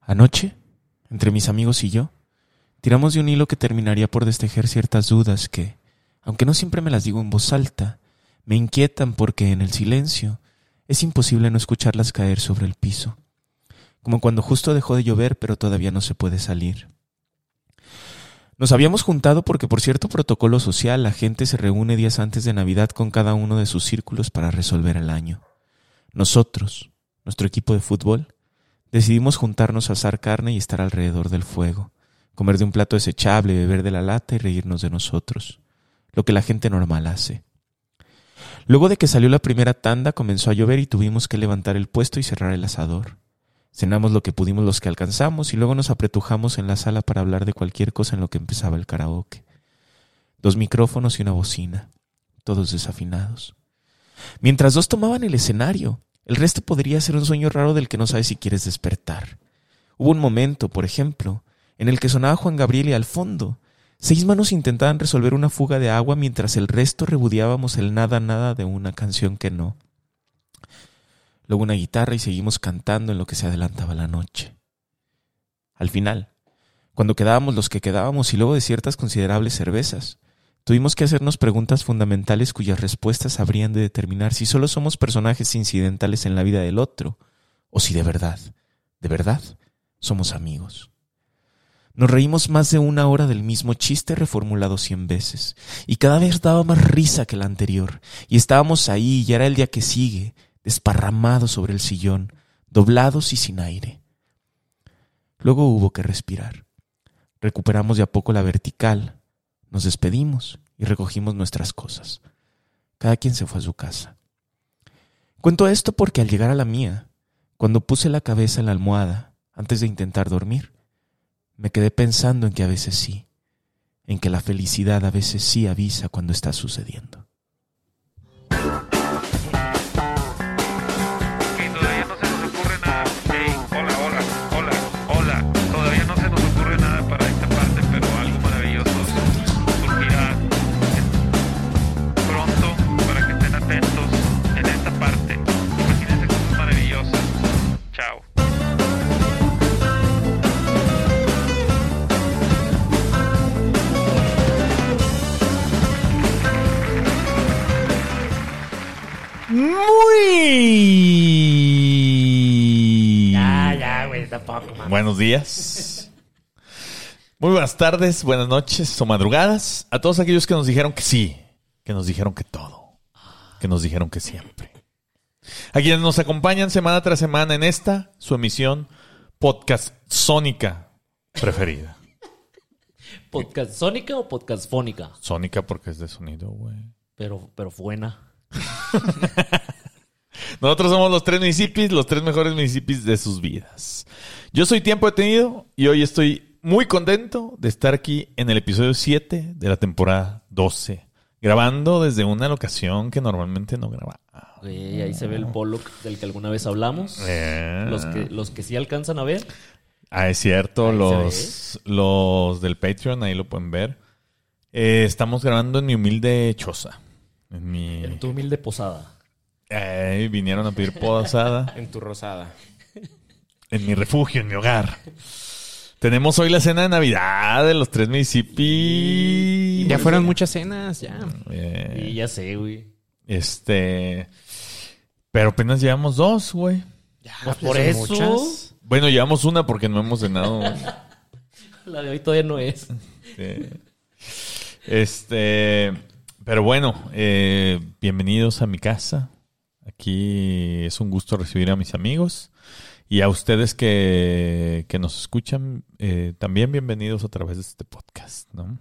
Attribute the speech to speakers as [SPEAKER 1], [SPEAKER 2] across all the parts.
[SPEAKER 1] Anoche, entre mis amigos y yo, tiramos de un hilo que terminaría por destejer ciertas dudas que, aunque no siempre me las digo en voz alta, me inquietan porque en el silencio es imposible no escucharlas caer sobre el piso, como cuando justo dejó de llover pero todavía no se puede salir. Nos habíamos juntado porque por cierto protocolo social la gente se reúne días antes de Navidad con cada uno de sus círculos para resolver el año. Nosotros, nuestro equipo de fútbol, decidimos juntarnos a asar carne y estar alrededor del fuego, comer de un plato desechable, beber de la lata y reírnos de nosotros, lo que la gente normal hace. Luego de que salió la primera tanda comenzó a llover y tuvimos que levantar el puesto y cerrar el asador. Cenamos lo que pudimos los que alcanzamos y luego nos apretujamos en la sala para hablar de cualquier cosa en lo que empezaba el karaoke. Dos micrófonos y una bocina, todos desafinados. Mientras dos tomaban el escenario, el resto podría ser un sueño raro del que no sabes si quieres despertar. Hubo un momento, por ejemplo, en el que sonaba Juan Gabriel y al fondo, seis manos intentaban resolver una fuga de agua mientras el resto rebudeábamos el nada nada de una canción que no luego una guitarra y seguimos cantando en lo que se adelantaba la noche. Al final, cuando quedábamos los que quedábamos y luego de ciertas considerables cervezas, tuvimos que hacernos preguntas fundamentales cuyas respuestas habrían de determinar si solo somos personajes incidentales en la vida del otro o si de verdad, de verdad, somos amigos. Nos reímos más de una hora del mismo chiste reformulado cien veces, y cada vez daba más risa que la anterior, y estábamos ahí, y era el día que sigue, desparramados sobre el sillón, doblados y sin aire. Luego hubo que respirar. Recuperamos de a poco la vertical, nos despedimos y recogimos nuestras cosas. Cada quien se fue a su casa. Cuento esto porque al llegar a la mía, cuando puse la cabeza en la almohada antes de intentar dormir, me quedé pensando en que a veces sí, en que la felicidad a veces sí avisa cuando está sucediendo.
[SPEAKER 2] Muy.
[SPEAKER 3] Ya, ya, güey, tampoco, mamá.
[SPEAKER 2] Buenos días. Muy buenas tardes, buenas noches o madrugadas a todos aquellos que nos dijeron que sí, que nos dijeron que todo, que nos dijeron que siempre. A quienes nos acompañan semana tras semana en esta, su emisión podcast sónica preferida.
[SPEAKER 3] ¿Podcast sónica o podcast fónica?
[SPEAKER 2] Sónica porque es de sonido, güey.
[SPEAKER 3] Pero, pero buena.
[SPEAKER 2] Nosotros somos los tres municipios, los tres mejores municipios de sus vidas. Yo soy Tiempo Detenido y hoy estoy muy contento de estar aquí en el episodio 7 de la temporada 12, grabando desde una locación que normalmente no grababa.
[SPEAKER 3] Güey, ahí se ve el Pollock del que alguna vez hablamos.
[SPEAKER 2] Eh.
[SPEAKER 3] Los que, los que sí alcanzan a ver.
[SPEAKER 2] Ah, es cierto,
[SPEAKER 3] Ahí se
[SPEAKER 2] los, los del Patreon, ahí lo pueden ver. Eh, estamos grabando en mi humilde choza. En mi...
[SPEAKER 3] En tu humilde posada.
[SPEAKER 2] Eh, vinieron a pedir posada.
[SPEAKER 1] En tu rosada.
[SPEAKER 2] En mi refugio, en mi hogar. Tenemos hoy la cena de Navidad de los tres municipios.
[SPEAKER 4] Ya fueron muchas cenas, ya.
[SPEAKER 2] Eh,
[SPEAKER 3] Y ya sé, güey.
[SPEAKER 2] este. Pero apenas llevamos dos, güey.
[SPEAKER 3] Pues por eso.
[SPEAKER 2] Bueno, llevamos una porque no hemos cenado. güey.
[SPEAKER 3] La de hoy todavía no es.
[SPEAKER 2] Este, este, pero bueno, eh, bienvenidos a mi casa. Aquí es un gusto recibir a mis amigos y a ustedes que, que nos escuchan, eh, también bienvenidos a través de este podcast. ¿no?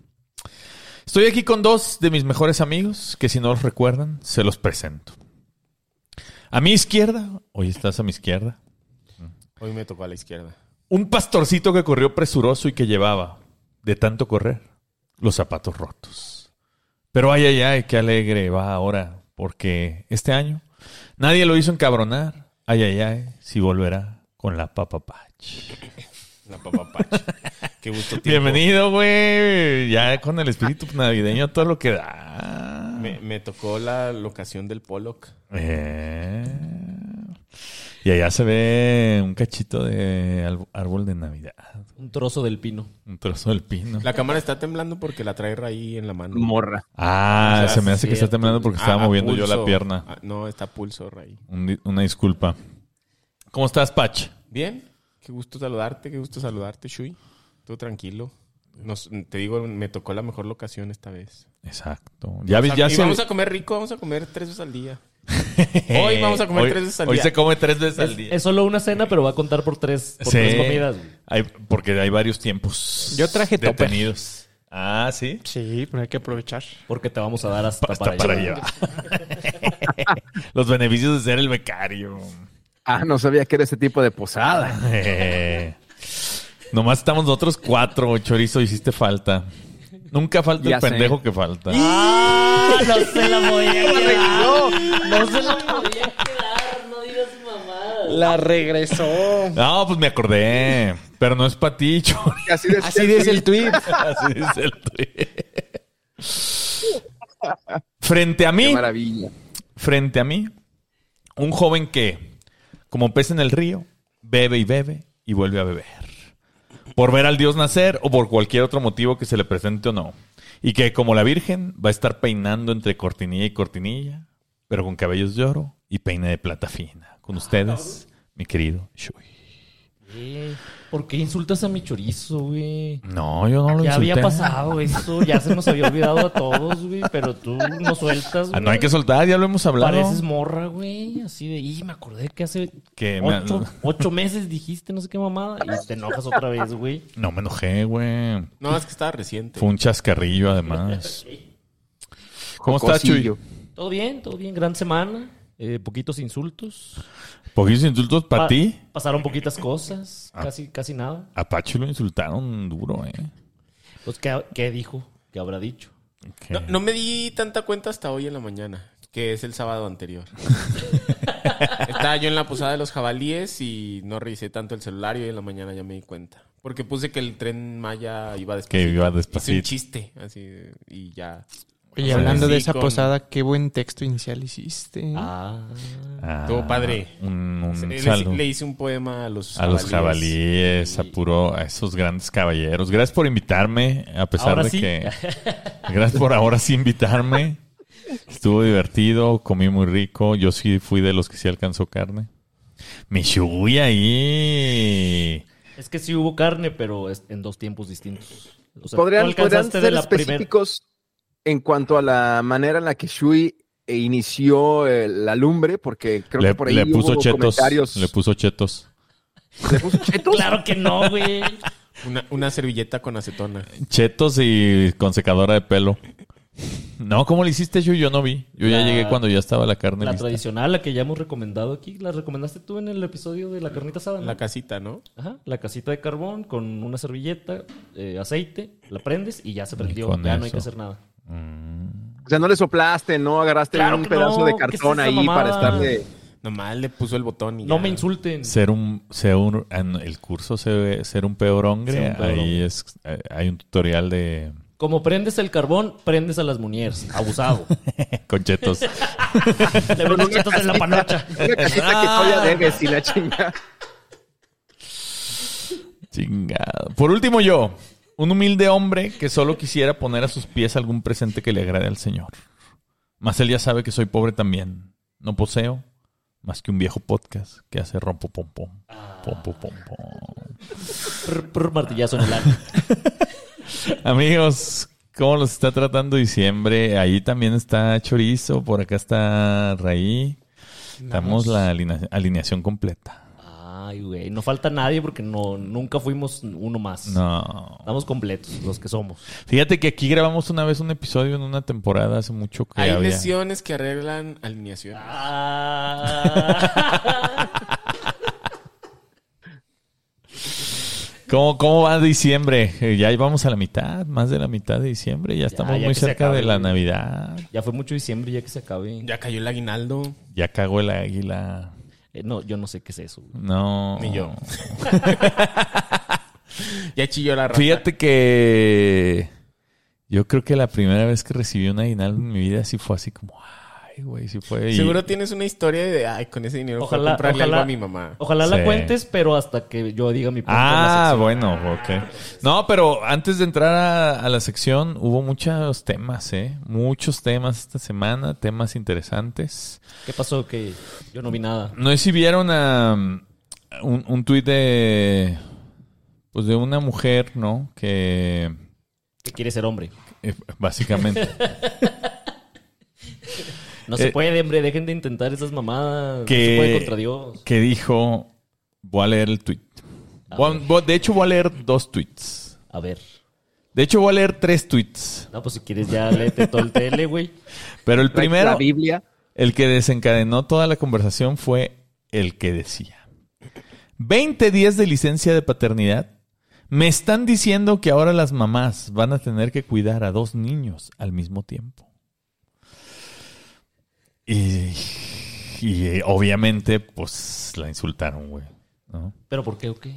[SPEAKER 2] Estoy aquí con dos de mis mejores amigos que si no los recuerdan, se los presento. A mi izquierda, hoy estás a mi izquierda,
[SPEAKER 1] Hoy me tocó a la izquierda.
[SPEAKER 2] un pastorcito que corrió presuroso y que llevaba, de tanto correr, los zapatos rotos. Pero ay, ay, ay, qué alegre va ahora, porque este año nadie lo hizo encabronar. Ay, ay, ay, si volverá con la papapach.
[SPEAKER 1] La papapacha. Qué gusto tiempo.
[SPEAKER 2] Bienvenido, güey. Ya con el espíritu navideño, todo lo que da.
[SPEAKER 1] Me, me tocó la locación del Pollock.
[SPEAKER 2] Eh. Y allá se ve un cachito de al- árbol de Navidad,
[SPEAKER 3] Un trozo del pino.
[SPEAKER 2] un trozo del pino.
[SPEAKER 1] La cámara está temblando porque la trae ahí en la mano.
[SPEAKER 4] Morra.
[SPEAKER 2] Ah,
[SPEAKER 1] O sea,
[SPEAKER 2] se me hace que está
[SPEAKER 3] cierto.
[SPEAKER 2] temblando porque estaba
[SPEAKER 1] Ah,
[SPEAKER 2] moviendo yo
[SPEAKER 1] pulso.
[SPEAKER 2] la pierna.
[SPEAKER 1] Ah, no, está pulso, Ray.
[SPEAKER 2] Un di- una disculpa. ¿Cómo estás, Pach?
[SPEAKER 1] Bien, qué gusto saludarte, qué gusto saludarte, Shui. Tú tranquilo. Nos- te digo, me tocó la mejor locación esta vez.
[SPEAKER 2] Exacto. Ya, vi-
[SPEAKER 1] O sea,
[SPEAKER 2] ya
[SPEAKER 1] y
[SPEAKER 2] se-
[SPEAKER 1] vamos a comer rico, vamos a comer tres veces al día. hoy vamos a comer
[SPEAKER 2] Hoy-
[SPEAKER 1] tres veces al
[SPEAKER 2] Hoy
[SPEAKER 1] día.
[SPEAKER 2] se come tres veces al
[SPEAKER 3] Es,
[SPEAKER 2] día.
[SPEAKER 3] es solo una cena, pero va a contar por tres, por
[SPEAKER 2] Sí.
[SPEAKER 3] tres comidas. güey.
[SPEAKER 2] Hay- porque hay varios tiempos.
[SPEAKER 4] Yo traje topper.
[SPEAKER 2] detenidos. Ah, sí.
[SPEAKER 4] Sí, pero hay que aprovechar.
[SPEAKER 3] Porque te vamos a dar hasta,
[SPEAKER 2] Hasta para,
[SPEAKER 3] llevar.
[SPEAKER 2] llevar. Los beneficios de ser el becario.
[SPEAKER 4] Ah, no sabía que era ese tipo de posada.
[SPEAKER 2] Eh, Nomás estamos nosotros cuatro, chorizo, hiciste falta. Nunca falta
[SPEAKER 4] Ya
[SPEAKER 2] el
[SPEAKER 4] sé.
[SPEAKER 2] pendejo que falta.
[SPEAKER 3] Ah, no se la voy a quedar. No se la podía quedar. No digas mamadas.
[SPEAKER 4] La regresó.
[SPEAKER 2] No, pues me acordé. Pero no es para ti, chorizo.
[SPEAKER 4] Así,
[SPEAKER 3] ¿Ah,
[SPEAKER 4] dice el tweet.
[SPEAKER 2] Así dice el tuit. Frente a
[SPEAKER 4] Qué
[SPEAKER 2] mí,
[SPEAKER 4] maravilla.
[SPEAKER 2] frente a mí, un joven que, como pez en el río, bebe y bebe y vuelve a beber. Por ver al Dios nacer o por cualquier otro motivo que se le presente o no. Y que, como la Virgen, va a estar peinando entre cortinilla y cortinilla, pero con cabellos de oro y peine de plata fina. Con ustedes, mi querido Shui.
[SPEAKER 3] Güey, ¿Por qué insultas a mi chorizo, güey?
[SPEAKER 2] No, yo no lo
[SPEAKER 3] Ya había
[SPEAKER 2] insulté.
[SPEAKER 3] pasado eso, ya se nos había olvidado a todos, güey, pero tú no sueltas,
[SPEAKER 2] Ah,
[SPEAKER 3] güey.
[SPEAKER 2] no hay que soltar, ya lo hemos hablado.
[SPEAKER 3] Pareces morra, güey, así de, y me acordé que hace
[SPEAKER 2] Que Eh, me-
[SPEAKER 3] ocho, ocho meses dijiste no sé qué mamada y te enojas otra vez, güey.
[SPEAKER 2] No me enojé, güey.
[SPEAKER 1] No, es que estaba reciente.
[SPEAKER 2] Fue un chascarrillo, además. ¿Cómo estás, Chuy?
[SPEAKER 4] Cosillo.
[SPEAKER 3] Todo bien, todo bien, gran semana, eh, poquitos insultos.
[SPEAKER 2] Poquitos insultos para
[SPEAKER 3] Pa-
[SPEAKER 2] ti. Ah.
[SPEAKER 3] Pasaron poquitas cosas, casi, casi nada.
[SPEAKER 2] A Pacho lo insultaron duro, ¿eh?
[SPEAKER 3] Pues, ¿qué, qué dijo? ¿Qué habrá dicho?
[SPEAKER 2] Que-
[SPEAKER 1] No, no me di tanta cuenta hasta hoy en la mañana, que es el sábado anterior. Estaba yo en la posada de los jabalíes y no revisé tanto el celular y hoy en la mañana ya me di cuenta. Porque puse que el tren Maya iba despacito.
[SPEAKER 2] Que iba
[SPEAKER 1] Hice un
[SPEAKER 2] despacito.
[SPEAKER 1] chiste, así, y ya. O
[SPEAKER 5] Oye,
[SPEAKER 1] sea,
[SPEAKER 5] hablando de
[SPEAKER 1] sí,
[SPEAKER 5] esa
[SPEAKER 1] con-
[SPEAKER 5] posada, qué buen texto inicial hiciste.
[SPEAKER 2] Mm.
[SPEAKER 3] Ah,
[SPEAKER 2] Ah,
[SPEAKER 1] Todo padre.
[SPEAKER 2] Un, un
[SPEAKER 1] Le-
[SPEAKER 2] saludo.
[SPEAKER 1] le, le hice un poema a los
[SPEAKER 2] A los jabalíes, a puro, a esos grandes caballeros. Gracias por invitarme, a pesar
[SPEAKER 3] Ahora
[SPEAKER 2] de
[SPEAKER 3] sí.
[SPEAKER 2] que. Gracias por ahora sí invitarme. Estuvo divertido, comí muy rico. Yo sí fui de los que sí alcanzó carne. Me subí ahí.
[SPEAKER 3] es que sí hubo carne, pero es- en dos tiempos distintos. O sea,
[SPEAKER 4] ¿Podrían,
[SPEAKER 3] tú alcanzaste de
[SPEAKER 4] podrían ser
[SPEAKER 3] la primer-
[SPEAKER 4] específicos en cuanto a la manera en la que Shui eh, inició eh, la lumbre? Porque creo
[SPEAKER 2] Le,
[SPEAKER 4] que por ahí
[SPEAKER 2] le puso
[SPEAKER 4] hubo
[SPEAKER 2] chetos.
[SPEAKER 4] comentarios.
[SPEAKER 2] Le puso chetos.
[SPEAKER 4] ¿Le puso chetos?
[SPEAKER 3] Claro que no, güey.
[SPEAKER 1] Una, una servilleta con acetona.
[SPEAKER 2] Chetos y con secadora de pelo. No, ¿cómo le hiciste, yo? Yo no vi. Yo ya
[SPEAKER 3] La-
[SPEAKER 2] llegué cuando ya estaba la carne
[SPEAKER 3] La
[SPEAKER 2] lista.
[SPEAKER 3] tradicional, la que ya hemos recomendado aquí, la recomendaste tú en el episodio de la carnita asada, ¿no?
[SPEAKER 1] La casita, ¿no?
[SPEAKER 3] Ajá, la casita de carbón con una servilleta, eh, aceite, la prendes y ya se prendió.
[SPEAKER 2] con
[SPEAKER 3] Ya no hay que
[SPEAKER 2] eso.
[SPEAKER 3] hacer nada.
[SPEAKER 4] O sea, no le soplaste, no agarraste
[SPEAKER 3] Claro
[SPEAKER 4] un
[SPEAKER 3] que
[SPEAKER 4] pedazo
[SPEAKER 3] no,
[SPEAKER 4] de
[SPEAKER 3] ¿qué es
[SPEAKER 4] cartón
[SPEAKER 3] esa
[SPEAKER 4] ahí
[SPEAKER 3] mamada?
[SPEAKER 4] para estarle.
[SPEAKER 1] Nomás le puso el botón y
[SPEAKER 3] No
[SPEAKER 1] ya.
[SPEAKER 3] me insulten.
[SPEAKER 2] Ser un, ser un- en el curso se ve- ser un peor
[SPEAKER 3] Ser
[SPEAKER 2] hombre.
[SPEAKER 3] un peor
[SPEAKER 2] ahí
[SPEAKER 3] hombre.
[SPEAKER 2] es, eh, hay un tutorial de
[SPEAKER 3] Como prendes el carbón, prendes a las muñeres. Abusado.
[SPEAKER 2] con chetos.
[SPEAKER 3] Te metes chetos en la panocha. Ah.
[SPEAKER 4] Una casita que todavía debes y la chinga.
[SPEAKER 2] Chingado. Por último, yo, un humilde hombre que solo quisiera poner a sus pies algún presente que le agrade al Señor. Mas él ya sabe que soy pobre también. No poseo más que un viejo podcast que hace rompo pom pom. Pom, pom, pom, pom.
[SPEAKER 3] Prr, prr, martillazo en el ano.
[SPEAKER 2] Amigos, ¿cómo los está tratando diciembre? Ahí también está Chorizo, por acá está Raí. Estamos la aline- alineación completa.
[SPEAKER 3] Ay, güey. No falta nadie porque no, nunca fuimos uno más.
[SPEAKER 2] No.
[SPEAKER 3] Estamos completos, los que somos.
[SPEAKER 2] Fíjate que aquí grabamos una vez un episodio en una temporada hace mucho que
[SPEAKER 1] Hay
[SPEAKER 2] había.
[SPEAKER 1] lesiones que arreglan alineación.
[SPEAKER 2] Ah. ¿Cómo, ¿Cómo va diciembre? Eh, Ya vamos a la mitad, más de la mitad de diciembre. Ya estamos
[SPEAKER 3] ya
[SPEAKER 2] muy
[SPEAKER 3] que se
[SPEAKER 2] cerca
[SPEAKER 3] acabe,
[SPEAKER 2] de la
[SPEAKER 3] güey.
[SPEAKER 2] Navidad.
[SPEAKER 3] ya fue mucho diciembre, ya que se acabe.
[SPEAKER 1] Ya cayó el aguinaldo.
[SPEAKER 2] Ya cagó el águila.
[SPEAKER 3] Eh, no, yo no sé qué es eso. güey.
[SPEAKER 2] No.
[SPEAKER 1] Ni yo. Ya chilló la rata.
[SPEAKER 2] Fíjate que yo creo que la primera vez que recibí un aguinaldo en mi vida sí fue así como, ay, Ay, güey, sí fue. y-
[SPEAKER 5] Seguro tienes una historia de, ay, con ese dinero fue a
[SPEAKER 3] Ojalá-
[SPEAKER 5] comprarle
[SPEAKER 3] ojalá-
[SPEAKER 5] algo a mi mamá.
[SPEAKER 3] Ojalá
[SPEAKER 2] Ah. Sí.
[SPEAKER 3] la cuentes, pero hasta que yo diga mi punto en la
[SPEAKER 2] Ah,
[SPEAKER 3] sección.
[SPEAKER 2] bueno, ok. No, pero antes de entrar a, a la sección, hubo muchos temas, ¿eh? Muchos temas esta semana, temas interesantes.
[SPEAKER 3] ¿Qué pasó? Que yo no vi nada.
[SPEAKER 2] No sé si vieron a, a un, un tuit de. Pues de una mujer, ¿no? Que.
[SPEAKER 3] Que quiere ser hombre.
[SPEAKER 2] eh, Básicamente.
[SPEAKER 3] No se
[SPEAKER 2] Eh,
[SPEAKER 3] puede, hombre. Dejen de intentar esas mamadas. No
[SPEAKER 2] que-
[SPEAKER 3] se puede contra Dios.
[SPEAKER 2] que dijo, voy a leer el tweet. Voy a- voy- de hecho, voy a leer dos tweets.
[SPEAKER 3] A ver.
[SPEAKER 2] De hecho, voy a leer tres tweets.
[SPEAKER 3] No, pues si quieres ya léete todo el tele, güey.
[SPEAKER 2] Pero el
[SPEAKER 4] La
[SPEAKER 2] primero,
[SPEAKER 4] Biblia.
[SPEAKER 2] el que desencadenó toda la conversación fue el que decía. 20 días de licencia de paternidad. Me están diciendo que ahora las mamás van a tener que cuidar a dos niños al mismo tiempo. Y, y, eh, obviamente, pues la insultaron, güey. ¿no?
[SPEAKER 3] ¿Pero por qué o qué?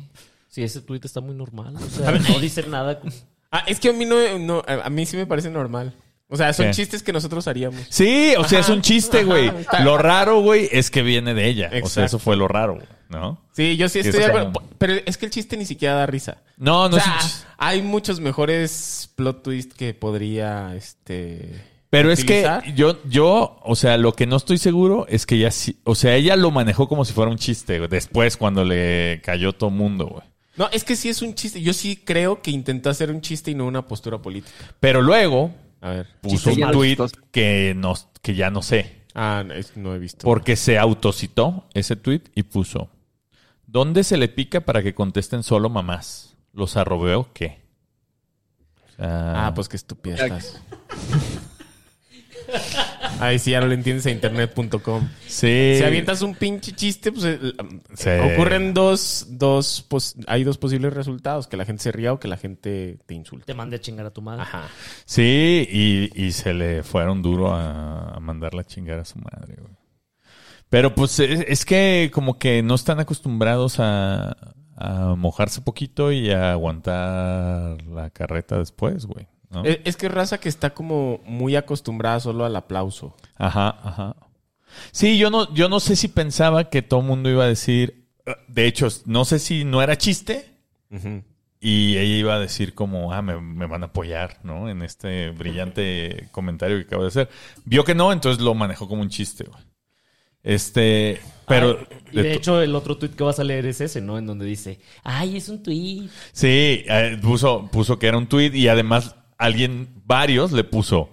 [SPEAKER 3] Si ese tuit está muy normal. O sea, no dice nada. como-
[SPEAKER 5] Ah, es que a mí no, no, a a mí sí me parece normal. O sea, son
[SPEAKER 2] ¿Qué?
[SPEAKER 5] chistes que nosotros haríamos.
[SPEAKER 2] Sí, o sea, es un chiste, güey. Lo raro, güey, es que viene de ella. O sea,
[SPEAKER 5] Exacto.
[SPEAKER 2] eso fue lo raro, güey, ¿no?
[SPEAKER 5] Sí, yo sí
[SPEAKER 2] Sí,
[SPEAKER 5] estoy
[SPEAKER 2] o
[SPEAKER 5] de
[SPEAKER 2] sea,
[SPEAKER 5] acuerdo. P- Pero es que el chiste ni siquiera da risa.
[SPEAKER 2] No, no
[SPEAKER 5] o
[SPEAKER 2] es un
[SPEAKER 5] sea,
[SPEAKER 2] chis-
[SPEAKER 5] hay muchos mejores plot twist que podría, este...
[SPEAKER 2] Pero es
[SPEAKER 5] utilizar.
[SPEAKER 2] que yo, yo, o sea, lo que no estoy seguro es que ella sí, o sea, ella lo manejó como si fuera un chiste güey, después cuando le cayó todo mundo, güey.
[SPEAKER 5] No, es que sí es un chiste. Yo sí creo que intentó hacer un chiste y no una postura política.
[SPEAKER 2] Pero luego
[SPEAKER 5] A ver.
[SPEAKER 2] puso
[SPEAKER 4] Chistes ya
[SPEAKER 2] un tweet
[SPEAKER 4] chistosos.
[SPEAKER 2] que, no, que ya no sé,
[SPEAKER 5] Ah, no, es- no he visto.
[SPEAKER 2] porque se autocitó ese tweet y puso, ¿dónde se le pica para que contesten solo mamás? ¿Los arrobeo qué? O sea,
[SPEAKER 5] Ah, pues qué estúpida estás. Ay, sí, ya no le entiendes a internet.com.
[SPEAKER 2] sí.
[SPEAKER 5] Si avientas un pinche chiste, pues eh,
[SPEAKER 2] Eh, Sí.
[SPEAKER 5] ocurren dos, dos, pos- hay dos posibles resultados, que la gente se ría o que la gente te insulte.
[SPEAKER 3] Te mande a chingar a tu madre.
[SPEAKER 5] Ajá.
[SPEAKER 2] Sí, y, y se le fueron duro a, a mandarla a chingar a su madre, güey. Pero pues es, es que como que no están acostumbrados a, a mojarse poquito y a aguantar la carreta después, güey. ¿no?
[SPEAKER 5] Eh, Es que es raza que está como muy acostumbrada solo al aplauso.
[SPEAKER 2] Ajá, ajá. Sí, yo no, yo no sé si pensaba que todo el mundo iba a decir. De hecho, no sé si no era chiste. Y ella iba a decir como, ah, me, me van a apoyar, ¿no? En este brillante comentario que acabo de hacer. Vio que no, entonces lo manejó como un chiste, güey. Este, pero...
[SPEAKER 3] Ah, y de
[SPEAKER 2] to-
[SPEAKER 3] hecho, el otro tuit que vas a leer es ese, ¿no? En donde dice, ay, es un tuit.
[SPEAKER 2] Sí, eh, puso, puso que era un tweet y además alguien, varios le puso,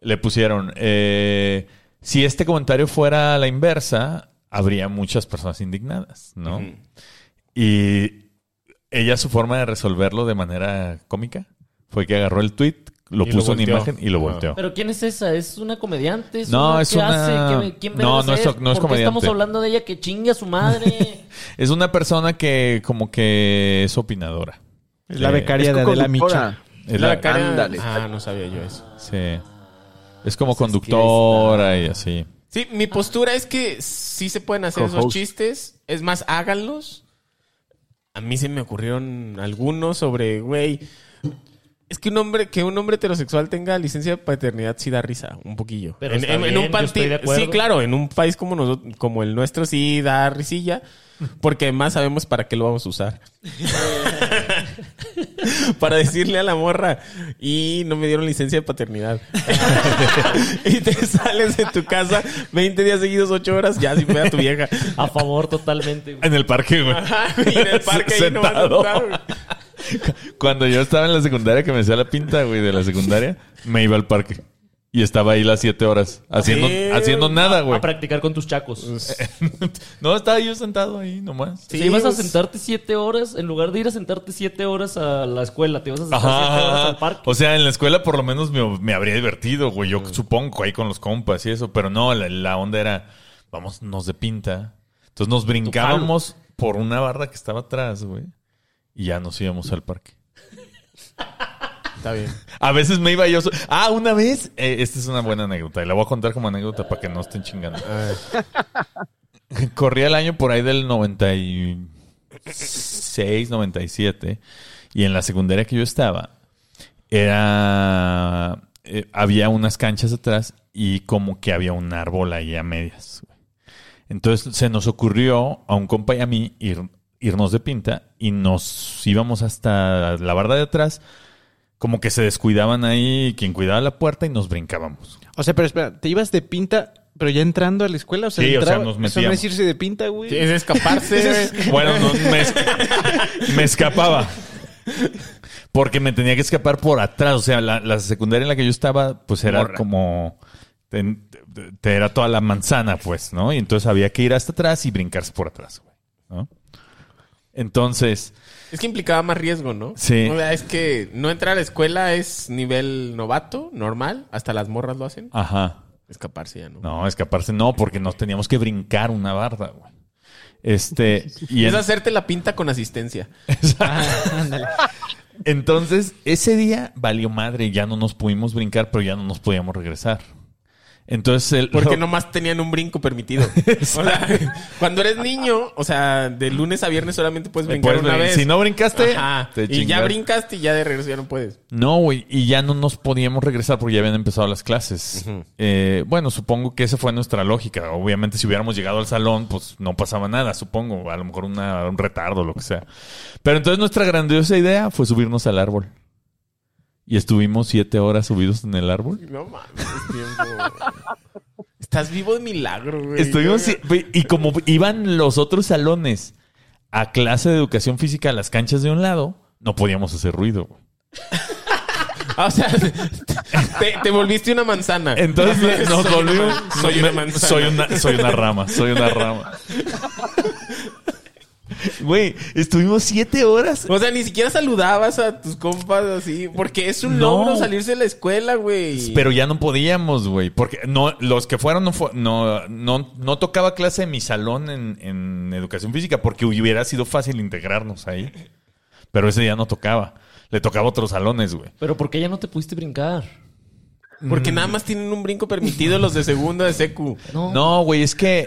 [SPEAKER 2] le pusieron, eh, si este comentario fuera la inversa, habría muchas personas indignadas, ¿no? Y ella su forma de resolverlo de manera cómica fue que agarró el tweet, lo
[SPEAKER 5] Y lo
[SPEAKER 2] puso en
[SPEAKER 5] volteó.
[SPEAKER 2] imagen y lo
[SPEAKER 5] Ajá.
[SPEAKER 2] volteó.
[SPEAKER 3] ¿Pero quién es esa? ¿Es una comediante? ¿Es
[SPEAKER 2] No,
[SPEAKER 3] una
[SPEAKER 2] es
[SPEAKER 3] que
[SPEAKER 2] una-
[SPEAKER 3] hace? ¿Qué- ¿Quién
[SPEAKER 2] No,
[SPEAKER 3] vergas
[SPEAKER 2] no es- no es
[SPEAKER 3] ¿Por qué estamos
[SPEAKER 2] comediante.
[SPEAKER 3] hablando de ella que chingue a su madre?
[SPEAKER 2] Es una persona que como que es opinadora.
[SPEAKER 1] Es la
[SPEAKER 2] Eh,
[SPEAKER 1] becaria
[SPEAKER 4] Es
[SPEAKER 1] de Adela
[SPEAKER 4] conductora.
[SPEAKER 1] Micha.
[SPEAKER 2] Es la,
[SPEAKER 5] cara-
[SPEAKER 4] Ándale.
[SPEAKER 5] Ah, no sabía yo eso.
[SPEAKER 2] sí. Es como conductora y así.
[SPEAKER 5] Sí, mi postura es que sí se pueden hacer esos
[SPEAKER 4] Co-host.
[SPEAKER 5] chistes. Es más, háganlos. A mí se me ocurrieron algunos sobre, güey. Es que un hombre, que un hombre heterosexual tenga licencia de paternidad sí da risa, un poquillo.
[SPEAKER 3] Pero está bien, yo estoy de acuerdo.
[SPEAKER 5] sí, claro, en un país como nosotros, como el nuestro sí da risilla, porque además sabemos para qué lo vamos a usar. para decirle a la morra y no me dieron licencia de paternidad. y te sales de tu casa 20 días seguidos, 8 horas, ya si fue a tu vieja.
[SPEAKER 3] a favor totalmente. güey.
[SPEAKER 2] En el parque, güey.
[SPEAKER 5] Ajá, güey, en el parque ahí no vas a
[SPEAKER 2] Sentado.
[SPEAKER 5] estar, güey.
[SPEAKER 2] Cuando yo estaba en la secundaria, que me hacía la pinta, güey, de la secundaria, me iba al parque. Y estaba ahí las siete horas, haciendo,
[SPEAKER 5] Sí.
[SPEAKER 2] haciendo nada, güey.
[SPEAKER 3] A practicar con tus chacos.
[SPEAKER 2] No, estaba yo sentado ahí nomás.
[SPEAKER 3] Si
[SPEAKER 5] Sí,
[SPEAKER 3] ibas a
[SPEAKER 5] pues-
[SPEAKER 3] sentarte siete horas, en lugar de ir a sentarte siete horas a la escuela, te ibas a sentar siete horas
[SPEAKER 2] Ajá.
[SPEAKER 3] al parque. Mm.
[SPEAKER 2] O sea, en la escuela por lo menos me, me habría divertido, güey. Yo supongo ahí con los compas y eso. Pero no, la, la onda era, vamos, nos de pinta. Entonces nos brincábamos por una barra que estaba atrás, güey. Y ya nos íbamos al parque.
[SPEAKER 5] Está bien.
[SPEAKER 2] A veces me iba yo. so- Ah, una vez. eh, esta es una buena anécdota y la voy a contar como anécdota para que no estén chingando.
[SPEAKER 5] A ver.
[SPEAKER 2] Corría el año por ahí del 96, 97. Y en la secundaria que yo estaba, era. eh, había unas canchas atrás y como que había un árbol ahí a medias. güey. Entonces se nos ocurrió a un compa y a mí ir- irnos de pinta y nos íbamos hasta la barda de atrás. Como que se descuidaban ahí quien cuidaba la puerta y nos brincábamos.
[SPEAKER 6] O sea, pero espera, ¿te ibas de pinta, pero ya entrando a la escuela? O sea,
[SPEAKER 2] Sí, o sea,
[SPEAKER 6] entraba-
[SPEAKER 2] nos
[SPEAKER 6] Eso no
[SPEAKER 2] metíamos.
[SPEAKER 6] es irse de pinta, güey.
[SPEAKER 5] Sí, es escaparse. güey.
[SPEAKER 2] Bueno, no, me, esca- me escapaba. Porque me tenía que escapar por atrás. O sea, la, la secundaria en la que yo estaba, pues era
[SPEAKER 5] Morra.
[SPEAKER 2] como. ten- te, te era toda la manzana, pues, ¿no? Y entonces había que ir hasta atrás y brincarse por atrás, güey. ¿no? Entonces,
[SPEAKER 5] Es que implicaba más riesgo, ¿no?
[SPEAKER 2] Sí.
[SPEAKER 5] O sea, es que no entrar a la escuela es nivel novato, normal. Hasta las morras lo hacen.
[SPEAKER 2] ajá.
[SPEAKER 5] Escaparse ya, ¿no?
[SPEAKER 2] No, escaparse no, porque nos teníamos que brincar una barda, güey. Este. Y
[SPEAKER 5] Y es
[SPEAKER 2] en-
[SPEAKER 5] hacerte la pinta con asistencia. Ah,
[SPEAKER 2] Entonces, ese día valió madre, ya no nos pudimos brincar, pero ya no nos podíamos regresar. Entonces, el-
[SPEAKER 5] Porque
[SPEAKER 2] lo-
[SPEAKER 5] nomás tenían un brinco permitido. O sea, cuando eres niño, o sea, de lunes a viernes solamente puedes
[SPEAKER 2] puedes
[SPEAKER 5] brincar una
[SPEAKER 2] brin-
[SPEAKER 5] vez.
[SPEAKER 2] Si no brincaste,
[SPEAKER 5] Ajá.
[SPEAKER 2] te
[SPEAKER 5] y ya
[SPEAKER 2] chingas.
[SPEAKER 5] brincaste y ya de regreso ya no puedes.
[SPEAKER 2] No, güey, y ya no nos podíamos regresar porque ya habían empezado las clases.
[SPEAKER 5] Ujú.
[SPEAKER 2] Eh, bueno, supongo que esa fue nuestra lógica. Obviamente, si hubiéramos llegado al salón, pues no pasaba nada, supongo. A lo mejor una- un retardo, lo que sea. Pero entonces nuestra grandiosa idea fue subirnos al árbol. Y estuvimos siete horas subidos en el árbol.
[SPEAKER 5] No mames, tiempo. güey. Estás vivo de milagro, güey.
[SPEAKER 2] Estuvimos
[SPEAKER 5] Yo-
[SPEAKER 2] sí, y como iban los otros salones a clase de educación física a las canchas de un lado, no podíamos hacer ruido. güey.
[SPEAKER 5] Ah, o sea, te, te volviste una manzana.
[SPEAKER 2] Entonces nos
[SPEAKER 5] Soy una
[SPEAKER 2] volvimos.
[SPEAKER 5] man- soy una manzana.
[SPEAKER 2] Soy una, soy una rama, soy una rama. Güey, estuvimos siete horas.
[SPEAKER 5] O sea, ni siquiera saludabas a tus compas así, porque es un
[SPEAKER 2] No.
[SPEAKER 5] logro salirse de la escuela, güey.
[SPEAKER 2] Pero ya no podíamos, güey. Porque no, los que fueron no, fue- no, no, no tocaba clase en mi salón en, en educación física porque hubiera sido fácil integrarnos ahí. Pero ese día no tocaba. Le tocaba a otros salones, güey.
[SPEAKER 3] Pero ¿por qué ya no te pudiste brincar?
[SPEAKER 5] Porque
[SPEAKER 2] Mm.
[SPEAKER 5] nada más tienen un brinco permitido los de segundo de secu.
[SPEAKER 3] No.
[SPEAKER 2] No, güey, es que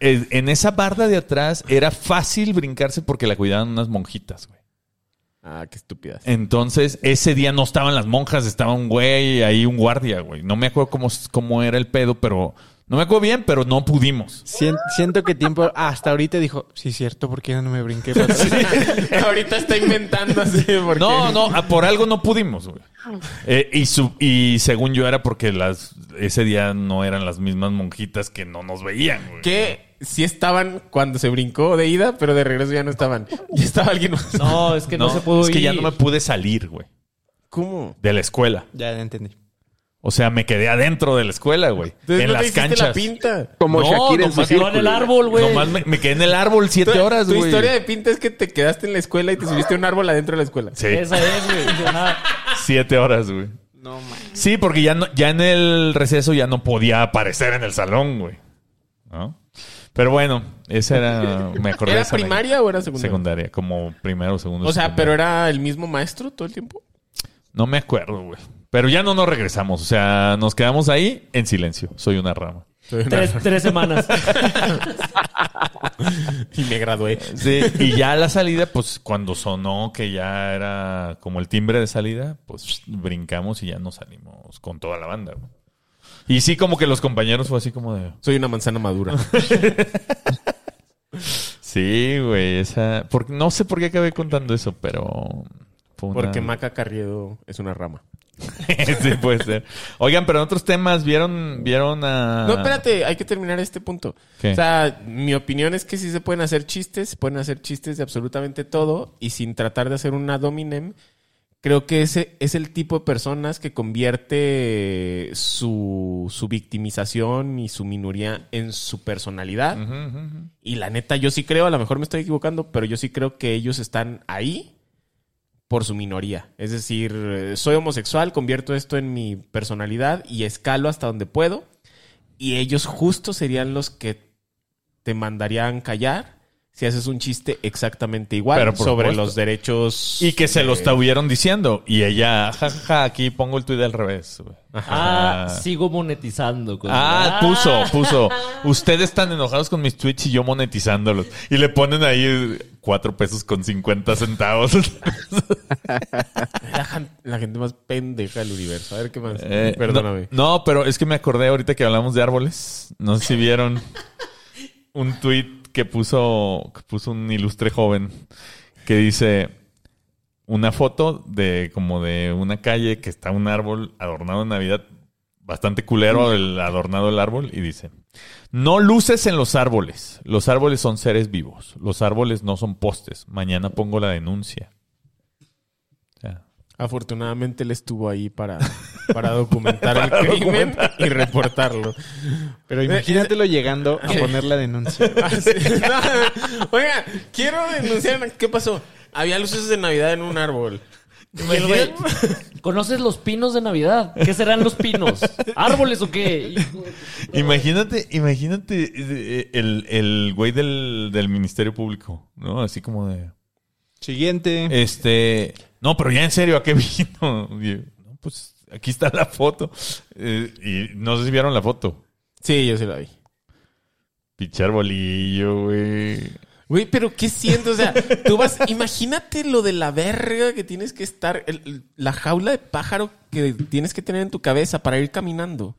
[SPEAKER 2] eh, en esa barda de atrás era fácil brincarse porque la cuidaban unas monjitas, güey.
[SPEAKER 5] Ah, qué estúpidas.
[SPEAKER 2] Entonces, ese día no estaban las monjas, estaba un güey ahí, un guardia, güey. No me acuerdo cómo, cómo era el pedo, pero no me acuerdo bien, pero no pudimos.
[SPEAKER 6] Sien- siento que tiempo hasta ahorita dijo, sí, cierto, ¿por qué no me brinqué? para atrás?"
[SPEAKER 5] Ahorita está inventando así. Porque...
[SPEAKER 2] No, no, ah, por algo no pudimos, güey. Eh, y, su- y según yo era porque las, ese día no eran las mismas monjitas que no nos veían, güey.
[SPEAKER 5] Que sí estaban cuando se brincó de ida, pero de regreso ya no estaban. Ya estaba alguien más.
[SPEAKER 3] No, es que no, se pudo
[SPEAKER 2] Es que ya
[SPEAKER 3] ir.
[SPEAKER 2] no me pude salir, güey,
[SPEAKER 5] ¿Cómo?
[SPEAKER 2] de la escuela.
[SPEAKER 6] ya, ya entendí.
[SPEAKER 2] O sea, me quedé adentro de la escuela, güey.
[SPEAKER 5] Entonces
[SPEAKER 2] En
[SPEAKER 5] no te
[SPEAKER 2] las
[SPEAKER 5] hiciste
[SPEAKER 2] canchas.
[SPEAKER 5] la pinta.
[SPEAKER 4] Como
[SPEAKER 2] No,
[SPEAKER 4] Shakira en su
[SPEAKER 2] nomás
[SPEAKER 3] Quedó en
[SPEAKER 4] círculo.
[SPEAKER 3] el árbol, güey.
[SPEAKER 2] Nomás me, me quedé en el árbol siete horas,
[SPEAKER 5] tu
[SPEAKER 2] güey.
[SPEAKER 5] historia de pinta es que te quedaste en la escuela y te subiste a un árbol adentro de la escuela.
[SPEAKER 2] Sí,
[SPEAKER 3] Esa es, güey. Ajá.
[SPEAKER 2] siete horas, güey.
[SPEAKER 6] No, man.
[SPEAKER 2] Sí, porque ya, no, ya en el receso ya no podía aparecer en el salón, güey. ¿No? Pero bueno, esa era... Me acordé de
[SPEAKER 5] ¿Era
[SPEAKER 2] esa
[SPEAKER 5] primaria o era
[SPEAKER 2] anécdota.
[SPEAKER 5] secundaria?
[SPEAKER 2] Secundaria, como primero, segundo.
[SPEAKER 5] O sea,
[SPEAKER 2] secundaria.
[SPEAKER 5] pero era el mismo maestro todo el tiempo.
[SPEAKER 2] No me acuerdo, güey. Pero ya no nos regresamos. O sea, nos quedamos ahí en silencio. Soy una rama.
[SPEAKER 3] Tres, tres semanas.
[SPEAKER 5] Y me gradué.
[SPEAKER 2] Sí, y ya a la salida, pues cuando sonó que ya era como el timbre de salida, pues brincamos y ya nos salimos con toda la banda. güey. Y sí, como que los compañeros fue así como de...
[SPEAKER 5] Soy una manzana madura.
[SPEAKER 2] Sí, güey, esa... por- no sé por qué acabé contando eso, pero... fue una-
[SPEAKER 5] Porque Maca Carriedo es una rama.
[SPEAKER 2] sí, puede ser. Oigan, pero en otros temas, ¿vieron, vieron a...
[SPEAKER 5] No, espérate, hay que terminar este punto.
[SPEAKER 2] ¿Qué?
[SPEAKER 5] O sea, mi opinión es que sí se pueden hacer chistes, se pueden hacer chistes de absolutamente todo y sin tratar de hacer una dominem. Creo que ese es el tipo de personas que convierte su, su victimización y su minoría en su personalidad.
[SPEAKER 2] Ujú, ujú, ujú.
[SPEAKER 5] Y la neta, yo sí creo, a lo mejor me estoy equivocando, pero yo sí creo que ellos están ahí por su minoría. Es decir, eh, soy homosexual, convierto esto en mi personalidad y escalo hasta donde puedo. Y ellos justo serían los que te mandarían callar si haces un chiste exactamente igual
[SPEAKER 2] Pero por
[SPEAKER 5] sobre
[SPEAKER 2] supuesto.
[SPEAKER 5] los derechos.
[SPEAKER 2] Y que se lo
[SPEAKER 5] eh,
[SPEAKER 2] estuvieron diciendo. Y ella, jajaja, aquí pongo el tuit al revés. güey.
[SPEAKER 3] Ah,
[SPEAKER 2] Ajá.
[SPEAKER 3] sigo monetizando. con-
[SPEAKER 2] Ah, puso, puso. Ustedes están enojados con mis tweets y yo monetizándolos. Y le ponen ahí 4 pesos con 50 centavos.
[SPEAKER 5] La, jan- la gente más pendeja del universo. A ver qué más.
[SPEAKER 2] Eh,
[SPEAKER 5] Perdóname.
[SPEAKER 2] No, no, pero es que me acordé ahorita que hablamos de árboles. No sé si vieron un tweet que puso, que puso un ilustre joven que dice una foto de como de una calle que está un árbol adornado de Navidad. Bastante culero el adornado el árbol y dice, no luces en los árboles. Los árboles son seres vivos. Los árboles no son postes. Mañana pongo la denuncia. O sea,
[SPEAKER 5] Afortunadamente él estuvo ahí para, para documentar el crimen y reportarlo. Eh, Pero
[SPEAKER 7] Imagínatelo llegando a poner la denuncia.
[SPEAKER 5] Así- Ah, No, Oiga, quiero denunciar. ¿Qué pasó? Había luces de Navidad en un árbol.
[SPEAKER 3] Y
[SPEAKER 5] Pues
[SPEAKER 3] el güey, ¿Conoces los pinos de Navidad? ¿Qué serán los pinos? ¿Árboles o qué? Hijo de-
[SPEAKER 2] Imagínate, imagínate eh, el, el güey del, del Ministerio Público, ¿no? Así como de.
[SPEAKER 7] Siguiente.
[SPEAKER 2] Este. No, pero ya en serio, ¿a qué vino? Y, no, pues aquí está la foto. Eh, y no sé si vieron la foto.
[SPEAKER 5] Sí, yo se la vi.
[SPEAKER 2] Pichar bolillo, güey.
[SPEAKER 5] Güey, pero ¿qué siento? O sea, tú vas, imagínate lo de la verga que tienes que estar, el- el- la jaula de pájaro que tienes que tener en tu cabeza para ir caminando.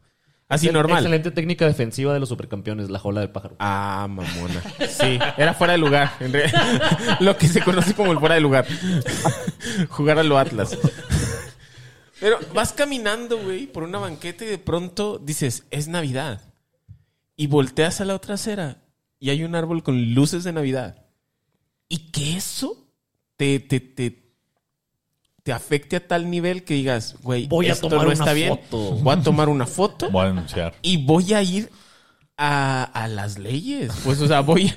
[SPEAKER 5] Así
[SPEAKER 3] Excel-
[SPEAKER 5] normal.
[SPEAKER 3] Excelente técnica defensiva de los supercampeones, la jola del pájaro.
[SPEAKER 5] Ah, mamona. Sí, era fuera de lugar. En re- Lo que se conoce como el fuera de lugar. Jugar a lo Atlas. Pero vas caminando, güey, por una banqueta y de pronto dices, es Navidad. Y volteas a la otra acera y hay un árbol con luces de Navidad. Y que eso te, te, te, te afecte a tal nivel que digas, güey,
[SPEAKER 3] Voy a
[SPEAKER 5] esto
[SPEAKER 3] tomar
[SPEAKER 5] no
[SPEAKER 3] una
[SPEAKER 5] está bien.
[SPEAKER 3] foto.
[SPEAKER 5] Voy a tomar una foto
[SPEAKER 2] Voy a denunciar.
[SPEAKER 5] y voy a ir a, a las leyes. Pues, o sea, voy.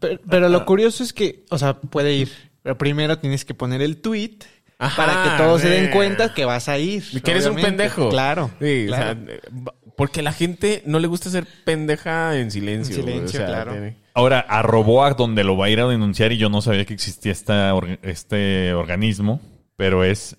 [SPEAKER 7] Pero, pero lo curioso es que, o sea, puede ir. Pero primero tienes que poner el tweet
[SPEAKER 5] Ajá,
[SPEAKER 7] para que todos se den
[SPEAKER 5] sí.
[SPEAKER 7] cuenta que vas a ir.
[SPEAKER 5] Que eres un
[SPEAKER 7] obviamente.
[SPEAKER 5] pendejo.
[SPEAKER 7] Claro.
[SPEAKER 5] Sí, o
[SPEAKER 7] claro.
[SPEAKER 5] sea, eh, va- porque la gente no le gusta ser pendeja en silencio.
[SPEAKER 7] En
[SPEAKER 5] güey,
[SPEAKER 7] silencio,
[SPEAKER 5] o sea,
[SPEAKER 7] claro.
[SPEAKER 5] tiene-
[SPEAKER 2] Ahora, arrobó a donde lo va a ir a denunciar y yo no sabía que existía esta orga- este organismo, pero es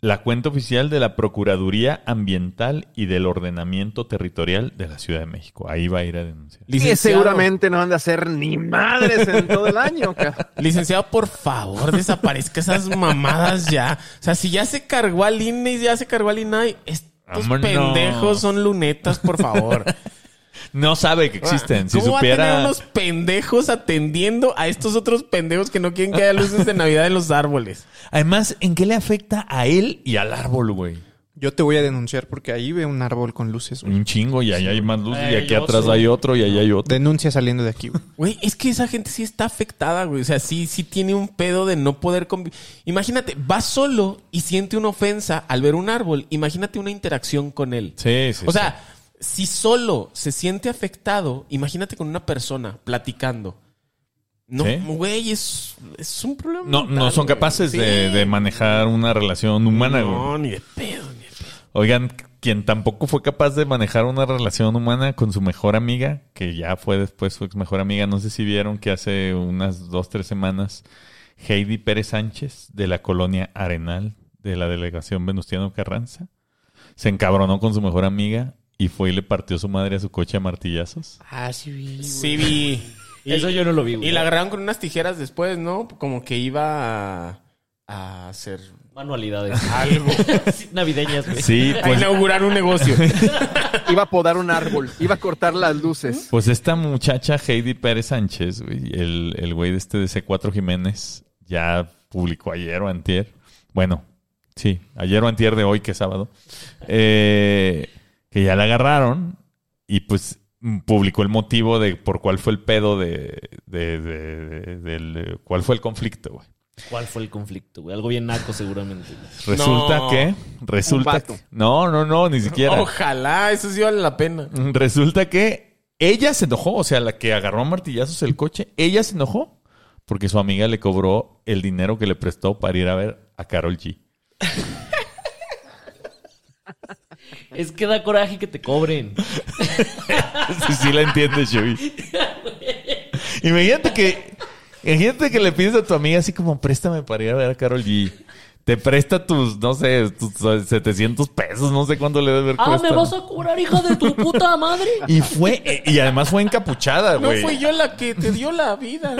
[SPEAKER 2] la cuenta oficial de la Procuraduría Ambiental y del Ordenamiento Territorial de la Ciudad de México. Ahí va a ir a denunciar.
[SPEAKER 4] Y
[SPEAKER 5] Licenciado,
[SPEAKER 4] seguramente no van a hacer ni madres en todo el año. ca-
[SPEAKER 5] licenciado, por favor, desaparezca esas mamadas ya. O sea, si ya se cargó al INE y ya se cargó al INAI, estos
[SPEAKER 2] Vámonos.
[SPEAKER 5] pendejos son lunetas, por favor.
[SPEAKER 2] No sabe que existen. Si
[SPEAKER 5] ¿Cómo va a
[SPEAKER 2] supiera...
[SPEAKER 5] tener unos pendejos atendiendo a estos otros pendejos que no quieren que haya luces de Navidad en los árboles?
[SPEAKER 2] Además, ¿en qué le afecta a él y al árbol, güey?
[SPEAKER 7] Yo te voy a denunciar porque ahí veo un árbol con luces. güey.
[SPEAKER 2] Un chingo y ahí hay más luz y
[SPEAKER 3] Ay,
[SPEAKER 2] aquí
[SPEAKER 3] yo
[SPEAKER 2] atrás
[SPEAKER 3] soy-
[SPEAKER 2] hay otro y ahí hay otro.
[SPEAKER 7] Denuncia saliendo de aquí. güey.
[SPEAKER 5] Güey, es que esa gente sí está afectada, güey. O sea, sí, sí tiene un pedo de no poder convivir. Imagínate, va solo y siente una ofensa al ver un árbol. Imagínate una interacción con él.
[SPEAKER 2] Sí, sí.
[SPEAKER 5] o sea, si solo se siente afectado, imagínate con una persona platicando. No,
[SPEAKER 2] Sí.
[SPEAKER 5] güey, es, es un problema.
[SPEAKER 2] sí. no, no
[SPEAKER 5] mental,
[SPEAKER 2] son
[SPEAKER 5] güey.
[SPEAKER 2] capaces
[SPEAKER 5] Sí.
[SPEAKER 2] de, de manejar una relación humana, güey.
[SPEAKER 5] No, ni de pedo, ni de pedo.
[SPEAKER 2] Oigan, quien tampoco fue capaz de manejar una relación humana con su mejor amiga, que ya fue después su ex mejor amiga, no sé si vieron que hace unas dos, tres semanas, Heidi Pérez Sánchez, de la colonia Arenal, de la delegación Venustiano Carranza, se encabronó con su mejor amiga y fue y le partió su madre a su coche a martillazos.
[SPEAKER 3] Ah, sí, vi.
[SPEAKER 5] Sí, vi. Y-
[SPEAKER 3] Eso yo no lo vi, güey.
[SPEAKER 5] Y la agarraron con unas tijeras después, ¿no? Como que iba a, a hacer
[SPEAKER 3] Manualidades
[SPEAKER 5] algo.
[SPEAKER 3] navideñas, güey.
[SPEAKER 2] Sí,
[SPEAKER 5] a
[SPEAKER 2] pues,
[SPEAKER 5] inaugurar un negocio.
[SPEAKER 4] Iba a podar un árbol, iba a cortar las luces.
[SPEAKER 2] pues esta muchacha Heidi Pérez Sánchez, güey, el, el güey de este de C4 Jiménez, ya publicó ayer o antier. Bueno, sí, ayer o antier de hoy, que es sábado. eh, que ya la agarraron y pues mm, publicó el motivo de por cuál fue el pedo de, de- de- de- del, eh, cuál fue el conflicto, güey.
[SPEAKER 3] ¿Cuál fue el conflicto, güey? Algo bien naco, seguramente. güey.
[SPEAKER 2] Resulta
[SPEAKER 5] No. Oh,
[SPEAKER 2] que, resulta,
[SPEAKER 4] vato.
[SPEAKER 2] que- no, no, no, ni siquiera.
[SPEAKER 5] Ojalá, eso sí vale la pena.
[SPEAKER 2] Resulta que ella se enojó, o sea, la que agarró a martillazos el coche, ella se enojó porque su amiga le cobró el dinero que le prestó para ir a ver a Carol G.
[SPEAKER 3] Es que da coraje que te cobren.
[SPEAKER 2] Sí, sí la entiendes, Chuy. Imagínate que, imagínate que le pides a tu amiga así como, préstame para ir a ver a Carol G. Te presta tus, no sé, tus 700 pesos, no sé cuánto le debe ver
[SPEAKER 3] Ah, ¿me
[SPEAKER 2] cuesta.
[SPEAKER 3] vas a cobrar, hija de tu puta madre?
[SPEAKER 2] Y fue, y además fue encapuchada,
[SPEAKER 5] No
[SPEAKER 2] güey.
[SPEAKER 5] fui yo la que te dio la vida.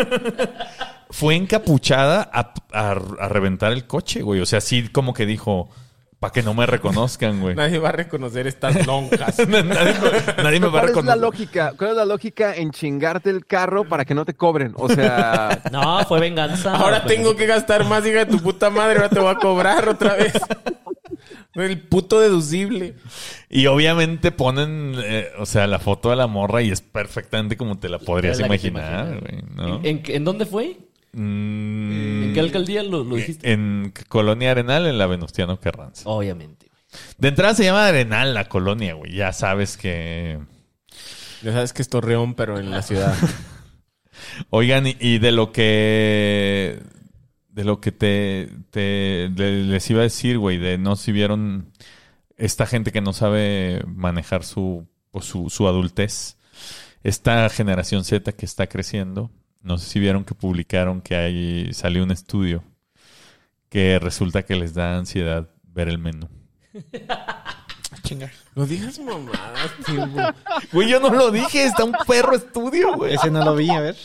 [SPEAKER 2] fue encapuchada a, a- a reventar el coche, güey. O sea, sí como que dijo, para que no me reconozcan, güey.
[SPEAKER 5] Nadie va a reconocer estas lonjas.
[SPEAKER 2] nadie, me- nadie me va a
[SPEAKER 4] ¿Cuál es la
[SPEAKER 2] reconocer.
[SPEAKER 4] lógica? ¿Cuál es la lógica en chingarte el carro para que no te cobren? O sea,
[SPEAKER 3] No, fue venganza.
[SPEAKER 5] Ahora
[SPEAKER 3] Pero-
[SPEAKER 5] tengo que gastar más, hija de tu puta madre. Ahora te voy a cobrar otra vez. El puto deducible.
[SPEAKER 2] Y obviamente ponen, eh, o sea, la foto de la morra y es perfectamente como te la podrías
[SPEAKER 3] la que te eh,
[SPEAKER 2] imaginar, güey. ¿no?
[SPEAKER 3] ¿En, en dónde fue?
[SPEAKER 2] Mm,
[SPEAKER 3] ¿En qué alcaldía lo, lo dijiste?
[SPEAKER 2] En Colonia Arenal, en la Venustiano
[SPEAKER 3] eh.
[SPEAKER 2] Carranza.
[SPEAKER 3] Obviamente. güey.
[SPEAKER 2] De entrada se llama Arenal la colonia, güey. Ya sabes que...
[SPEAKER 5] Ya sabes que es Torreón, pero en la ciudad.
[SPEAKER 2] Oigan, y- y de lo que... De lo que te, te- le- les iba a decir, güey, de no si vieron esta gente que no sabe manejar su, pues, su, su adultez, esta generación Z que está creciendo, no sé si vieron que publicaron que hay, salió un estudio que resulta que les da ansiedad ver el menú.
[SPEAKER 7] Chinga.
[SPEAKER 5] No digas mamadas, tío.
[SPEAKER 2] Güey, yo no lo dije, está un perro estudio, güey.
[SPEAKER 7] Ese no lo vi, a ver.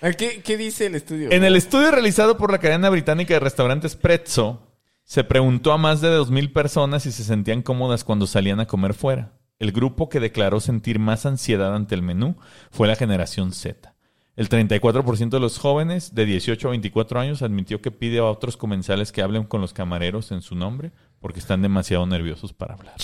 [SPEAKER 5] ¿A ¿Qué, qué dice el estudio?
[SPEAKER 2] En el estudio realizado por la cadena británica de restaurantes Prezzo, se preguntó a más de 2.000 personas si se sentían cómodas cuando salían a comer fuera. El grupo que declaró sentir más ansiedad ante el menú fue la generación Z. El 34% de los jóvenes de 18 a 24 años admitió que pide a otros comensales que hablen con los camareros en su nombre porque están demasiado nerviosos para hablar.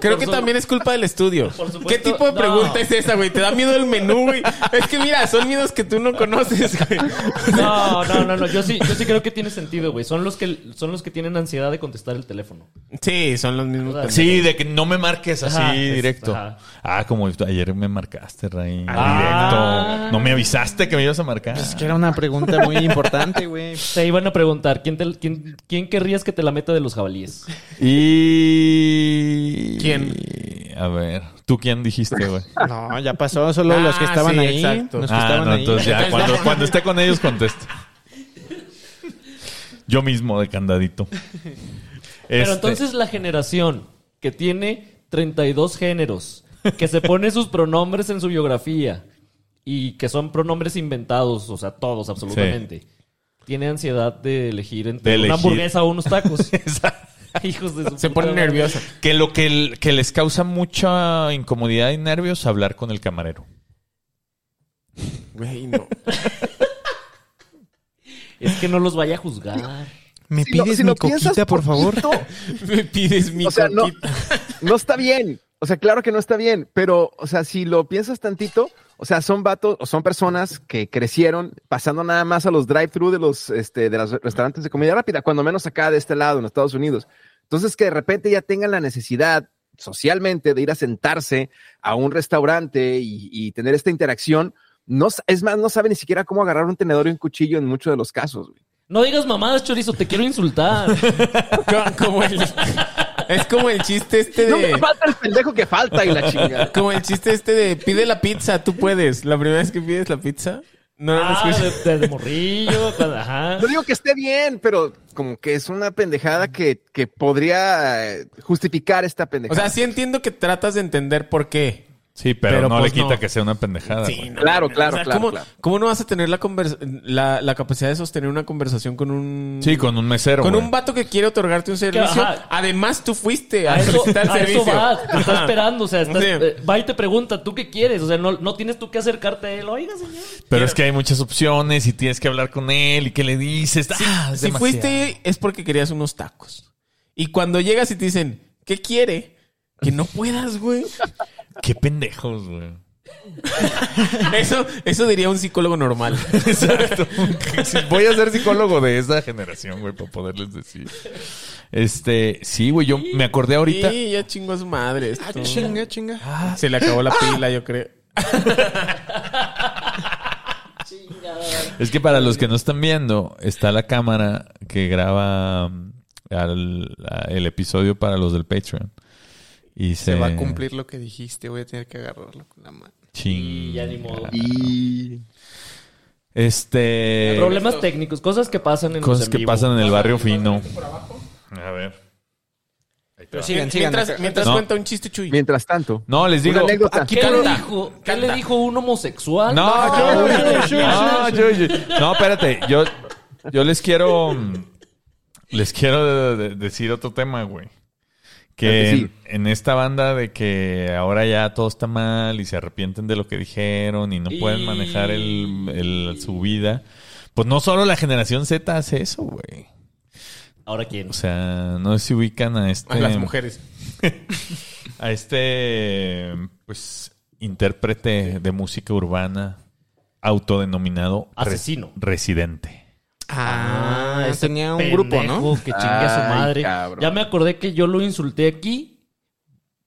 [SPEAKER 5] Creo
[SPEAKER 3] Por
[SPEAKER 5] que
[SPEAKER 3] su-
[SPEAKER 5] también es culpa del estudio.
[SPEAKER 3] Por supuesto,
[SPEAKER 5] ¿Qué tipo de
[SPEAKER 3] no.
[SPEAKER 5] pregunta es esa, güey? ¿Te da miedo el menú, güey? Es que mira, son miedos que tú no conoces, güey.
[SPEAKER 3] No, no, no, no. Yo sí, yo sí creo que tiene sentido, güey. Son los que son los que tienen ansiedad de contestar el teléfono.
[SPEAKER 5] Sí, son los mismos.
[SPEAKER 3] Claro.
[SPEAKER 5] pendejos.
[SPEAKER 2] Sí, de que no me marques así
[SPEAKER 3] Ajá, es-
[SPEAKER 2] directo.
[SPEAKER 3] ajá.
[SPEAKER 2] Ah, como ayer me marcaste, Ray.
[SPEAKER 3] Ah. Pues
[SPEAKER 2] Directo. No me avisaste Pues que me ibas a marcar.
[SPEAKER 7] Es que era una pregunta muy importante, güey.
[SPEAKER 3] Se iban a preguntar quién te- quién, quién querrías que te la meta de los jabalíes.
[SPEAKER 2] Y.
[SPEAKER 5] ¿Quién?
[SPEAKER 2] A ver, ¿tú quién dijiste, güey?
[SPEAKER 7] No, ya pasó. Solo los que
[SPEAKER 5] Ah,
[SPEAKER 7] estaban
[SPEAKER 5] sí,
[SPEAKER 7] ahí.
[SPEAKER 5] exacto.
[SPEAKER 7] Los que
[SPEAKER 2] Ah,
[SPEAKER 7] estaban
[SPEAKER 2] no,
[SPEAKER 7] ahí.
[SPEAKER 2] entonces ya, cuando, cuando esté con ellos contesto. Yo mismo de candadito. Este,
[SPEAKER 3] Pero entonces la generación que tiene 32 géneros, que se pone sus pronombres en su biografía y que son pronombres inventados, o sea, todos absolutamente, tiene ansiedad de elegir entre
[SPEAKER 2] De
[SPEAKER 3] una
[SPEAKER 2] elegir.
[SPEAKER 3] hamburguesa o unos tacos. Hijos de su
[SPEAKER 5] Se
[SPEAKER 3] puta
[SPEAKER 5] pone
[SPEAKER 3] madre.
[SPEAKER 5] nerviosa.
[SPEAKER 2] Que lo que, l- que les causa mucha incomodidad y nervios hablar con el camarero.
[SPEAKER 5] Güey, no.
[SPEAKER 3] Es que no los vaya a juzgar.
[SPEAKER 7] ¿Me
[SPEAKER 4] si lo-
[SPEAKER 7] pides
[SPEAKER 4] si
[SPEAKER 7] mi
[SPEAKER 4] lo piensas
[SPEAKER 7] coquita, por favor?
[SPEAKER 4] poquito,
[SPEAKER 5] Me pides mi
[SPEAKER 4] O sea, no-
[SPEAKER 5] coquita.
[SPEAKER 4] no está bien. O sea, claro que no está bien, pero, o sea, si lo piensas tantito, o sea, son vatos o son personas que crecieron pasando nada más a los drive-thru de los este, de los restaurantes de comida rápida, cuando menos acá de este lado, en Estados Unidos. Entonces, que de repente ya tengan la necesidad socialmente de ir a sentarse a un restaurante y, y tener esta interacción, no, sa- es más, no sabe ni siquiera cómo agarrar un tenedor y un cuchillo en muchos de los casos. güey.
[SPEAKER 3] No digas mamadas, chorizo, te quiero insultar.
[SPEAKER 5] Co- Como el, es como el chiste este de.
[SPEAKER 4] Nunca falta el pendejo que falta y la chingada.
[SPEAKER 5] Como el chiste este de pide la pizza, tú puedes. La primera vez que pides la pizza. No, no,
[SPEAKER 3] Ah,
[SPEAKER 5] no
[SPEAKER 3] de,
[SPEAKER 5] escucho.
[SPEAKER 3] de- de morrillo, cuando- ajá.
[SPEAKER 4] No digo que esté bien, pero como que es una pendejada que, que podría eh, justificar esta
[SPEAKER 5] O
[SPEAKER 4] pendejada.
[SPEAKER 5] sea, sí entiendo que tratas de entender por qué.
[SPEAKER 2] Sí, pero,
[SPEAKER 5] Pero
[SPEAKER 2] no
[SPEAKER 5] pues
[SPEAKER 2] le quita
[SPEAKER 5] no.
[SPEAKER 2] que sea una pendejada. güey.
[SPEAKER 5] no,
[SPEAKER 4] Claro,
[SPEAKER 5] no,
[SPEAKER 4] claro,
[SPEAKER 5] o sea,
[SPEAKER 4] claro,
[SPEAKER 5] ¿cómo,
[SPEAKER 4] claro.
[SPEAKER 5] cómo no vas a tener la, conversa- la, la capacidad de sostener una conversación con un.
[SPEAKER 2] Sí, con un mesero.
[SPEAKER 5] Con
[SPEAKER 2] güey.
[SPEAKER 5] un vato que quiere otorgarte un servicio.
[SPEAKER 3] ajá.
[SPEAKER 5] Además, tú fuiste a,
[SPEAKER 3] A eso,
[SPEAKER 5] solicitar
[SPEAKER 3] a eso
[SPEAKER 5] servicio.
[SPEAKER 3] va, te está
[SPEAKER 5] Ajá.
[SPEAKER 3] esperando, o sea, estás-
[SPEAKER 5] Sí.
[SPEAKER 3] eh, va y te pregunta, ¿tú qué quieres? O sea, no, no tienes tú que acercarte a él, oiga, señor.
[SPEAKER 2] Pero es que hay muchas opciones y tienes que hablar con él y qué le dices. Ah, es
[SPEAKER 5] Si
[SPEAKER 2] demasiado.
[SPEAKER 5] fuiste es porque querías unos tacos. Y cuando llegas y te dicen, ¿qué quiere? Que no puedas, güey.
[SPEAKER 2] Qué pendejos, güey.
[SPEAKER 5] Eso, eso diría un psicólogo normal.
[SPEAKER 2] Exacto. Sí, Voy a ser psicólogo de esa generación, güey, para poderles decir. Este, sí, güey, yo me acordé ahorita.
[SPEAKER 5] Sí, ya chingo a su madre. esto. Ah,
[SPEAKER 7] Chinga, chinga.
[SPEAKER 5] Se le acabó la pila, yo creo.
[SPEAKER 2] Es que para los que no están viendo, está la cámara que graba mm, al- a- el episodio para los del Patreon. Y se,
[SPEAKER 7] Se va a cumplir lo que dijiste. Voy a tener que agarrarlo con la mano.
[SPEAKER 2] Ching.
[SPEAKER 3] Y ya ni modo.
[SPEAKER 4] y
[SPEAKER 2] Este.
[SPEAKER 3] Problemas técnicos, cosas que pasan en los
[SPEAKER 2] Cosas
[SPEAKER 3] en
[SPEAKER 2] que
[SPEAKER 3] vivo.
[SPEAKER 2] pasan en el barrio fino. A ver. Ahí
[SPEAKER 5] Pero sigan, sigan.
[SPEAKER 8] Mientras, mientras
[SPEAKER 2] No.
[SPEAKER 8] cuenta un chiste, Chuy.
[SPEAKER 4] Mientras tanto,
[SPEAKER 2] No, les
[SPEAKER 4] una
[SPEAKER 2] digo.
[SPEAKER 4] anécdota.
[SPEAKER 8] aquí-
[SPEAKER 3] ¿Qué le,
[SPEAKER 8] Canta,
[SPEAKER 3] dijo, ¿Qué
[SPEAKER 8] canta.
[SPEAKER 3] le dijo un homosexual?
[SPEAKER 2] No, yo, no, yo- yo- no, espérate. Yo, yo les quiero. mm, Les quiero de- de- decir otro tema, güey.
[SPEAKER 4] Claro
[SPEAKER 2] Que
[SPEAKER 4] que sí.
[SPEAKER 2] en, en esta banda de que ahora ya todo está mal y se arrepienten de lo que dijeron y no pueden manejar el, el- su vida. Pues no solo la generación Z hace eso, güey.
[SPEAKER 3] ¿Ahora quién?
[SPEAKER 2] O sea, no se ubican a este.
[SPEAKER 8] A las mujeres.
[SPEAKER 2] A este, pues, intérprete de música urbana autodenominado res-
[SPEAKER 3] Asesino.
[SPEAKER 2] residente.
[SPEAKER 5] Ah,
[SPEAKER 3] ese
[SPEAKER 5] tenía un grupo, ¿no?
[SPEAKER 3] este pendejo Que chingue a su
[SPEAKER 4] Ay,
[SPEAKER 3] madre.
[SPEAKER 4] cabrón.
[SPEAKER 3] Ya me acordé que yo lo insulté aquí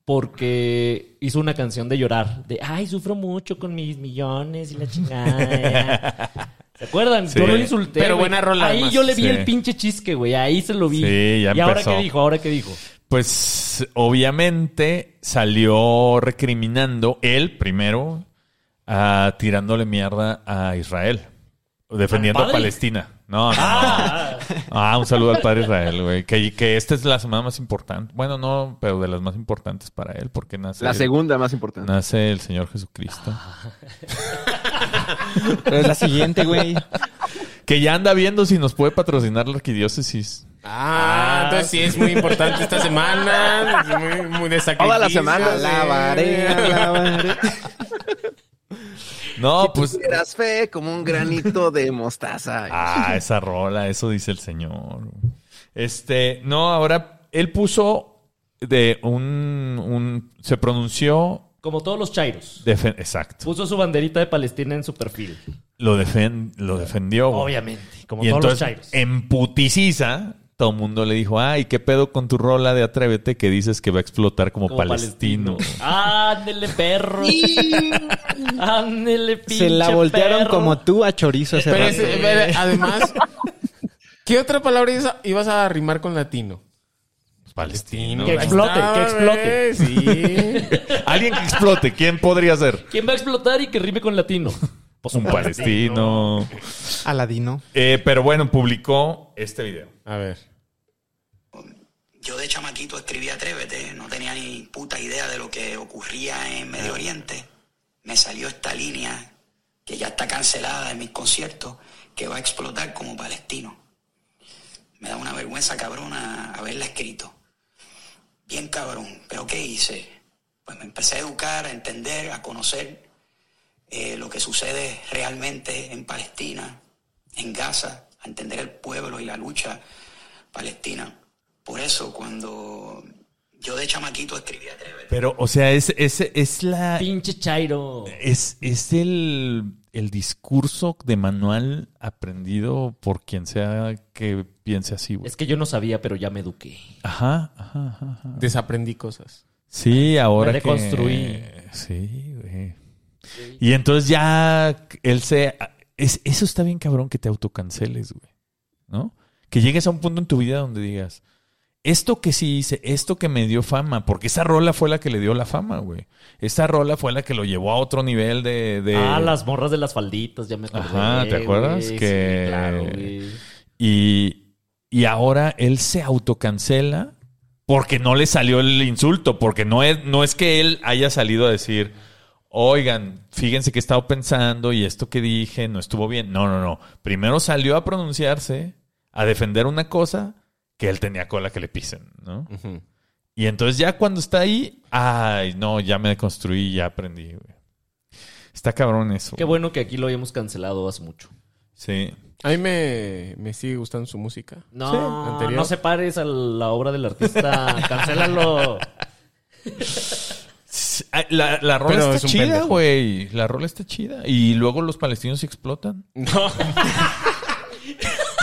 [SPEAKER 3] porque hizo una canción de llorar. De, ay, sufro mucho con mis millones y la chingada. ¿Se acuerdan?
[SPEAKER 2] Sí.
[SPEAKER 3] Yo lo insulté.
[SPEAKER 8] Pero
[SPEAKER 3] güey.
[SPEAKER 8] buena rola,
[SPEAKER 3] Ahí
[SPEAKER 8] además.
[SPEAKER 3] yo le vi
[SPEAKER 2] Sí.
[SPEAKER 3] el pinche chisque, güey. Ahí se lo vi.
[SPEAKER 2] Sí, ya
[SPEAKER 3] ¿Y ahora
[SPEAKER 2] empezó.
[SPEAKER 3] qué dijo? ¿Ahora qué dijo?
[SPEAKER 2] Pues, obviamente, salió recriminando él primero, a, tirándole mierda a Israel, defendiendo
[SPEAKER 3] ¿Al
[SPEAKER 2] a
[SPEAKER 3] padre?
[SPEAKER 2] Palestina. No, no, no.
[SPEAKER 3] Ah,
[SPEAKER 2] Ah, un saludo al padre Israel, güey. Que, que esta es la semana más importante. Bueno, no, pero de las más importantes para él, porque nace,
[SPEAKER 4] la segunda más importante.
[SPEAKER 2] nace el Señor Jesucristo.
[SPEAKER 5] Pero es la siguiente, güey.
[SPEAKER 2] Que ya anda viendo si nos puede patrocinar la arquidiócesis.
[SPEAKER 8] Ah, entonces sí es muy importante esta semana. es Muy, muy de sacrificio.
[SPEAKER 4] Toda la semana.
[SPEAKER 8] de-
[SPEAKER 5] Alabaré, alabaré.
[SPEAKER 2] No, pues.
[SPEAKER 4] Tuvieras fe como un granito de mostaza.
[SPEAKER 2] Ah, esa rola, eso dice el señor. Este, no, ahora él puso de un. un se pronunció.
[SPEAKER 3] como todos los chairos.
[SPEAKER 2] defen- exacto.
[SPEAKER 3] Puso su banderita de Palestina en su perfil.
[SPEAKER 2] Lo, defen- lo defendió. güey.
[SPEAKER 3] Obviamente. Como
[SPEAKER 2] Oh. Y
[SPEAKER 3] todos los
[SPEAKER 2] entonces,
[SPEAKER 3] chairos.
[SPEAKER 2] en puticiza, todo el mundo le dijo: Ay, ¿qué pedo con tu rola de Atrévete que dices que va a explotar como,
[SPEAKER 3] Como
[SPEAKER 2] palestino?
[SPEAKER 3] Ándele, perro. Ándele, pinche
[SPEAKER 5] Se la voltearon
[SPEAKER 3] perro.
[SPEAKER 5] como tú a chorizo hace
[SPEAKER 8] Pero
[SPEAKER 5] rato.
[SPEAKER 8] ese- pero además, ¿qué otra palabra ibas a- ibas a rimar con latino?
[SPEAKER 2] Palestino.
[SPEAKER 3] Que explote, que explote.
[SPEAKER 8] Sí.
[SPEAKER 2] Alguien que explote, ¿quién podría ser?
[SPEAKER 3] ¿Quién va a explotar y que rime con latino? Pues
[SPEAKER 2] Un palestino.
[SPEAKER 5] Aladino.
[SPEAKER 2] Eh, pero bueno, publicó este video.
[SPEAKER 8] A ver.
[SPEAKER 9] Yo de chamaquito escribí Atrévete, no tenía ni puta idea de lo que ocurría en Medio Oriente. Me salió esta línea, que ya está cancelada en mis conciertos, que va a explotar como palestino. Me da una vergüenza cabrona haberla escrito. Bien cabrón, pero ¿qué hice? Pues me empecé a educar, a entender, a conocer eh, lo que sucede realmente en Palestina, en Gaza, a entender el pueblo y la lucha palestina. Por eso cuando yo de chamaquito escribí Atrévete.
[SPEAKER 2] Pero, o sea, es, es, es
[SPEAKER 5] Ah.
[SPEAKER 2] la.
[SPEAKER 3] Pinche Chairo.
[SPEAKER 2] Es, es el, el discurso de manual aprendido por quien sea que piense así, güey.
[SPEAKER 3] Es que yo no sabía, pero ya me eduqué.
[SPEAKER 2] Ajá, ajá, ajá, ajá.
[SPEAKER 8] Desaprendí cosas.
[SPEAKER 2] Sí, ahora.
[SPEAKER 3] Me
[SPEAKER 2] que-
[SPEAKER 3] deconstruí.
[SPEAKER 2] Sí, güey. Y entonces ya él se. es- eso está bien, cabrón, que te autocanceles, güey. ¿No? Que llegues a un punto en tu vida donde digas. Esto que sí hice, esto que me dio fama, porque esa rola fue la que le dio la fama, güey. Esa rola fue la que lo llevó a otro nivel de. de-
[SPEAKER 3] Ah, las morras de las falditas, ya me acordé.
[SPEAKER 2] Ajá, ¿te acuerdas?
[SPEAKER 3] güey.
[SPEAKER 2] Que-
[SPEAKER 3] Sí, claro, güey.
[SPEAKER 2] Y, y ahora él se autocancela porque no le salió el insulto, porque no es, no es que él haya salido a decir, oigan, fíjense que he estado pensando y esto que dije no estuvo bien. No, no, no. Primero salió a pronunciarse, a defender una cosa que él tenía cola que le pisen, ¿no? Y entonces ya cuando está ahí, ay, no, ya me deconstruí, ya aprendí, güey. Está cabrón eso.
[SPEAKER 3] Qué bueno que aquí lo habíamos cancelado hace mucho.
[SPEAKER 2] Sí.
[SPEAKER 8] A mí me, me sigue gustando su música.
[SPEAKER 3] No,
[SPEAKER 8] Sí, anterior.
[SPEAKER 3] no separes a la obra del artista. Cancélalo.
[SPEAKER 2] Ah, La, la rola
[SPEAKER 8] Pero es
[SPEAKER 2] está
[SPEAKER 8] un
[SPEAKER 2] chida,
[SPEAKER 8] pendejo.
[SPEAKER 2] güey. La rola está chida. Y luego los palestinos se explotan.
[SPEAKER 8] No.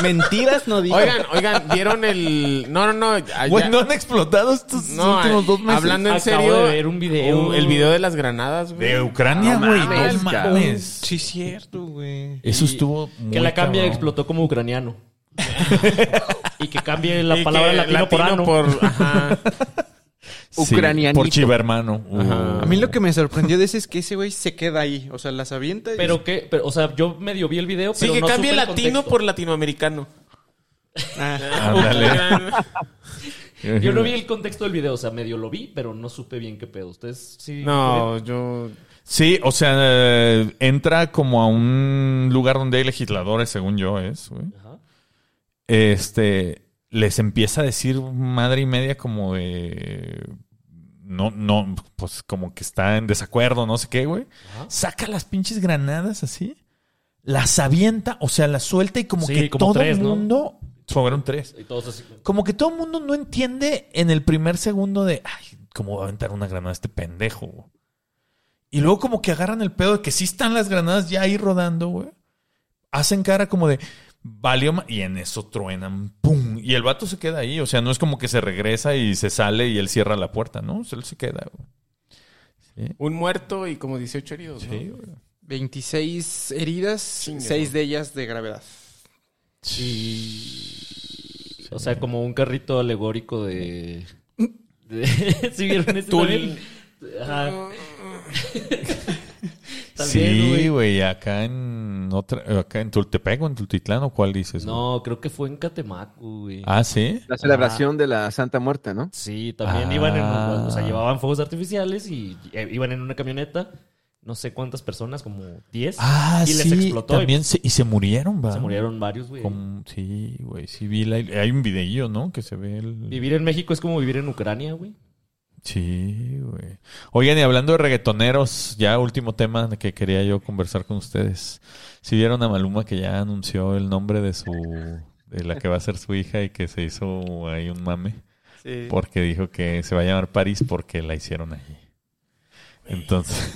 [SPEAKER 5] Mentiras no digo.
[SPEAKER 8] Oigan, oigan, ¿vieron el. No, no, no. allá-
[SPEAKER 2] Güey, no han explotado estos
[SPEAKER 8] no, eh,
[SPEAKER 2] últimos dos meses.
[SPEAKER 8] Hablando en
[SPEAKER 3] Acabo
[SPEAKER 8] serio. uh,
[SPEAKER 3] de ver un video.
[SPEAKER 8] el video de las granadas, güey.
[SPEAKER 2] de Ucrania, güey. No mames.
[SPEAKER 4] mames, cabrón.
[SPEAKER 5] Sí, cierto, güey.
[SPEAKER 2] Eso estuvo. muy
[SPEAKER 3] Que la cambia
[SPEAKER 2] cabrón.
[SPEAKER 3] explotó como ucraniano. y que cambie la
[SPEAKER 8] Y
[SPEAKER 3] palabra
[SPEAKER 8] que
[SPEAKER 3] latino, por ano.
[SPEAKER 8] por- ajá.
[SPEAKER 2] Sí,
[SPEAKER 4] Ucranianito.
[SPEAKER 2] por chivermano.
[SPEAKER 8] Ajá.
[SPEAKER 5] A mí lo que me sorprendió de ese es que ese güey se queda ahí. O sea, las avienta y...
[SPEAKER 3] Pero que, pero, o sea, yo medio vi el video,
[SPEAKER 8] Sí,
[SPEAKER 3] pero
[SPEAKER 8] que
[SPEAKER 3] no
[SPEAKER 8] cambie
[SPEAKER 3] supe el
[SPEAKER 8] latino
[SPEAKER 3] contexto.
[SPEAKER 8] por latinoamericano.
[SPEAKER 5] Ah,
[SPEAKER 2] Ándale.
[SPEAKER 3] Yo no vi el contexto del video, o sea, medio lo vi, pero no supe bien qué pedo. Ustedes sí.
[SPEAKER 5] No, yo.
[SPEAKER 2] Sí, o sea, eh, entra como a un lugar donde hay legisladores, según yo es, güey.
[SPEAKER 3] Ajá.
[SPEAKER 2] Este, les empieza a decir madre y media como de... No, no, pues como que está en desacuerdo, no sé qué, güey. Saca las pinches granadas así, las avienta, o sea, las suelta y como
[SPEAKER 3] Sí,
[SPEAKER 2] que
[SPEAKER 3] como
[SPEAKER 2] todo
[SPEAKER 3] tres,
[SPEAKER 2] el
[SPEAKER 3] ¿no?
[SPEAKER 2] mundo... Fueron tres.
[SPEAKER 3] Y todos así.
[SPEAKER 2] Como que todo el mundo no entiende en el primer segundo de, ay, ¿cómo va a aventar una granada este pendejo? güey?" Y luego como que agarran el pedo de que sí están las granadas ya ahí rodando, güey. Hacen cara como de, valió ma-", Y en eso truenan, ¡pum! Y el vato se queda ahí. O sea, no es como que se regresa y se sale y él cierra la puerta, ¿no? O sea, él se queda, güey.
[SPEAKER 5] Un muerto y como 18 heridos. ¿no?
[SPEAKER 2] Sí, güey.
[SPEAKER 8] 26 heridas,
[SPEAKER 5] Chingue,
[SPEAKER 8] 6
[SPEAKER 5] ¿no?
[SPEAKER 8] de ellas de gravedad.
[SPEAKER 3] O sea, como un carrito alegórico de. de- ¿Sí vieron ese también? Ajá. También,
[SPEAKER 2] Sí,
[SPEAKER 3] güey.
[SPEAKER 2] güey. Acá en otra, acá en Tultepec o en Tultitlán o cuál dices. güey?
[SPEAKER 3] No, creo que fue en Catemaco, güey.
[SPEAKER 2] Ah, sí.
[SPEAKER 4] La celebración de la Santa Muerte, ¿no?
[SPEAKER 3] Sí, también
[SPEAKER 2] Ah.
[SPEAKER 3] iban en. O sea, llevaban fuegos artificiales y eh, iban en una camioneta. No sé cuántas personas, como 10.
[SPEAKER 2] Ah,
[SPEAKER 3] y
[SPEAKER 2] sí.
[SPEAKER 3] les explotó y
[SPEAKER 2] También se, y se murieron, va.
[SPEAKER 3] se murieron varios, güey.
[SPEAKER 2] Como- sí, güey. Sí, vi la- hay un videillo, ¿no? Que se ve el.
[SPEAKER 3] Vivir en México es como vivir en Ucrania, güey.
[SPEAKER 2] Sí, güey. Oigan, y hablando de reggaetoneros, ya último tema que quería yo conversar con ustedes. Si vieron a Maluma que ya anunció el nombre de su. de la que va a ser su hija y que se hizo ahí un mame.
[SPEAKER 5] Sí.
[SPEAKER 2] Porque dijo que se va a llamar París porque la hicieron allí. Entonces.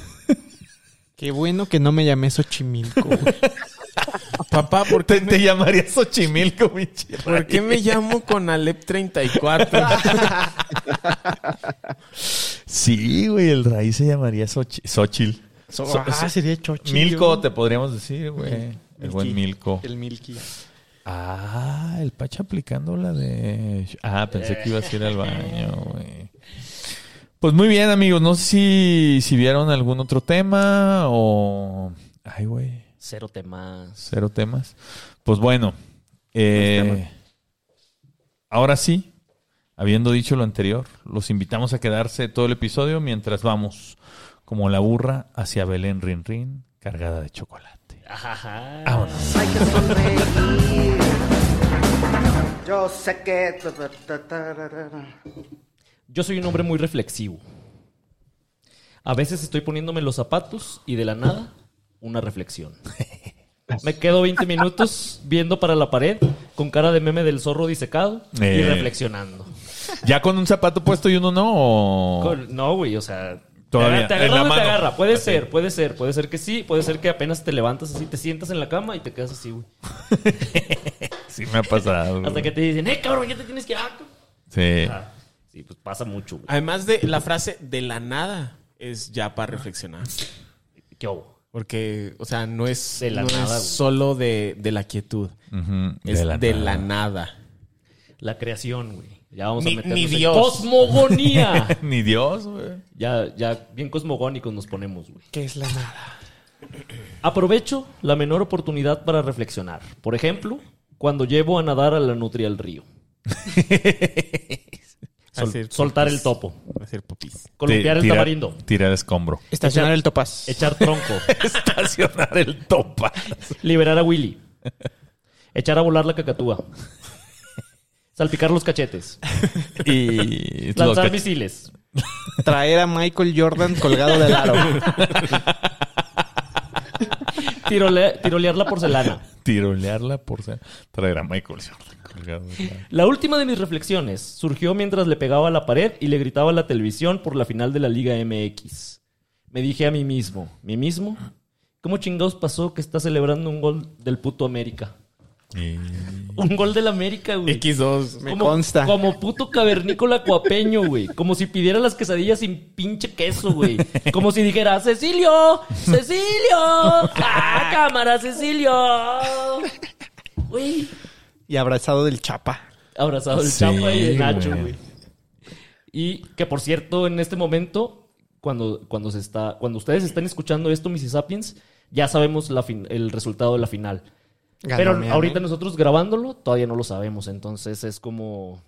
[SPEAKER 5] Qué bueno que no me llamé Xochimilco. güey. Papá, Ah, ¿por
[SPEAKER 2] Te, te llamaría Xochimilco, bicho.
[SPEAKER 5] ¿por qué me llamo con Alep 34?
[SPEAKER 2] Sí, güey, el raíz se llamaría Xochi- Xochitl.
[SPEAKER 5] ah, sería Chochi.
[SPEAKER 2] Milko,
[SPEAKER 5] yo.
[SPEAKER 2] te podríamos decir, güey. El buen Milko.
[SPEAKER 5] El Milky.
[SPEAKER 2] Ah, el Pacha aplicando la de. Ah, pensé que ibas a ir al baño, güey. Pues muy bien, amigos. No sé si, si vieron algún otro tema o. Ay, güey.
[SPEAKER 3] Cero temas.
[SPEAKER 2] Cero temas. Pues bueno. eh, ahora sí, habiendo dicho lo anterior, los invitamos a quedarse todo el episodio mientras vamos, como la burra, hacia Belén Rin Rin, cargada de chocolate.
[SPEAKER 3] Ajá.
[SPEAKER 2] Vámonos.
[SPEAKER 10] hay que sonreír. Yo sé que... ta, ta, ta, ta, ra, ra, ra.
[SPEAKER 3] Yo soy un hombre muy reflexivo. A veces estoy poniéndome los zapatos y de la nada, una reflexión. Me quedo 20 minutos viendo para la pared con cara de meme del zorro disecado y
[SPEAKER 2] Eh.
[SPEAKER 3] reflexionando.
[SPEAKER 2] ¿Ya con un zapato puesto y uno no? o-
[SPEAKER 3] Con- No, güey, o sea.
[SPEAKER 2] Oh. Todavía,
[SPEAKER 3] Te
[SPEAKER 2] en la
[SPEAKER 3] agarra, te
[SPEAKER 2] mano.
[SPEAKER 3] agarra. Puede
[SPEAKER 2] Así.
[SPEAKER 3] ser, puede ser, puede ser que sí, puede ser que apenas te levantas así, te sientas en la cama y te quedas así, güey.
[SPEAKER 2] Sí, me ha pasado.
[SPEAKER 3] Hasta
[SPEAKER 2] güey.
[SPEAKER 3] que te dicen, eh, cabrón, ya te tienes que ir. Ah, cabrón".
[SPEAKER 2] Sí.
[SPEAKER 3] Ah, Sí, pues pasa mucho, güey.
[SPEAKER 5] Además de la frase de la nada es ya para reflexionar.
[SPEAKER 3] ¿Qué hubo?
[SPEAKER 5] Porque, o sea, no es,
[SPEAKER 3] De la
[SPEAKER 5] no
[SPEAKER 3] nada,
[SPEAKER 5] es
[SPEAKER 3] güey.
[SPEAKER 5] solo de, de la quietud.
[SPEAKER 2] Ujú,
[SPEAKER 5] Es de
[SPEAKER 2] nada.
[SPEAKER 5] la, nada.
[SPEAKER 3] La creación, güey. Ya vamos
[SPEAKER 5] Mi-
[SPEAKER 3] a meternos
[SPEAKER 5] mi
[SPEAKER 3] en
[SPEAKER 5] Dios.
[SPEAKER 3] cosmogonía.
[SPEAKER 2] Ni Dios, güey.
[SPEAKER 3] ya, ya, bien cosmogónicos nos ponemos, güey.
[SPEAKER 5] ¿Qué es la nada?
[SPEAKER 3] Aprovecho la menor oportunidad para reflexionar. Por ejemplo, cuando llevo a nadar a la nutria al río. Sol-
[SPEAKER 5] Hacer
[SPEAKER 3] soltar
[SPEAKER 5] popis.
[SPEAKER 3] el topo.
[SPEAKER 5] Hacer popis.
[SPEAKER 3] Columpiar
[SPEAKER 2] Ti-
[SPEAKER 3] el
[SPEAKER 2] tira-
[SPEAKER 3] tamarindo.
[SPEAKER 2] Tirar escombro.
[SPEAKER 5] Estacionar el topaz.
[SPEAKER 3] Echar tronco.
[SPEAKER 2] Estacionar el topa.
[SPEAKER 3] liberar a Willy. Echar a volar la cacatúa. Salpicar los cachetes.
[SPEAKER 2] Y los
[SPEAKER 3] Este- Lanzar
[SPEAKER 2] cach-
[SPEAKER 3] misiles.
[SPEAKER 5] Traer a Michael Jordan colgado del aro.
[SPEAKER 3] tirole- tirolear la porcelana.
[SPEAKER 2] tirolearla por ser- traer a Michael Jordan colgado. ¿verdad?
[SPEAKER 3] La última de mis reflexiones surgió mientras le pegaba a la pared y le gritaba a la televisión por la final de la Liga MX. Me dije a mí mismo, ¿mí mismo? ¿Cómo chingados pasó que está celebrando un gol del puto América?
[SPEAKER 2] Y-
[SPEAKER 3] Un gol del América, güey.
[SPEAKER 5] X2. Me
[SPEAKER 3] Como-
[SPEAKER 5] consta.
[SPEAKER 3] Como puto cavernícola cuapeño, güey. Como si pidiera las quesadillas sin pinche queso, güey. Como si dijera, Cecilio, Cecilio, ¡Ah, cámara, Cecilio. Güey.
[SPEAKER 5] Y abrazado del chapa.
[SPEAKER 3] Abrazado el
[SPEAKER 2] Sí,
[SPEAKER 3] Chapa y el Nacho,
[SPEAKER 2] güey.
[SPEAKER 3] güey. Y que por cierto, en este momento, cuando, cuando se está, cuando ustedes están escuchando esto, Missy Sapiens, ya sabemos la fin- el resultado de la final.
[SPEAKER 5] Ganó
[SPEAKER 3] Pero
[SPEAKER 5] Miami.
[SPEAKER 3] ahorita nosotros grabándolo, todavía no lo sabemos. Entonces es como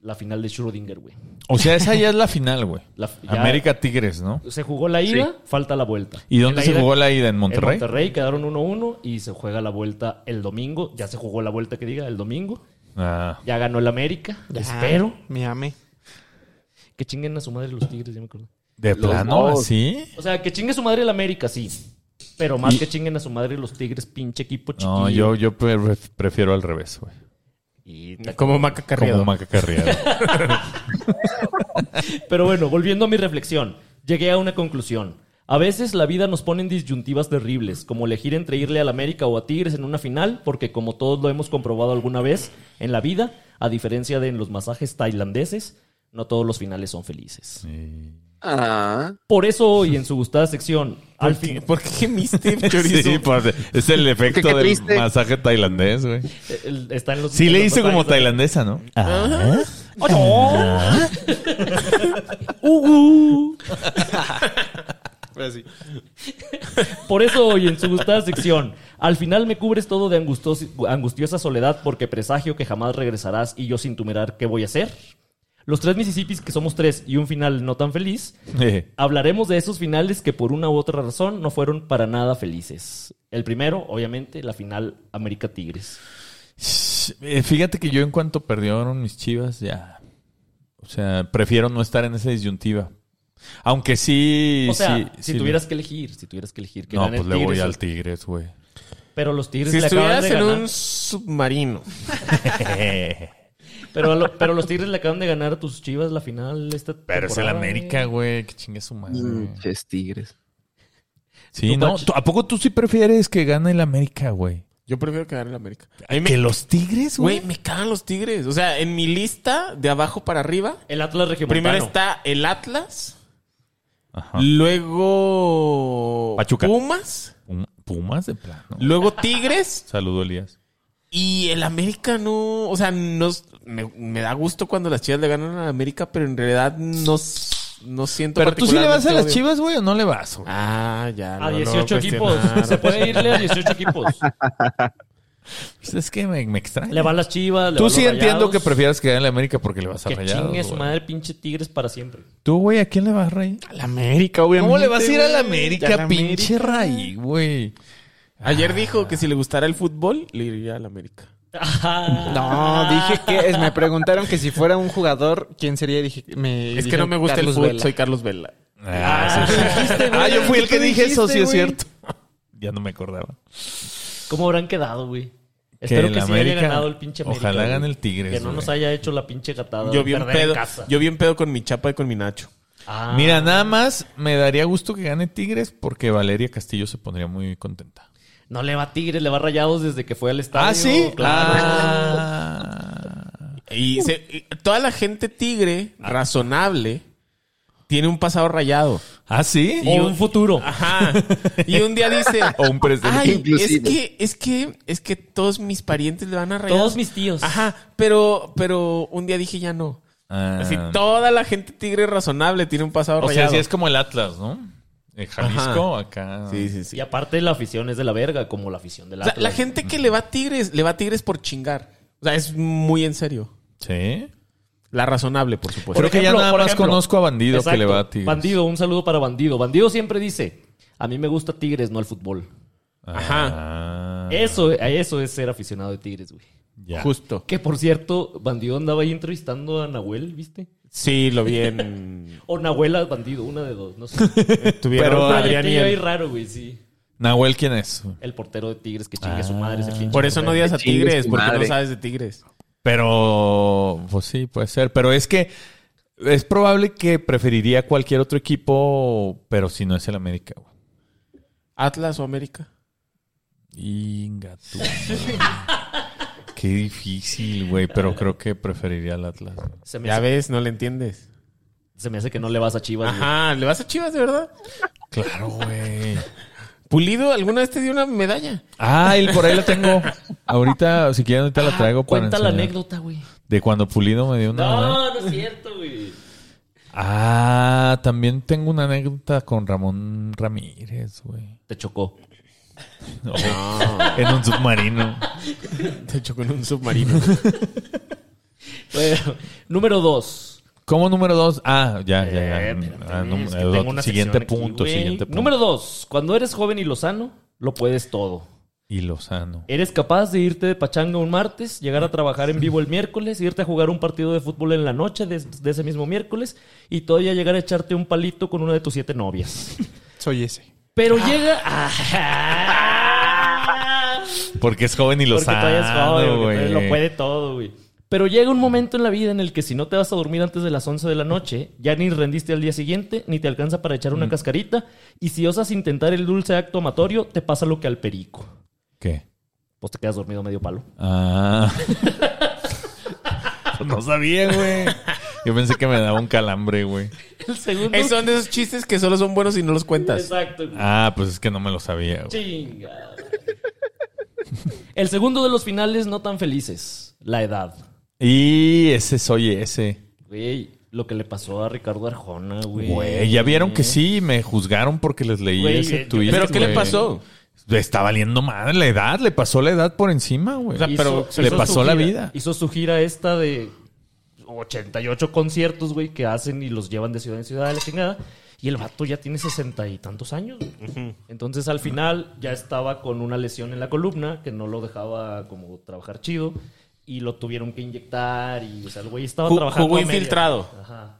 [SPEAKER 3] la final de Schrödinger, güey.
[SPEAKER 2] O sea, esa ya es la final, güey.
[SPEAKER 3] La f- ya-
[SPEAKER 2] América Tigres, ¿no?
[SPEAKER 3] Se jugó la ida, falta la vuelta.
[SPEAKER 2] ¿Y dónde
[SPEAKER 3] En
[SPEAKER 2] se
[SPEAKER 3] ida-
[SPEAKER 2] jugó la ida? ¿En
[SPEAKER 3] En
[SPEAKER 2] Monterrey?
[SPEAKER 3] Monterrey quedaron 1-1 y se juega la vuelta el domingo. Ya se jugó la vuelta que diga el domingo.
[SPEAKER 2] Ah,
[SPEAKER 3] Ya ganó el América.
[SPEAKER 7] Ya,
[SPEAKER 3] Espero
[SPEAKER 7] Me amé.
[SPEAKER 3] que chinguen a su madre los Tigres, ya me acuerdo.
[SPEAKER 2] ¿De
[SPEAKER 4] Los
[SPEAKER 2] plano
[SPEAKER 4] dos.
[SPEAKER 2] así?
[SPEAKER 3] O sea, que chingue a su madre el América, sí. Pero más que chinguen a su madre los Tigres, pinche equipo chiquillo.
[SPEAKER 2] No, yo, yo pre- prefiero al revés, güey.
[SPEAKER 3] Y-
[SPEAKER 5] Como Maca Carriado.
[SPEAKER 2] Como Maca Carriado.
[SPEAKER 3] Pero bueno, volviendo a mi reflexión, llegué a una conclusión. A veces la vida nos pone en disyuntivas terribles, como elegir entre irle al América o a Tigres en una final, porque como todos lo hemos comprobado alguna vez en la vida, a diferencia de en los masajes tailandeses, no todos los finales son felices.
[SPEAKER 2] Sí.
[SPEAKER 4] Ah,
[SPEAKER 3] Por eso hoy en su gustada sección, al
[SPEAKER 5] ¿Por qué-
[SPEAKER 3] fin,
[SPEAKER 5] ¿Por qué gemiste, chorizo?
[SPEAKER 2] Sí, por- es el efecto
[SPEAKER 4] qué
[SPEAKER 2] del
[SPEAKER 4] triste.
[SPEAKER 2] masaje tailandés, güey.
[SPEAKER 3] el- está en los...
[SPEAKER 2] Sí, le
[SPEAKER 3] los
[SPEAKER 2] hizo como
[SPEAKER 3] masajes-
[SPEAKER 2] tailandesa, ¿no?
[SPEAKER 3] Ah. Por eso hoy en su gustada sección, al final me cubres todo de angustos- angustiosa soledad porque presagio que jamás regresarás y yo sin tu mirar, ¿qué voy a hacer? Los tres Mississippis, que somos tres y un final no tan feliz,
[SPEAKER 2] Eh,
[SPEAKER 3] hablaremos de esos finales que por una u otra razón no fueron para nada felices. El primero, obviamente, la final América Tigres.
[SPEAKER 2] eh, Fíjate que yo en cuanto perdieron mis chivas, ya. O sea, prefiero no estar en esa disyuntiva. Aunque sí...
[SPEAKER 3] O sea,
[SPEAKER 2] sí,
[SPEAKER 3] si
[SPEAKER 2] sí-
[SPEAKER 3] tuvieras que elegir, si tuvieras que elegir que
[SPEAKER 2] No,
[SPEAKER 3] gane
[SPEAKER 2] pues le voy
[SPEAKER 3] Tigres,
[SPEAKER 2] al Tigres, güey.
[SPEAKER 3] Pero los Tigres
[SPEAKER 5] Si
[SPEAKER 3] le acaban
[SPEAKER 5] estuvieras
[SPEAKER 3] de
[SPEAKER 5] en
[SPEAKER 3] ganar.
[SPEAKER 5] un submarino.
[SPEAKER 2] Eh.
[SPEAKER 3] Pero, a lo- pero los Tigres le acaban de ganar a tus Chivas la final esta
[SPEAKER 2] Pero es el
[SPEAKER 3] temporada,
[SPEAKER 2] América, güey. Que chingue su madre.
[SPEAKER 4] pinches tigres.
[SPEAKER 2] Sí,
[SPEAKER 3] Tú,
[SPEAKER 2] no.
[SPEAKER 3] Pach.
[SPEAKER 2] ¿Tú- ¿A poco tú sí prefieres que gane el América, güey?
[SPEAKER 5] Yo prefiero quedar en la América. A mí me-
[SPEAKER 2] Que los Tigres,
[SPEAKER 5] Güey,
[SPEAKER 2] güey.
[SPEAKER 5] me cagan los tigres. O sea, en mi lista, de abajo para arriba,
[SPEAKER 3] El Atlas Regiomontano.
[SPEAKER 5] primero está el Atlas,
[SPEAKER 2] Ajá.
[SPEAKER 5] luego
[SPEAKER 2] Pachuca.
[SPEAKER 5] Pumas,
[SPEAKER 2] Pum- Pumas de plano.
[SPEAKER 5] luego Tigres
[SPEAKER 2] Saludo, Elías.
[SPEAKER 5] y el América no... O sea, no, me, me da gusto cuando las chivas le ganan al América, pero en realidad no, s- no siento
[SPEAKER 2] Pero tú sí le vas a las
[SPEAKER 5] particularmente odio.
[SPEAKER 2] chivas, güey, o no le vas, güey.
[SPEAKER 5] Ah, ya.
[SPEAKER 3] A
[SPEAKER 5] no lo voy
[SPEAKER 3] 18 equipos.
[SPEAKER 5] cuestionar.
[SPEAKER 3] Se puede irle a 18 equipos.
[SPEAKER 2] Pues es que me, me extraña.
[SPEAKER 3] Le van las chivas. Le
[SPEAKER 2] tú
[SPEAKER 3] van
[SPEAKER 2] sí
[SPEAKER 3] los
[SPEAKER 2] entiendo
[SPEAKER 3] Rayados.
[SPEAKER 2] que prefieras que gane el América porque le vas a
[SPEAKER 3] Que
[SPEAKER 2] rayar.
[SPEAKER 3] chingue su madre, pinche Tigres para siempre.
[SPEAKER 2] Tú, güey, ¿a quién le vas a rayar?
[SPEAKER 7] A la América, obviamente.
[SPEAKER 2] ¿Cómo le vas a ir a la
[SPEAKER 7] güey.
[SPEAKER 2] América,
[SPEAKER 7] Ya la
[SPEAKER 2] pinche
[SPEAKER 7] América.
[SPEAKER 2] raí, güey?
[SPEAKER 5] Ayer dijo que si le gustara el fútbol, le iría al América.
[SPEAKER 7] No, dije que es- me preguntaron que si fuera un jugador, ¿quién sería? Y Dije, me,
[SPEAKER 5] Es que
[SPEAKER 7] dije
[SPEAKER 5] no me gusta el
[SPEAKER 7] Carlos
[SPEAKER 5] fútbol,
[SPEAKER 7] Vela.
[SPEAKER 5] soy Carlos Vela.
[SPEAKER 2] Ah, sí, sí. Ah, yo fui el que dije eso, sí es cierto. Ya no me acordaba.
[SPEAKER 3] ¿Cómo habrán quedado, güey? Espero
[SPEAKER 2] el
[SPEAKER 3] que sí
[SPEAKER 2] América-
[SPEAKER 3] haya ganado el pinche América.
[SPEAKER 2] ojalá
[SPEAKER 3] güey.
[SPEAKER 2] gane el Tigres,
[SPEAKER 3] Que no
[SPEAKER 2] güey.
[SPEAKER 3] nos haya hecho la pinche gatada.
[SPEAKER 5] Yo
[SPEAKER 3] de
[SPEAKER 5] vi un
[SPEAKER 3] perder en
[SPEAKER 5] pedo,
[SPEAKER 3] casa.
[SPEAKER 5] yo vi un pedo con mi chapa y con mi Nacho.
[SPEAKER 3] Ah,
[SPEAKER 2] Mira, nada más me daría gusto que gane Tigres porque Valeria Castillo se pondría muy contenta.
[SPEAKER 3] No le va a Tigres, le va a Rayados desde que fue al estadio. Claro.
[SPEAKER 2] Ah.
[SPEAKER 5] Y, se- y toda la gente tigre,
[SPEAKER 3] Ah.
[SPEAKER 5] razonable, tiene un pasado rayado.
[SPEAKER 2] ¿Ah, sí?
[SPEAKER 3] O un futuro.
[SPEAKER 5] Ajá. Y un día dice,
[SPEAKER 2] O un presente.
[SPEAKER 5] ay, es
[SPEAKER 4] Inclusive.
[SPEAKER 5] que, es que, es que todos mis parientes le van a rayar.
[SPEAKER 3] Todos mis tíos.
[SPEAKER 5] Ajá, pero, pero un día dije ya no.
[SPEAKER 2] Ah.
[SPEAKER 5] Así, toda la gente tigre razonable tiene un pasado
[SPEAKER 2] O sea,
[SPEAKER 5] rayado.
[SPEAKER 2] sí es como el Atlas, ¿no? El Jalisco, acá.
[SPEAKER 5] sí, sí, sí.
[SPEAKER 3] Y aparte la afición es de la verga, como la afición de la
[SPEAKER 5] O sea, la gente que le va a Tigres, le va a Tigres por chingar. O sea, es muy en serio.
[SPEAKER 2] Sí.
[SPEAKER 5] La razonable, por supuesto.
[SPEAKER 2] Pues Creo que ya
[SPEAKER 3] ejemplo,
[SPEAKER 2] nada
[SPEAKER 3] por
[SPEAKER 2] más
[SPEAKER 3] ejemplo.
[SPEAKER 2] conozco a Bandido que le va a Tigres.
[SPEAKER 3] Bandido, un saludo para Bandido. Bandido siempre dice, a mí me gusta Tigres, no el fútbol.
[SPEAKER 2] Ajá.
[SPEAKER 3] Eso, a eso es ser aficionado de Tigres, güey.
[SPEAKER 2] Ah, Ya.
[SPEAKER 5] Justo.
[SPEAKER 3] Que por cierto, Bandido andaba ahí entrevistando a Nahuel, ¿viste?
[SPEAKER 5] Sí, lo vi en...
[SPEAKER 3] O Nahuel a Bandido, una de dos, no sé.
[SPEAKER 5] Tuvieron
[SPEAKER 2] Pero-
[SPEAKER 5] a
[SPEAKER 3] Adrián
[SPEAKER 5] Adrián y
[SPEAKER 3] ahí
[SPEAKER 5] él.
[SPEAKER 3] raro, güey, sí.
[SPEAKER 2] Nahuel, ¿quién es?
[SPEAKER 3] El portero de Tigres que chingue a su madre
[SPEAKER 2] Ah,
[SPEAKER 3] ese pinche
[SPEAKER 5] Por eso no
[SPEAKER 3] portero.
[SPEAKER 5] digas a
[SPEAKER 4] Chingue
[SPEAKER 5] Tigres,
[SPEAKER 4] su
[SPEAKER 5] porque no
[SPEAKER 4] madre.
[SPEAKER 5] sabes de Tigres.
[SPEAKER 2] Pero, pues sí, puede ser. Pero es que es probable que preferiría cualquier otro equipo, pero si no es el América, güey.
[SPEAKER 5] Atlas o América.
[SPEAKER 2] Inga tu madre. Qué difícil, güey. Pero creo que preferiría el Atlas. güey.
[SPEAKER 3] Se me,
[SPEAKER 5] Ya
[SPEAKER 3] hace,
[SPEAKER 5] ves, no le entiendes.
[SPEAKER 3] se me hace que no le vas a Chivas, güey.
[SPEAKER 5] Ajá, ¿le vas a Chivas de verdad?
[SPEAKER 2] Claro, güey.
[SPEAKER 5] Pulido, ¿alguna vez te dio una medalla?
[SPEAKER 2] Ah, el, por ahí la tengo. Ahorita, si quieren, ahorita la traigo para
[SPEAKER 3] Ah, Cuenta la
[SPEAKER 2] enseñar.
[SPEAKER 3] anécdota, güey.
[SPEAKER 2] De cuando Pulido me dio una...
[SPEAKER 3] No, no es cierto, güey.
[SPEAKER 2] Ah, también tengo una anécdota con Ramón Ramírez, güey.
[SPEAKER 3] Te chocó.
[SPEAKER 2] No. en un submarino.
[SPEAKER 5] Te chocó en un submarino.
[SPEAKER 3] Bueno, número dos.
[SPEAKER 2] Como número dos. Ah, ya, ya, ya.
[SPEAKER 3] Eh, espérame,
[SPEAKER 2] Ah, num-
[SPEAKER 3] es que
[SPEAKER 2] el
[SPEAKER 3] tengo
[SPEAKER 2] otro-
[SPEAKER 3] una
[SPEAKER 2] siguiente
[SPEAKER 3] sección aquí,
[SPEAKER 2] punto,
[SPEAKER 3] güey.
[SPEAKER 2] siguiente punto.
[SPEAKER 3] Número dos. Cuando eres joven y lozano, lo puedes todo.
[SPEAKER 2] Y Lozano.
[SPEAKER 3] ¿Eres capaz de irte de pachanga un martes, llegar a trabajar en vivo el miércoles, irte a jugar un partido de fútbol en la noche de, de ese mismo miércoles y todavía llegar a echarte un palito con una de tus siete novias?
[SPEAKER 11] Soy ese.
[SPEAKER 3] Pero llega... Ah.
[SPEAKER 2] Porque es joven y
[SPEAKER 3] Porque todavía es joven,
[SPEAKER 2] Lozano,
[SPEAKER 3] porque
[SPEAKER 2] güey.
[SPEAKER 3] todavía lo puede todo, güey. Pero llega un momento en la vida en el que si no te vas a dormir antes de las 11 de la noche, ya ni rendiste al día siguiente, ni te alcanza para echar una
[SPEAKER 2] Mm.
[SPEAKER 3] cascarita, y si osas intentar el dulce acto amatorio, te pasa lo que al perico.
[SPEAKER 2] ¿Qué?
[SPEAKER 3] Pues te quedas dormido medio palo.
[SPEAKER 2] Ah. Pues no sabía, güey. Yo pensé que me daba un calambre, güey.
[SPEAKER 3] El segundo...
[SPEAKER 5] Es- son de esos chistes que solo son buenos y no los cuentas.
[SPEAKER 3] Exacto. güey.
[SPEAKER 2] Ah, pues es que no me lo sabía, güey.
[SPEAKER 3] Chinga. El segundo de los finales no tan felices, la edad.
[SPEAKER 2] Y ese soy ese.
[SPEAKER 3] Güey, lo que le pasó a Ricardo Arjona, güey.
[SPEAKER 2] Güey, ya vieron que sí, me juzgaron porque les leí
[SPEAKER 3] Güey,
[SPEAKER 2] ese
[SPEAKER 3] yo-
[SPEAKER 2] tweet.
[SPEAKER 5] ¿Pero qué le
[SPEAKER 2] güey.
[SPEAKER 5] pasó?
[SPEAKER 2] Está valiendo madre la edad, le pasó la edad por encima, güey.
[SPEAKER 5] sea, pero
[SPEAKER 2] le
[SPEAKER 3] su
[SPEAKER 2] pasó la
[SPEAKER 3] gira-
[SPEAKER 2] vida.
[SPEAKER 3] Hizo su gira esta de 88 conciertos, güey, que hacen y los llevan de ciudad en ciudad, a la chingada. Y el vato ya tiene sesenta y tantos años. güey. Entonces, al final, ya estaba con una lesión en la columna que no lo dejaba como trabajar chido. Y lo tuvieron que inyectar. Y, o sea, el güey estaba
[SPEAKER 5] Ju-
[SPEAKER 3] trabajando.
[SPEAKER 5] jugó
[SPEAKER 3] a medias.
[SPEAKER 5] infiltrado.
[SPEAKER 3] Ajá.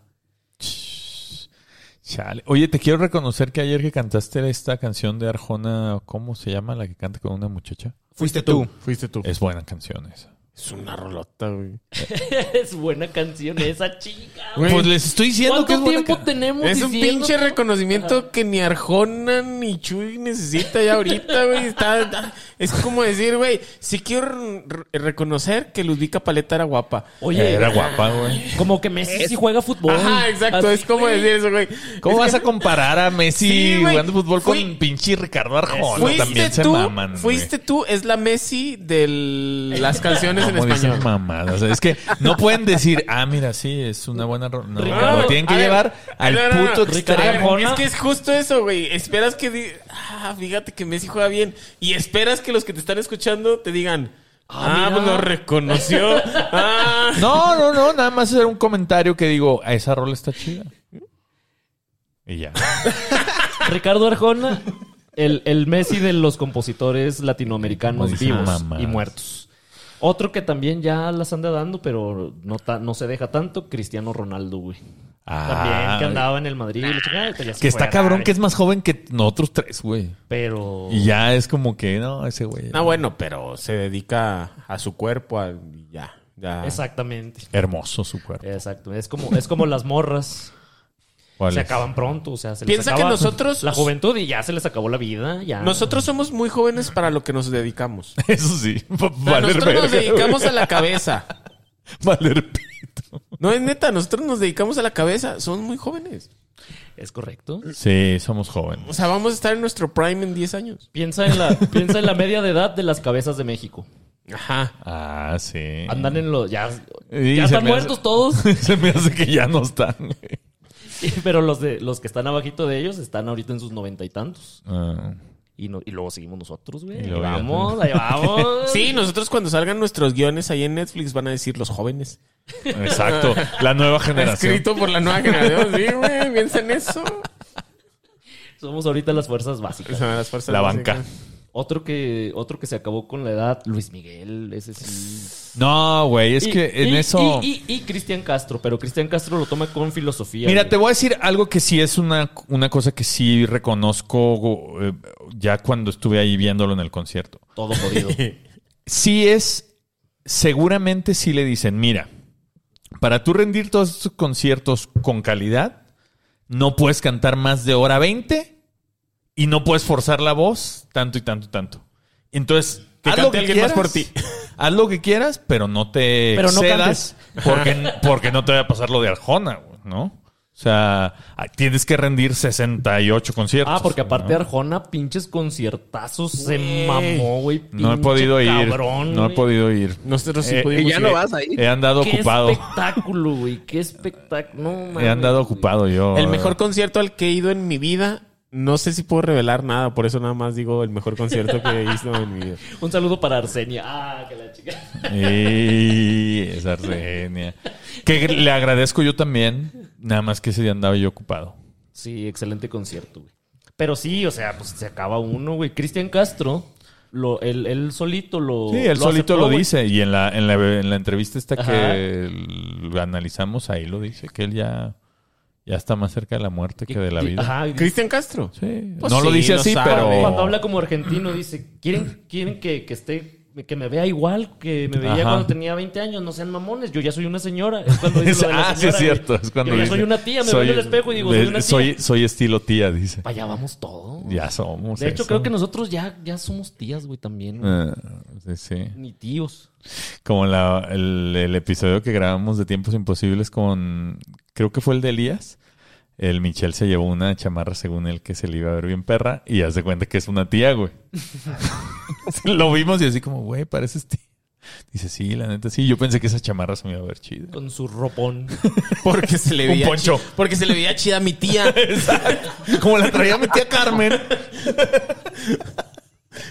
[SPEAKER 2] Chale. Oye, te quiero reconocer que ayer que cantaste esta canción de Arjona, ¿cómo se llama la que canta con una muchacha?
[SPEAKER 11] Fuiste tú.
[SPEAKER 5] Fuiste tú.
[SPEAKER 2] Es buena canción esa.
[SPEAKER 5] Es una rolota, güey.
[SPEAKER 3] es buena canción esa chica. güey.
[SPEAKER 2] Pues les estoy diciendo que es
[SPEAKER 3] ¿Cuánto
[SPEAKER 2] buena
[SPEAKER 3] tiempo
[SPEAKER 2] ca-
[SPEAKER 3] tenemos
[SPEAKER 5] Es un
[SPEAKER 3] diciendo-
[SPEAKER 5] pinche reconocimiento que ni Arjona ni Chuy necesita ya ahorita, güey. Está- está- es como decir, güey, sí quiero re- reconocer que Ludvica Paleta era guapa.
[SPEAKER 3] Oye,
[SPEAKER 2] Era guapa, güey.
[SPEAKER 3] como que Messi sí juega fútbol.
[SPEAKER 5] Ajá, exacto.
[SPEAKER 3] Así,
[SPEAKER 5] es como
[SPEAKER 3] güey.
[SPEAKER 5] decir eso, güey.
[SPEAKER 2] ¿Cómo
[SPEAKER 5] Es
[SPEAKER 2] vas
[SPEAKER 5] que
[SPEAKER 2] a comparar a Messi
[SPEAKER 5] Sí, güey.
[SPEAKER 2] jugando fútbol
[SPEAKER 5] Fui-
[SPEAKER 2] con pinche Ricardo Arjona?
[SPEAKER 5] Fuiste
[SPEAKER 2] También se
[SPEAKER 5] tú,
[SPEAKER 2] maman. güey.
[SPEAKER 5] fuiste tú, es la Messi de las canciones en
[SPEAKER 2] ¿Cómo dicen
[SPEAKER 5] español.
[SPEAKER 2] mamadas? O sea, es que no pueden decir, ah, mira, sí, es una buena ro-". No,
[SPEAKER 3] Ricardo,
[SPEAKER 2] lo tienen que
[SPEAKER 5] a ver,
[SPEAKER 2] llevar al
[SPEAKER 5] no, no, no.
[SPEAKER 2] puto
[SPEAKER 3] Ricardo
[SPEAKER 2] extremo.
[SPEAKER 3] Arjona.
[SPEAKER 5] Es que es justo eso, güey. Esperas que... di- Ah, fíjate que Messi juega bien. Y esperas que los que te están escuchando te digan... Ah,
[SPEAKER 3] mira.
[SPEAKER 5] pues lo reconoció. Ah.
[SPEAKER 2] No, no, no, nada más hacer un comentario que digo, "Ah, esa rola está chida. Y ya.
[SPEAKER 3] Ricardo Arjona, el, el Messi de los compositores latinoamericanos
[SPEAKER 2] Como dicen
[SPEAKER 3] vivos
[SPEAKER 2] mamás.
[SPEAKER 3] y muertos. Otro que también ya las anda dando, pero no, ta- no se deja tanto, Cristiano Ronaldo, güey. También
[SPEAKER 2] Ah,
[SPEAKER 3] que andaba en el Madrid. la chingada, ya se
[SPEAKER 2] que
[SPEAKER 3] fue
[SPEAKER 2] está
[SPEAKER 3] a
[SPEAKER 2] cabrón
[SPEAKER 3] Arabia.
[SPEAKER 2] que es más joven que nosotros tres, güey.
[SPEAKER 3] Pero...
[SPEAKER 2] Y ya es como que, no, ese güey.
[SPEAKER 5] No, bueno, pero se dedica a su cuerpo, a- ya, ya.
[SPEAKER 3] Exactamente.
[SPEAKER 2] Hermoso su cuerpo.
[SPEAKER 3] Exacto. Es como, es como las morras.
[SPEAKER 2] ¿Cuál
[SPEAKER 3] Se
[SPEAKER 2] es?
[SPEAKER 3] acaban pronto. O sea, se les
[SPEAKER 5] Piensa que
[SPEAKER 3] acaba
[SPEAKER 5] nosotros-
[SPEAKER 3] La juventud y ya se les acabó la vida. Ya.
[SPEAKER 5] Nosotros somos muy jóvenes para lo que nos dedicamos.
[SPEAKER 2] Eso sí. va-
[SPEAKER 5] O sea,
[SPEAKER 2] Valer
[SPEAKER 5] nosotros nos
[SPEAKER 2] verga,
[SPEAKER 5] dedicamos a la cabeza.
[SPEAKER 2] güey. Valer pito.
[SPEAKER 5] No, es neta, nosotros nos dedicamos a la cabeza. Somos muy jóvenes.
[SPEAKER 3] Es correcto.
[SPEAKER 2] Sí, somos jóvenes.
[SPEAKER 5] O sea, vamos a estar en nuestro prime en 10 años.
[SPEAKER 3] Piensa en, la, piensa en la media de edad de las cabezas de México.
[SPEAKER 5] Ajá.
[SPEAKER 2] Ah, sí.
[SPEAKER 3] Andan en los... Ya,
[SPEAKER 2] Y
[SPEAKER 3] ya
[SPEAKER 2] se
[SPEAKER 3] están
[SPEAKER 2] me hace-
[SPEAKER 3] muertos todos.
[SPEAKER 2] Se me hace que ya no están. güey.
[SPEAKER 3] Pero los de los que están abajito de ellos están ahorita en sus noventa y tantos.
[SPEAKER 2] Ah.
[SPEAKER 3] Y, no, y luego seguimos nosotros, güey.
[SPEAKER 2] Y
[SPEAKER 3] Ahí
[SPEAKER 2] luego ya.
[SPEAKER 3] vamos, ahí vamos.
[SPEAKER 5] Sí, nosotros cuando salgan nuestros guiones ahí en Netflix van a decir los jóvenes.
[SPEAKER 2] Exacto. La nueva generación.
[SPEAKER 5] Escrito por la nueva generación. Sí, güey, piensa en eso.
[SPEAKER 3] Somos ahorita las fuerzas básicas.
[SPEAKER 5] Son las fuerzas
[SPEAKER 2] La
[SPEAKER 5] básicas.
[SPEAKER 2] banca.
[SPEAKER 3] Otro que, otro que se acabó con la edad, Luis Miguel, ese sí.
[SPEAKER 2] No, güey, es
[SPEAKER 3] Y-
[SPEAKER 2] que en
[SPEAKER 3] y-
[SPEAKER 2] eso.
[SPEAKER 3] Y, y- y Cristian Castro, pero Cristian Castro lo toma con filosofía.
[SPEAKER 2] Mira,
[SPEAKER 3] güey.
[SPEAKER 2] te voy a decir algo que sí es una, una cosa que sí reconozco go- eh, ya cuando estuve ahí viéndolo en el concierto.
[SPEAKER 3] Todo jodido.
[SPEAKER 2] Sí es, seguramente sí le dicen, mira, para tú rendir todos estos conciertos con calidad, no puedes cantar más de hora 20 y no puedes forzar la voz tanto y tanto y tanto. Entonces,
[SPEAKER 5] Que
[SPEAKER 2] haz
[SPEAKER 5] cante
[SPEAKER 2] lo que
[SPEAKER 5] alguien más
[SPEAKER 2] quieras,
[SPEAKER 5] por ti.
[SPEAKER 2] Haz lo que quieras, pero no te
[SPEAKER 3] Pero no
[SPEAKER 2] excedas porque, porque no te va a pasar lo de Arjona, güey, ¿no? O sea, ah, tienes que rendir 68 conciertos.
[SPEAKER 3] Ah, porque aparte
[SPEAKER 2] ¿no?
[SPEAKER 3] Arjona, pinches conciertazos se
[SPEAKER 5] Güey.
[SPEAKER 3] mamó, güey.
[SPEAKER 2] No he
[SPEAKER 3] pinche
[SPEAKER 2] podido ir.
[SPEAKER 3] cabrón,
[SPEAKER 2] no he
[SPEAKER 3] güey.
[SPEAKER 2] podido ir.
[SPEAKER 5] Nosotros sí
[SPEAKER 2] Eh,
[SPEAKER 4] Y
[SPEAKER 5] pudimos
[SPEAKER 4] ya no
[SPEAKER 5] ir.
[SPEAKER 4] vas ahí.
[SPEAKER 2] He andado
[SPEAKER 3] Qué
[SPEAKER 2] ocupado.
[SPEAKER 3] espectáculo, güey. Qué espectáculo. No,
[SPEAKER 2] He
[SPEAKER 3] mames,
[SPEAKER 2] andado
[SPEAKER 3] güey.
[SPEAKER 2] ocupado yo.
[SPEAKER 5] El mejor concierto al que he ido en mi vida
[SPEAKER 8] No sé si puedo revelar nada, por eso nada más digo el mejor concierto que he visto en mi vida.
[SPEAKER 3] Un saludo para Arsenia. Ah, que la chica.
[SPEAKER 2] Y esa Armenia. Que le agradezco yo también, nada más que ese día andaba yo ocupado.
[SPEAKER 3] Sí, excelente concierto, güey. Pero sí, o sea, pues se acaba uno, güey. Cristian Castro, lo, él, él solito lo.
[SPEAKER 2] Sí, él
[SPEAKER 3] lo
[SPEAKER 2] solito
[SPEAKER 3] aceptó,
[SPEAKER 2] lo
[SPEAKER 3] güey.
[SPEAKER 2] dice. Y en la, en la, en la entrevista esta
[SPEAKER 3] Ajá.
[SPEAKER 2] que l- analizamos, ahí lo dice, que él ya, ya está más cerca de la muerte que de la
[SPEAKER 3] Y-
[SPEAKER 2] vida.
[SPEAKER 3] Ajá, y
[SPEAKER 8] Cristian Castro.
[SPEAKER 2] Sí.
[SPEAKER 8] Pues
[SPEAKER 2] no lo
[SPEAKER 8] sí,
[SPEAKER 2] dice
[SPEAKER 8] lo
[SPEAKER 2] así,
[SPEAKER 8] sabe.
[SPEAKER 2] pero.
[SPEAKER 3] Cuando habla como argentino, dice: ¿Quieren, quieren que, que esté.? Que me vea igual que me veía
[SPEAKER 2] Ajá.
[SPEAKER 3] cuando tenía 20 años, no sean mamones, yo ya soy una señora. Es cuando dice lo de la
[SPEAKER 2] ah, sí es
[SPEAKER 3] señora, güey.
[SPEAKER 2] cierto. Es cuando
[SPEAKER 3] yo ya
[SPEAKER 2] dice,
[SPEAKER 3] soy una tía, me veo en el espejo y digo, soy
[SPEAKER 2] de-
[SPEAKER 3] una tía.
[SPEAKER 2] Soy, soy estilo tía, dice.
[SPEAKER 3] Para allá vamos todos.
[SPEAKER 2] Ya somos.
[SPEAKER 3] De hecho,
[SPEAKER 2] eso.
[SPEAKER 3] creo que nosotros ya, ya somos tías, güey, también. güey.
[SPEAKER 2] Ah, sí, sí.
[SPEAKER 3] Ni tíos.
[SPEAKER 2] Como la- el, el episodio que grabamos de Tiempos Imposibles con, creo que fue el de Elías. El Michel se llevó una chamarra según él que se le iba a ver bien perra y hace cuenta que es una tía, güey. Lo vimos y así como, güey, pareces tía. Dice, sí, la neta, sí. Yo pensé que esa chamarra se me iba a ver chida.
[SPEAKER 3] Con su ropón.
[SPEAKER 5] Porque se le
[SPEAKER 2] Un
[SPEAKER 5] veía.
[SPEAKER 2] poncho.
[SPEAKER 5] chi- Porque se le veía chida a mi tía.
[SPEAKER 2] Como la traía mi tía Carmen.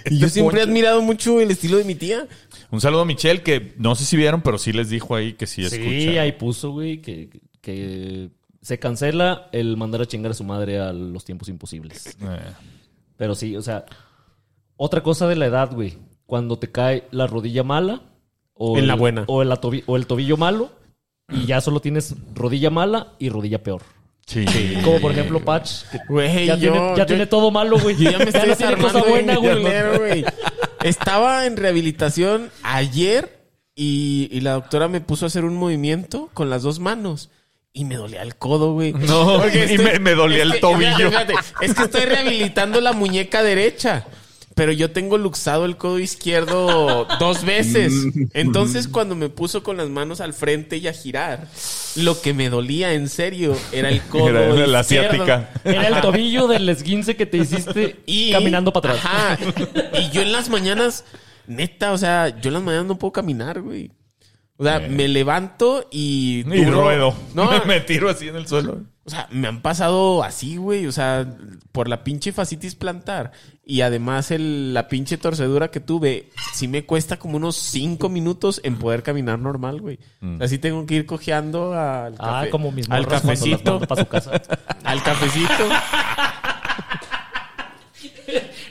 [SPEAKER 5] Y yo siempre he admirado mucho el estilo de mi tía.
[SPEAKER 2] Un saludo a Michel que no sé si vieron, pero sí les dijo ahí que sí escucha.
[SPEAKER 3] Sí, ahí puso, güey, que, que se cancela el mandar a chingar a su madre a los tiempos imposibles.
[SPEAKER 2] Eh,
[SPEAKER 3] Pero sí, o sea, otra cosa de la edad, güey. Cuando te cae la rodilla mala o
[SPEAKER 8] En
[SPEAKER 3] el-
[SPEAKER 8] la buena.
[SPEAKER 3] O, el atobi- o el tobillo malo y ya solo tienes rodilla mala y rodilla peor.
[SPEAKER 2] sí.
[SPEAKER 3] Como por ejemplo Patch, que
[SPEAKER 5] Güey,
[SPEAKER 3] ya, tiene, ya
[SPEAKER 5] yo-
[SPEAKER 3] tiene todo malo, güey.
[SPEAKER 5] Yo ya me estoy
[SPEAKER 3] no tiene cosa
[SPEAKER 5] desarmando de
[SPEAKER 3] buena, güey.
[SPEAKER 5] dinero, güey. Estaba en rehabilitación ayer y, y la doctora me puso a hacer un movimiento con las dos manos. Y me dolía el codo, güey.
[SPEAKER 2] No, y me- me dolía el
[SPEAKER 5] que-
[SPEAKER 2] tobillo.
[SPEAKER 5] fíjate, fíjate, es que estoy rehabilitando la muñeca derecha. Pero yo tengo luxado el codo izquierdo dos veces. Entonces, cuando me puso con las manos al frente y a girar, lo que me dolía en serio era el codo.
[SPEAKER 2] Era la
[SPEAKER 5] izquierdo.
[SPEAKER 2] asiática.
[SPEAKER 3] Era el tobillo del esguince que te hiciste
[SPEAKER 5] Y-
[SPEAKER 3] caminando para atrás.
[SPEAKER 5] Ajá. Y yo en las mañanas, neta, o sea, yo en las mañanas no puedo caminar, güey. O sea, me levanto y.
[SPEAKER 2] Y
[SPEAKER 5] duro-
[SPEAKER 2] ruedo.
[SPEAKER 5] No,
[SPEAKER 2] Me- me tiro así en el suelo.
[SPEAKER 5] o sea, me han pasado así, güey. O sea, por la pinche facitis plantar. Y además el, la pinche torcedura que tuve, sí me cuesta como unos cinco minutos en poder caminar normal, güey.
[SPEAKER 2] Mm.
[SPEAKER 5] O sea, sí tengo que ir cojeando al
[SPEAKER 3] Ah,
[SPEAKER 5] café-
[SPEAKER 3] como mis
[SPEAKER 5] al
[SPEAKER 3] morras cuando las
[SPEAKER 5] cafecito.
[SPEAKER 3] mando pa' su casa.
[SPEAKER 5] Al cafecito.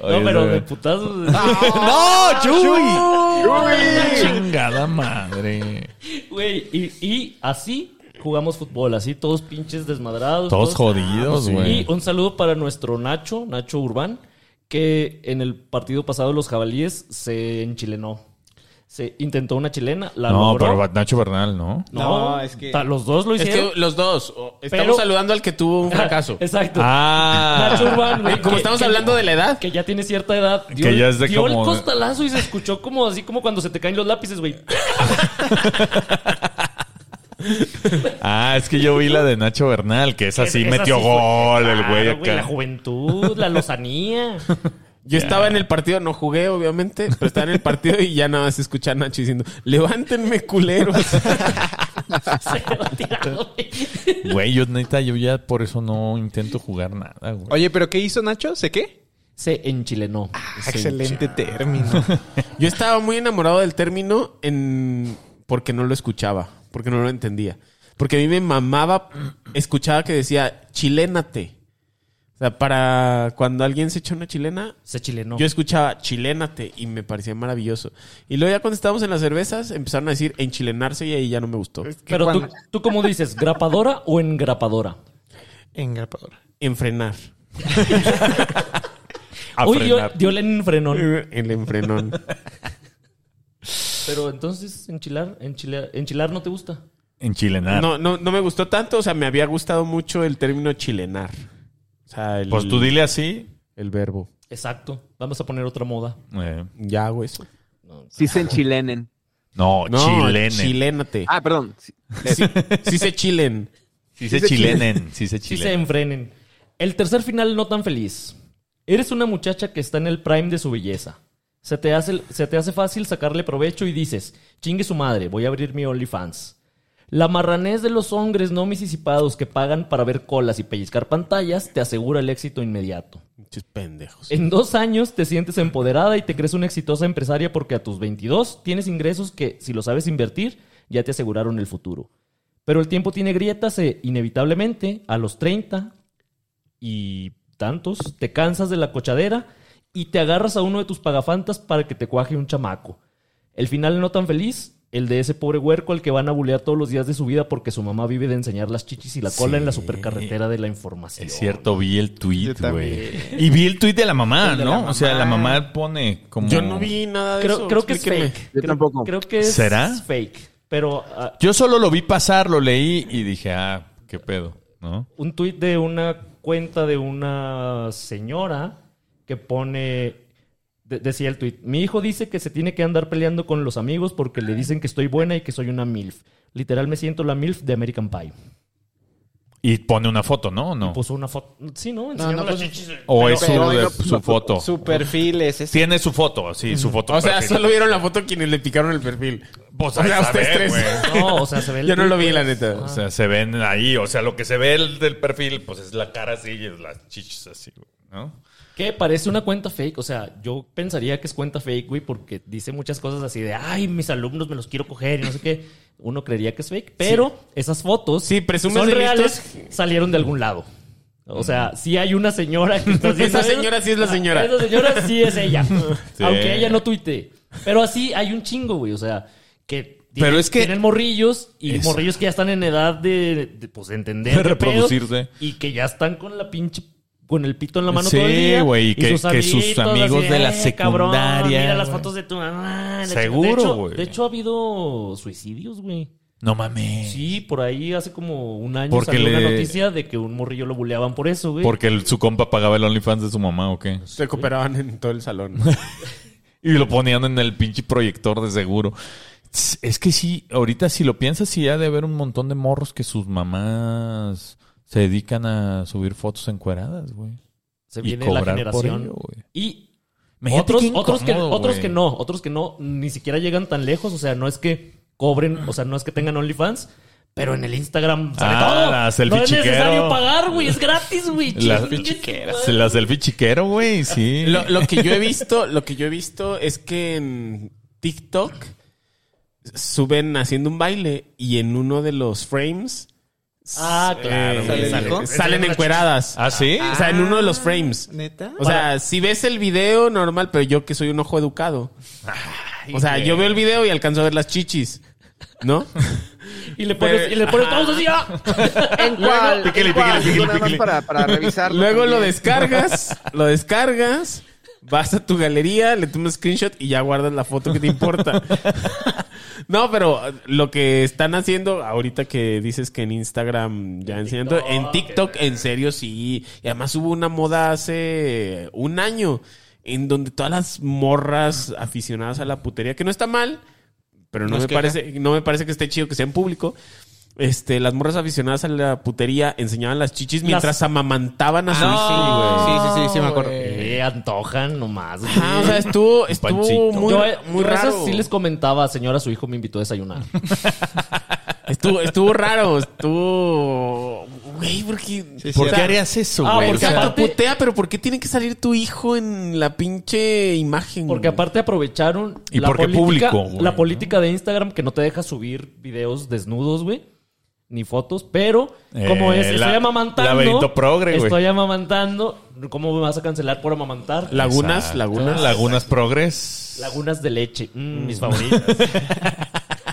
[SPEAKER 2] Oye,
[SPEAKER 3] no, pero
[SPEAKER 2] güey. Ah.
[SPEAKER 3] de putazo.
[SPEAKER 2] ¡No, Chuy! ¡Chingada madre!
[SPEAKER 3] Güey, y, y así jugamos fútbol, así todos pinches desmadrados.
[SPEAKER 2] Todos jodidos, güey.
[SPEAKER 3] Y un saludo para nuestro Nacho, Nacho Urbán, que en el partido pasado de los jabalíes se enchilenó. Se intentó una chilena, la
[SPEAKER 2] No,
[SPEAKER 3] logró.
[SPEAKER 2] pero Ba- Nacho Bernal, ¿no?
[SPEAKER 3] No,
[SPEAKER 4] No, es que-
[SPEAKER 3] ta- los dos lo
[SPEAKER 5] es
[SPEAKER 3] hicieron.
[SPEAKER 5] que los dos. o- Estamos
[SPEAKER 3] Pero-
[SPEAKER 5] saludando al que tuvo un fracaso.
[SPEAKER 3] Exacto.
[SPEAKER 2] Ah.
[SPEAKER 3] Nacho Urbán, güey,
[SPEAKER 5] Oye, Como
[SPEAKER 3] que-
[SPEAKER 5] estamos
[SPEAKER 3] que-
[SPEAKER 5] hablando de la edad.
[SPEAKER 3] que ya tiene cierta edad. Dio,
[SPEAKER 2] Que
[SPEAKER 3] el-
[SPEAKER 2] ya es de
[SPEAKER 3] dio
[SPEAKER 2] como-
[SPEAKER 3] el costalazo y se escuchó como así como cuando se te caen los lápices, güey.
[SPEAKER 2] Ah, es que yo vi la de Nacho Bernal, que es así,
[SPEAKER 3] Esa
[SPEAKER 2] metió
[SPEAKER 3] sí fue-
[SPEAKER 2] gol el
[SPEAKER 3] Claro,
[SPEAKER 2] güey acá.
[SPEAKER 3] La juventud, la lozanía.
[SPEAKER 5] Yo estaba en el partido, no jugué, obviamente, pero estaba en el partido y ya nada más escuchar a Nacho diciendo, levántenme culeros.
[SPEAKER 3] se quedó tirado, güey.
[SPEAKER 2] Güey, yo neta, yo ya por eso no intento jugar nada, güey.
[SPEAKER 5] Oye, pero ¿qué hizo Nacho? ¿Se qué?
[SPEAKER 3] Se enchilenó.
[SPEAKER 5] Excelente término. Yo estaba muy enamorado del término en porque no lo escuchaba, porque no lo entendía. Porque a mí me mamaba, escuchaba que decía chilénate. O sea, para cuando alguien se echa una chilena,
[SPEAKER 3] Se chilenó.
[SPEAKER 5] yo escuchaba chilénate y me parecía maravilloso. Y luego ya cuando estábamos en las cervezas, empezaron a decir enchilenarse y ahí ya no me gustó.
[SPEAKER 3] Pero tú, tú cómo dices, grapadora o engrapadora.
[SPEAKER 5] Engrapadora. Enfrenar.
[SPEAKER 2] A
[SPEAKER 3] Uy, dio,
[SPEAKER 2] frenar.
[SPEAKER 3] dio el frenón.
[SPEAKER 5] Eh, El enfrenón.
[SPEAKER 3] Pero entonces, enchilar, enchilar, enchilar no te gusta.
[SPEAKER 2] En chilenar.
[SPEAKER 5] No, no, no me gustó tanto, o sea, me había gustado mucho el término chilenar. O sea, el,
[SPEAKER 2] Pues tú dile así.
[SPEAKER 5] el verbo.
[SPEAKER 3] Exacto. Vamos a poner otra moda.
[SPEAKER 2] eh,
[SPEAKER 5] Ya hago eso.
[SPEAKER 4] Sí se enchilenen.
[SPEAKER 2] no, chilenen.
[SPEAKER 5] Chilénate.
[SPEAKER 4] Ah, perdón. Sí.
[SPEAKER 5] Sí, sí se chilen.
[SPEAKER 2] sí se chilenen. Sí se
[SPEAKER 3] Sí se
[SPEAKER 2] chilenen.
[SPEAKER 3] enfrenen. El tercer final no tan feliz. Eres una muchacha que está en el prime de su belleza. Se te hace, se te hace fácil sacarle provecho y dices, chingue su madre, voy a abrir mi OnlyFans. La marranés de los hombres no misisipados que pagan para ver colas y pellizcar pantallas te asegura el éxito inmediato.
[SPEAKER 5] Pinches pendejos.
[SPEAKER 3] En dos años te sientes empoderada y te crees una exitosa empresaria porque a tus 22 tienes ingresos que, si lo sabes invertir, ya te aseguraron el futuro. Pero el tiempo tiene grietas e, inevitablemente, a los 30 y tantos, te cansas de la cochadera y te agarras a uno de tus pagafantas para que te cuaje un chamaco. El final no tan feliz, el de ese pobre huerco al que van a bulear todos los días de su vida porque su mamá vive de enseñar las chichis y la cola en la supercarretera de la información.
[SPEAKER 2] Es cierto, vi el tweet, güey. Y vi el tweet de la mamá,
[SPEAKER 5] El de
[SPEAKER 2] ¿no?
[SPEAKER 5] la
[SPEAKER 2] O sea, la
[SPEAKER 5] mamá.
[SPEAKER 2] mamá pone como.
[SPEAKER 5] Yo no vi nada de
[SPEAKER 3] Creo,
[SPEAKER 5] eso.
[SPEAKER 3] creo que es
[SPEAKER 5] explíquenme.
[SPEAKER 3] fake.
[SPEAKER 4] Yo
[SPEAKER 3] Creo-
[SPEAKER 4] tampoco.
[SPEAKER 3] Creo que es
[SPEAKER 2] ¿Será?
[SPEAKER 3] fake. Pero ah,
[SPEAKER 2] Yo solo lo vi pasar, lo leí y dije, ah, qué pedo, ¿no?
[SPEAKER 3] un tuit de una cuenta de una señora que pone. de- decía el tuit: Mi hijo dice que se tiene que andar peleando con los amigos porque le dicen que estoy buena y que soy una MILF. Literal, me siento la MILF de American Pie.
[SPEAKER 2] Y pone una foto, ¿no? ¿O no?
[SPEAKER 5] pues,
[SPEAKER 3] Puso una foto. Sí, ¿no?
[SPEAKER 7] No,
[SPEAKER 3] Enseñando
[SPEAKER 7] no,
[SPEAKER 3] las
[SPEAKER 7] pues,
[SPEAKER 3] chichis.
[SPEAKER 2] o es
[SPEAKER 7] pero-
[SPEAKER 2] uno de
[SPEAKER 7] pero-
[SPEAKER 2] su foto.
[SPEAKER 7] Su perfil es ese.
[SPEAKER 2] Tiene su foto, sí, su foto.
[SPEAKER 5] O sea,
[SPEAKER 2] perfil.
[SPEAKER 5] solo vieron la foto quienes le picaron el perfil.
[SPEAKER 2] Pues,
[SPEAKER 5] o sea,
[SPEAKER 2] a
[SPEAKER 5] ustedes
[SPEAKER 2] saber,
[SPEAKER 5] tres. Ah.
[SPEAKER 2] güey.
[SPEAKER 3] No, o sea, se ve el
[SPEAKER 5] Yo no
[SPEAKER 3] tuit,
[SPEAKER 5] lo vi, la
[SPEAKER 3] pues.
[SPEAKER 5] neta.
[SPEAKER 2] O sea, se ven ahí, o sea, lo que se ve el del perfil, pues es la cara así y las chichis así, güey, ¿no?
[SPEAKER 3] Que parece una cuenta fake. O sea, yo pensaría que es cuenta fake, güey, porque dice muchas cosas así de, ay, mis alumnos me los quiero coger y no sé qué. Uno creería que es fake, pero esas fotos
[SPEAKER 5] Sí, presumes
[SPEAKER 3] son
[SPEAKER 5] de
[SPEAKER 3] reales, salieron de algún lado. O sea, sí hay una señora que está haciendo
[SPEAKER 5] Esa
[SPEAKER 3] eso.
[SPEAKER 5] señora sí es la señora.
[SPEAKER 3] Esa señora sí es ella. Aunque ella no tuitee. Pero así hay un chingo, güey. O sea, que tienen,
[SPEAKER 2] Pero es que-
[SPEAKER 3] tienen morrillos y
[SPEAKER 2] Es-
[SPEAKER 3] morrillos que ya están en edad de, de, pues, de entender.
[SPEAKER 2] De
[SPEAKER 3] qué pedo
[SPEAKER 2] reproducirse.
[SPEAKER 3] Y que ya están con la pinche con el pito en la mano
[SPEAKER 2] Sí,
[SPEAKER 3] todo el día.
[SPEAKER 2] güey, y que- que sus
[SPEAKER 3] amiguitos
[SPEAKER 2] amigos de la
[SPEAKER 3] "Eh, cabrón,
[SPEAKER 2] secundaria,
[SPEAKER 3] mira las
[SPEAKER 2] güey".
[SPEAKER 3] fotos de tu mamá. la chica".
[SPEAKER 2] Seguro,
[SPEAKER 3] De hecho-
[SPEAKER 2] güey.
[SPEAKER 3] De hecho, ha habido suicidios, güey.
[SPEAKER 2] No mames.
[SPEAKER 3] Sí, por ahí hace como un año
[SPEAKER 2] Porque
[SPEAKER 3] salió una
[SPEAKER 2] le-
[SPEAKER 3] noticia de que un morrillo lo buleaban por eso, güey.
[SPEAKER 2] Porque el- su compa pagaba el OnlyFans de su mamá o qué.
[SPEAKER 5] Se cooperaban en todo el salón.
[SPEAKER 2] Y lo ponían en el pinche proyector de seguro. Tss, Es que sí, ahorita si lo piensas, sí ha de haber un montón de morros que sus mamás se dedican a subir fotos encueradas, güey.
[SPEAKER 3] Se
[SPEAKER 2] Y
[SPEAKER 3] viene la
[SPEAKER 2] cobrar por
[SPEAKER 3] generación.
[SPEAKER 2] ello, güey.
[SPEAKER 3] y
[SPEAKER 2] Imagínate
[SPEAKER 3] otros,
[SPEAKER 2] qué
[SPEAKER 3] otros, que,
[SPEAKER 2] incómodo,
[SPEAKER 3] otros
[SPEAKER 2] güey.
[SPEAKER 3] que no, otros que no, ni siquiera llegan tan lejos. O sea, no es que cobren, o sea, no es que tengan OnlyFans, pero en el Instagram sale
[SPEAKER 2] Ah,
[SPEAKER 3] todo.
[SPEAKER 2] la
[SPEAKER 3] no
[SPEAKER 2] selfie
[SPEAKER 3] es necesario
[SPEAKER 2] chiquero.
[SPEAKER 3] pagar, güey. Es gratis, güey.
[SPEAKER 2] La
[SPEAKER 3] Chingue su
[SPEAKER 2] Se la selfie chiquero, güey, sí.
[SPEAKER 5] Lo, lo que yo he visto, lo que yo he visto es que en TikTok suben haciendo un baile y en uno de los frames
[SPEAKER 3] Ah, claro.
[SPEAKER 5] eh,
[SPEAKER 3] güey.
[SPEAKER 7] ¿Sale
[SPEAKER 5] salen,
[SPEAKER 7] hijo?
[SPEAKER 5] salen encueradas.
[SPEAKER 2] ¿Ah, sí?
[SPEAKER 5] O sea, en uno de los frames.
[SPEAKER 7] ¿Neta?
[SPEAKER 5] O sea, si ves el video normal, pero yo que soy un ojo educado. O sea, yo veo el video y alcanzo a ver las chichis. ¿No?
[SPEAKER 3] Y le pones, y le pones todos así. ah.
[SPEAKER 4] ¿En cuál?
[SPEAKER 2] Píquele,
[SPEAKER 4] ¿En cuál?
[SPEAKER 2] píquele, píquele,
[SPEAKER 4] Nada más
[SPEAKER 2] píquele.
[SPEAKER 4] para, para revisarlo.
[SPEAKER 5] Luego lo
[SPEAKER 4] también.
[SPEAKER 5] descargas, lo descargas, vas a tu galería, le tomas screenshot y ya guardas la foto que te importa. No, pero eh, lo que están haciendo ahorita que dices que en Instagram ya enseñando, en TikTok en serio sí. Y además hubo una moda hace un año en donde todas las morras aficionadas a la putería, que no está mal, pero no,
[SPEAKER 7] No es
[SPEAKER 5] me
[SPEAKER 7] queja.
[SPEAKER 5] parece, no me parece que esté chido que sea en público. Este, las morras aficionadas a la putería enseñaban las Ah, chichis mientras amamantaban a su hijo, güey.
[SPEAKER 7] sí, sí, sí, sí, me acuerdo.
[SPEAKER 3] Eh, antojan nomás, güey.
[SPEAKER 5] Ajá, o sea, estuvo,
[SPEAKER 2] pancito.
[SPEAKER 5] estuvo muy,
[SPEAKER 3] Yo, eh,
[SPEAKER 5] muy
[SPEAKER 3] yo esas
[SPEAKER 5] raro.
[SPEAKER 3] sí les comentaba, señora, su hijo me invitó a desayunar.
[SPEAKER 5] Estuvo, estuvo raro, estuvo. Güey, porque.
[SPEAKER 7] Sí,
[SPEAKER 2] ¿Por
[SPEAKER 7] sí,
[SPEAKER 2] qué
[SPEAKER 7] era.
[SPEAKER 2] harías eso,
[SPEAKER 3] Ah,
[SPEAKER 2] güey?
[SPEAKER 3] porque
[SPEAKER 2] O sea,
[SPEAKER 3] aparte-
[SPEAKER 5] putea, pero ¿por qué tiene que salir tu hijo en la pinche imagen?
[SPEAKER 3] Porque
[SPEAKER 5] güey?
[SPEAKER 3] aparte aprovecharon
[SPEAKER 2] ¿Y por qué público, güey,
[SPEAKER 3] la
[SPEAKER 2] no?
[SPEAKER 3] política de Instagram que no te deja subir videos desnudos, güey. Ni fotos, pero como
[SPEAKER 2] Eh,
[SPEAKER 3] es,
[SPEAKER 2] la-
[SPEAKER 3] estoy amamantando.
[SPEAKER 2] laberinto progre, güey.
[SPEAKER 3] Estoy amamantando. ¿Cómo me vas a cancelar por amamantar?
[SPEAKER 5] Lagunas,
[SPEAKER 2] Exacto.
[SPEAKER 5] lagunas.
[SPEAKER 2] Lagunas Progress.
[SPEAKER 3] Lagunas de leche. Mm, Mis favoritas.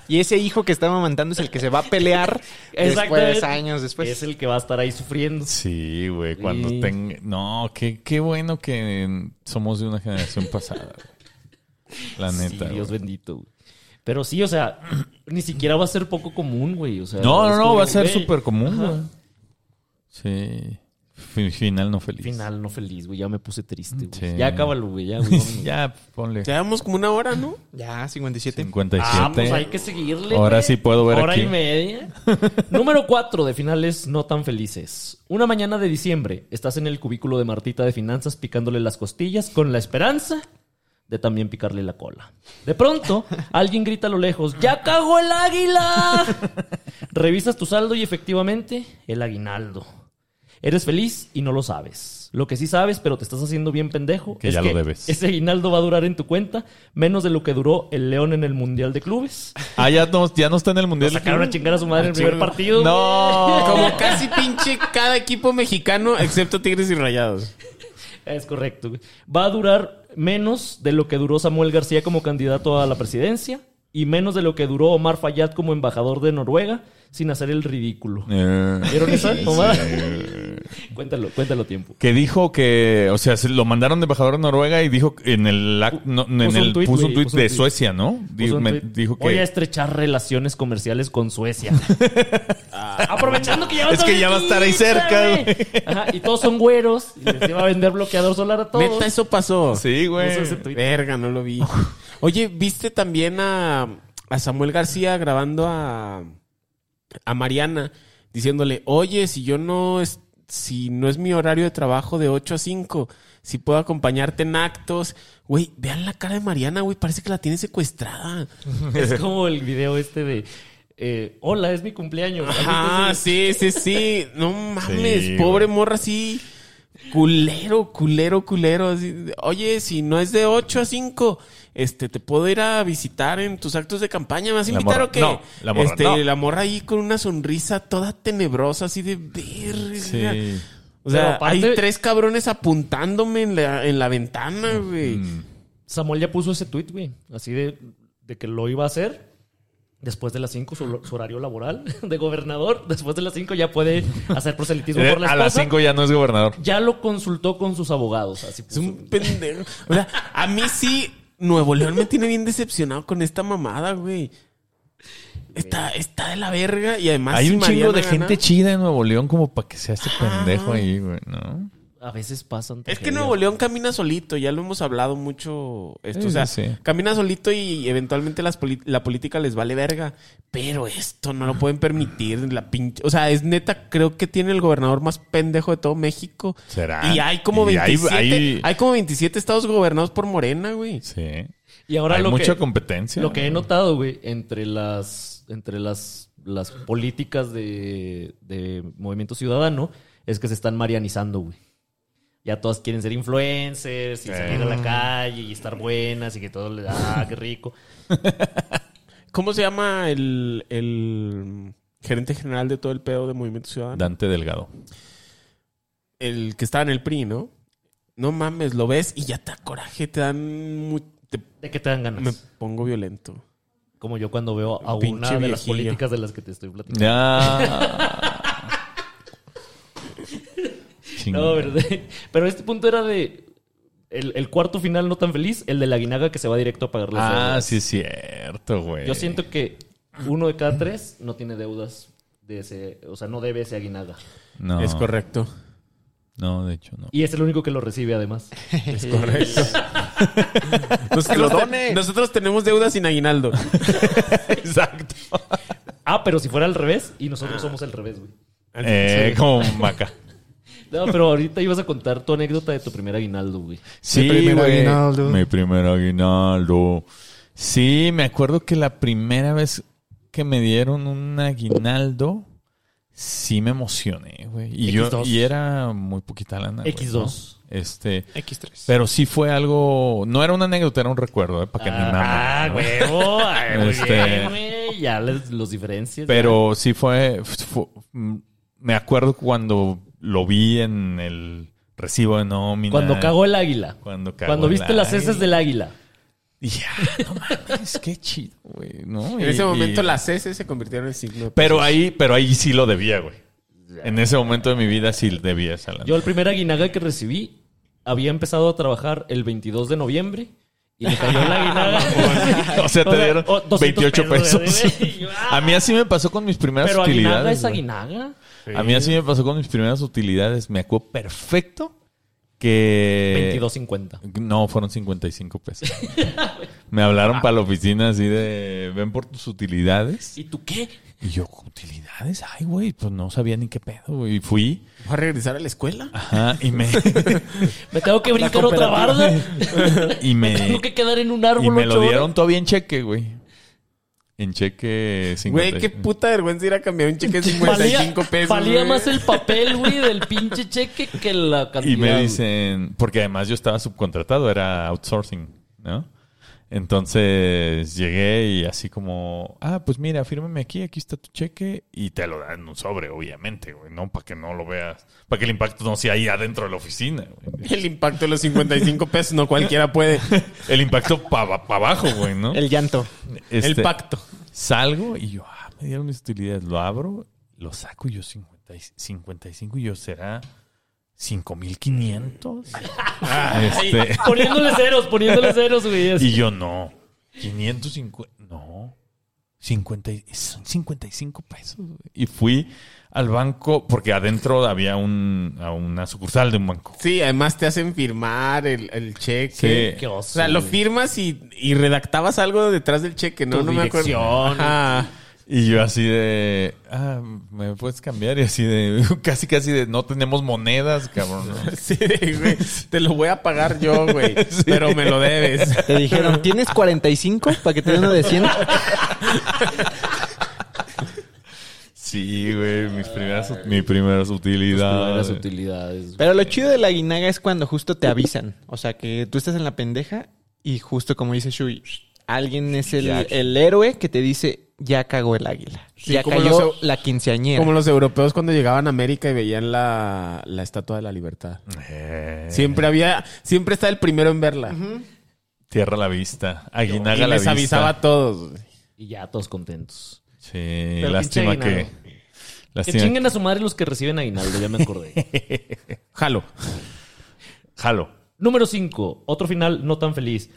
[SPEAKER 7] Y ese hijo que está amamantando es el que se va a pelear después,
[SPEAKER 3] Exactamente.
[SPEAKER 7] años después.
[SPEAKER 3] es el que va a estar ahí sufriendo.
[SPEAKER 2] Sí, güey, cuando
[SPEAKER 3] Sí.
[SPEAKER 2] tenga... No, qué, qué bueno que somos de una generación pasada. güey. La
[SPEAKER 3] Sí,
[SPEAKER 2] neta.
[SPEAKER 3] Dios
[SPEAKER 2] güey.
[SPEAKER 3] bendito, güey. Pero sí, o sea, ni siquiera va a ser poco común, güey. O sea,
[SPEAKER 2] no,
[SPEAKER 3] es
[SPEAKER 2] no, no,
[SPEAKER 3] como,
[SPEAKER 2] va a ser
[SPEAKER 3] güey,
[SPEAKER 2] súper común,
[SPEAKER 3] ajá.
[SPEAKER 2] güey. Sí. Fi- Final no feliz.
[SPEAKER 3] Final no feliz, güey. Ya me puse triste, güey.
[SPEAKER 2] Sí.
[SPEAKER 3] Ya acábalo, güey. Ya, güey. vámonos.
[SPEAKER 2] Ya, ponle
[SPEAKER 5] Llevamos como una hora, ¿no?
[SPEAKER 7] Ya, 57.
[SPEAKER 2] 57.
[SPEAKER 3] Ah, pues hay que seguirle.
[SPEAKER 2] Ahora
[SPEAKER 3] güey.
[SPEAKER 2] sí puedo ver
[SPEAKER 3] Hora
[SPEAKER 2] aquí.
[SPEAKER 3] y media. Número 4 de finales no tan felices. Una mañana de diciembre, estás en el cubículo de Martita de Finanzas picándole las costillas con la esperanza de también picarle la cola. De pronto, alguien grita a lo lejos, ¡Ya cagó el águila! Revisas tu saldo y efectivamente, el aguinaldo. Eres feliz y no lo sabes. Lo que sí sabes, pero te estás haciendo bien pendejo,
[SPEAKER 2] Que ya lo debes.
[SPEAKER 3] ese aguinaldo va a durar en tu cuenta menos de lo que duró el León en el Mundial de Clubes.
[SPEAKER 2] Ah, ya no, ya no está en el mundial.
[SPEAKER 3] Sacaron a chingar a su madre en el primer partido.
[SPEAKER 2] No.
[SPEAKER 5] Como casi pinche cada equipo mexicano, excepto Tigres y Rayados.
[SPEAKER 3] Es correcto. güey. Va a durar menos de lo que duró Samuel García como candidato a la presidencia y menos de lo que duró Omar Fayad como embajador de Noruega sin hacer el ridículo.
[SPEAKER 2] Eh,
[SPEAKER 3] ¿Vieron esa?
[SPEAKER 2] sí,
[SPEAKER 3] Omar?
[SPEAKER 2] sí.
[SPEAKER 3] cuéntalo, cuéntalo tiempo.
[SPEAKER 2] Que dijo que, o sea, se lo mandaron de embajador a Noruega y dijo que en el, ac- no, en
[SPEAKER 3] puso
[SPEAKER 2] el-
[SPEAKER 3] un tuit,
[SPEAKER 2] puso un
[SPEAKER 3] güey,
[SPEAKER 2] tuit
[SPEAKER 3] puso un
[SPEAKER 2] de
[SPEAKER 3] tuit.
[SPEAKER 2] Suecia, ¿no? Di-
[SPEAKER 3] Puso un
[SPEAKER 2] me-
[SPEAKER 3] tuit,
[SPEAKER 2] dijo
[SPEAKER 3] Pues Voy a
[SPEAKER 2] que
[SPEAKER 3] estrechar relaciones comerciales con Suecia. Ah, Aprovechando que ya va a
[SPEAKER 2] Es que
[SPEAKER 3] estar
[SPEAKER 2] ya va a estar ahí
[SPEAKER 3] aquí,
[SPEAKER 2] cerca,
[SPEAKER 3] güey. Ajá, y todos son güeros. Y les iba a vender bloqueador solar a todos.
[SPEAKER 5] Neta, eso pasó.
[SPEAKER 2] sí, güey.
[SPEAKER 3] Puso ese tuit.
[SPEAKER 5] Verga, no lo vi. Oye, ¿viste también a, a Samuel García grabando a, a Mariana diciéndole, oye, si yo no es, si no es mi horario de trabajo de 8 a 5, si puedo acompañarte en actos? Güey, vean la cara de Mariana, güey, parece que la tiene secuestrada.
[SPEAKER 3] Es como el video este de... eh, Hola, es mi cumpleaños.
[SPEAKER 5] Ah, sí, sí, sí. No mames,
[SPEAKER 2] Sí,
[SPEAKER 5] pobre
[SPEAKER 2] güey.
[SPEAKER 5] morra así. Culero, culero, culero. así. Oye, si no es de 8 a 5, este, te puedo ir a visitar en tus actos de campaña. ¿Me vas a
[SPEAKER 2] La
[SPEAKER 5] invitar
[SPEAKER 2] morra,
[SPEAKER 5] o qué?
[SPEAKER 2] no, la morra,
[SPEAKER 5] este,
[SPEAKER 2] no.
[SPEAKER 5] la morra ahí con una sonrisa toda tenebrosa, así de verga.
[SPEAKER 2] Sí.
[SPEAKER 5] O sea,
[SPEAKER 3] Pero aparte-
[SPEAKER 5] hay tres cabrones apuntándome en la, en la ventana, güey.
[SPEAKER 3] Samuel ya puso ese tweet, güey. Así de, de que lo iba a hacer. Después de las 5, su, su horario laboral de gobernador. Después de las 5 ya puede hacer proselitismo por la
[SPEAKER 2] Eh, A
[SPEAKER 3] esposa.
[SPEAKER 2] las 5 ya no es gobernador.
[SPEAKER 3] Ya lo consultó con sus abogados. Así
[SPEAKER 5] Es
[SPEAKER 3] puso.
[SPEAKER 5] un pendejo. O sea, a mí sí, Nuevo León me tiene bien decepcionado con esta mamada, güey. Está, está de la verga y además.
[SPEAKER 2] Hay
[SPEAKER 5] si
[SPEAKER 2] un chingo
[SPEAKER 5] Mariana
[SPEAKER 2] de
[SPEAKER 5] gana-
[SPEAKER 2] gente chida en Nuevo León como para que sea este pendejo ahí, güey, ¿no?
[SPEAKER 3] A veces pasan.
[SPEAKER 5] Es que
[SPEAKER 3] tragedias.
[SPEAKER 5] Nuevo León camina solito, ya lo hemos hablado mucho. Esto,
[SPEAKER 2] Sí,
[SPEAKER 5] o sea,
[SPEAKER 2] sí, sí.
[SPEAKER 5] camina solito y eventualmente las poli- la política les vale verga. Pero esto no lo pueden permitir. La pinche, o sea, es neta, creo que tiene el gobernador más pendejo de todo México.
[SPEAKER 2] ¿Será?
[SPEAKER 5] Y hay como
[SPEAKER 2] Y hay-
[SPEAKER 5] 27,
[SPEAKER 2] hay-
[SPEAKER 5] hay como 27 estados gobernados por Morena, güey.
[SPEAKER 2] Sí.
[SPEAKER 3] Y ahora
[SPEAKER 2] Hay
[SPEAKER 3] lo
[SPEAKER 2] mucha
[SPEAKER 3] que,
[SPEAKER 2] competencia.
[SPEAKER 3] Lo que he notado, güey, entre las, entre las, las políticas de, de Movimiento Ciudadano es que se están marianizando, güey. Ya todas quieren ser influencers y salir a la calle y estar buenas y que todo les... Ah, qué rico.
[SPEAKER 5] ¿Cómo se llama el, el gerente general de todo el pedo de Movimiento Ciudadano?
[SPEAKER 2] Dante Delgado.
[SPEAKER 5] El que estaba en el PRI, ¿no? No mames, lo ves y ya te da coraje, te dan... mu- te-
[SPEAKER 3] ¿De qué te dan ganas?
[SPEAKER 5] me pongo violento.
[SPEAKER 3] Como yo cuando veo a
[SPEAKER 5] Pinche
[SPEAKER 3] una de las
[SPEAKER 5] viejillo.
[SPEAKER 3] políticas de las que te estoy platicando.
[SPEAKER 2] Ya.
[SPEAKER 3] No, pero, pero este punto era de... El, el cuarto final no tan feliz, el de la guinaga que se va directo a pagar las
[SPEAKER 2] Ah,
[SPEAKER 3] deudas.
[SPEAKER 2] sí es cierto, güey.
[SPEAKER 3] Yo siento que uno de cada tres no tiene deudas de ese, o sea, no debe ese aguinaga.
[SPEAKER 2] No,
[SPEAKER 5] Es correcto.
[SPEAKER 2] No, de hecho, no.
[SPEAKER 3] Y es el único que lo recibe además.
[SPEAKER 5] Es correcto. nosotros,
[SPEAKER 4] lo
[SPEAKER 5] te-
[SPEAKER 4] done.
[SPEAKER 5] nosotros tenemos deudas sin aguinaldo.
[SPEAKER 2] Exacto.
[SPEAKER 3] Ah, pero si fuera al revés y nosotros somos al revés, güey.
[SPEAKER 2] Eh, como maca.
[SPEAKER 3] No, pero ahorita ibas a contar tu anécdota de tu primer aguinaldo, güey.
[SPEAKER 2] Sí,
[SPEAKER 7] primer
[SPEAKER 2] güey.
[SPEAKER 7] aguinaldo.
[SPEAKER 2] Mi primer aguinaldo. Sí, me acuerdo que la primera vez que me dieron un aguinaldo, sí me emocioné, güey. Y yo
[SPEAKER 3] X2.
[SPEAKER 2] y era muy poquita lana. Ah, güey,
[SPEAKER 3] X2.
[SPEAKER 2] ¿no? Este,
[SPEAKER 7] X3.
[SPEAKER 2] pero sí fue algo, no era una anécdota, era un recuerdo, eh, para que me
[SPEAKER 3] Ah,
[SPEAKER 2] mamen, güey.
[SPEAKER 3] huevo. ay, muy
[SPEAKER 2] Este-
[SPEAKER 3] bien, güey. Ya les- los diferencias.
[SPEAKER 2] Pero sí fue, fue- mm, Me acuerdo cuando lo vi en el recibo de nómina.
[SPEAKER 3] Cuando cagó el águila.
[SPEAKER 2] Cuando cagó
[SPEAKER 3] Cuando
[SPEAKER 2] el
[SPEAKER 3] viste las
[SPEAKER 2] águila.
[SPEAKER 3] heces del águila.
[SPEAKER 2] Dije, "Ah, no mames, qué chido, güey. ¿no?
[SPEAKER 5] En
[SPEAKER 2] Y-
[SPEAKER 5] ese momento
[SPEAKER 2] y-
[SPEAKER 5] las S se convirtieron en signo.
[SPEAKER 2] Pero ahí, pero ahí sí lo debía, güey. En ese momento de mi vida sí debía esa lana.
[SPEAKER 3] Yo el primer aguinaga que recibí había empezado a trabajar el 22 de noviembre y me cayó la aguinaga.
[SPEAKER 2] o sea, te dieron
[SPEAKER 3] o 200
[SPEAKER 2] 28 pesos.
[SPEAKER 3] güey. Y yo, ah,
[SPEAKER 2] A mí así me pasó con mis primeras
[SPEAKER 3] Pero aguinaga
[SPEAKER 2] utilidades.
[SPEAKER 3] es
[SPEAKER 2] güey.
[SPEAKER 3] aguinaga.
[SPEAKER 2] A mí así me pasó con mis primeras utilidades. Me acuerdo perfecto que...
[SPEAKER 3] 22.50.
[SPEAKER 2] No, fueron 55 pesos. me hablaron para la oficina así de, ven por tus utilidades.
[SPEAKER 3] ¿Y tú qué?
[SPEAKER 2] Y yo, utilidades, ay, güey, pues no sabía ni qué pedo, güey. Y fui,
[SPEAKER 5] ¿Va a regresar a la escuela?
[SPEAKER 2] ajá, y me,
[SPEAKER 3] Me tengo que brincar otra barda.
[SPEAKER 2] y
[SPEAKER 3] Me
[SPEAKER 2] me,
[SPEAKER 3] tengo que quedar en un árbol.
[SPEAKER 2] y me
[SPEAKER 3] ocho
[SPEAKER 2] lo
[SPEAKER 3] horas.
[SPEAKER 2] dieron todavía en cheque, güey. En cheque 50.
[SPEAKER 5] Güey, qué puta vergüenza ir a cambiar un cheque de
[SPEAKER 3] Valía-
[SPEAKER 5] 55 pesos.
[SPEAKER 3] Valía
[SPEAKER 5] güey.
[SPEAKER 3] más el papel, güey, del pinche cheque que la cantidad.
[SPEAKER 2] Y me
[SPEAKER 3] güey.
[SPEAKER 2] dicen, porque además yo estaba subcontratado, era outsourcing, ¿no? Entonces llegué y así como, ah, pues mira, fírmame aquí, aquí está tu cheque y te lo dan en un sobre, obviamente, güey, ¿no? Para que no lo veas, para que el impacto no sea ahí adentro de la oficina, güey.
[SPEAKER 5] El impacto de los 55 pesos no cualquiera puede.
[SPEAKER 2] El impacto para abajo, güey, ¿no?
[SPEAKER 7] El llanto.
[SPEAKER 5] El
[SPEAKER 2] Este,
[SPEAKER 5] pacto.
[SPEAKER 2] Salgo y yo, ah, me dieron mis utilidades, lo abro, lo saco y yo 50, y- 55 y yo será 5500. este.
[SPEAKER 3] Poniéndole ceros, poniéndole ceros, güey. así.
[SPEAKER 2] Y yo no. 550. No. 50, y- son 55 pesos. güey. Y fui al banco porque adentro había un, a una sucursal de un banco.
[SPEAKER 5] Sí, además te hacen firmar el, el cheque.
[SPEAKER 2] Sí.
[SPEAKER 3] Qué oso,
[SPEAKER 5] O sea, lo
[SPEAKER 3] güey.
[SPEAKER 5] firmas y, y redactabas algo detrás del cheque, ¿no?
[SPEAKER 3] Tu
[SPEAKER 5] no me acuerdo.
[SPEAKER 3] dirección.
[SPEAKER 5] Ajá.
[SPEAKER 2] Y yo así de, ah, me puedes cambiar y así de, casi casi de, no tenemos monedas, cabrón. ¿no?
[SPEAKER 5] Sí, güey. Te lo voy a pagar yo, güey. Pero me lo debes.
[SPEAKER 7] Te dijeron, ¿tienes 45 para que te den uno de 100?
[SPEAKER 2] Sí, güey, mis primeras, mis primeras utilidades.
[SPEAKER 3] Las utilidades. güey.
[SPEAKER 7] Pero lo chido de la guinaga es cuando justo te avisan. O sea, que tú estás en la pendeja y justo como dice Shui, alguien es el, el héroe que te dice, ya cagó el águila.
[SPEAKER 5] Sí,
[SPEAKER 7] ya
[SPEAKER 5] como
[SPEAKER 7] cayó
[SPEAKER 5] los-
[SPEAKER 7] la quinceañera.
[SPEAKER 5] Como los europeos cuando llegaban a América y veían la, la estatua de la libertad.
[SPEAKER 2] Eh,
[SPEAKER 5] Siempre había, siempre está el primero en verla.
[SPEAKER 2] Tierra a la vista,
[SPEAKER 5] Y
[SPEAKER 2] aguinaga a la
[SPEAKER 5] les
[SPEAKER 2] vista.
[SPEAKER 5] avisaba a todos. güey.
[SPEAKER 3] Y ya todos contentos.
[SPEAKER 2] Sí,
[SPEAKER 3] Pero
[SPEAKER 2] lástima
[SPEAKER 3] pinche
[SPEAKER 2] que...
[SPEAKER 3] aguinaldo. Que
[SPEAKER 2] Lástima
[SPEAKER 3] chinguen a su madre los que reciben aguinaldo, ya me acordé.
[SPEAKER 5] Jalo.
[SPEAKER 2] Jalo.
[SPEAKER 3] Número 5. Otro final no tan feliz.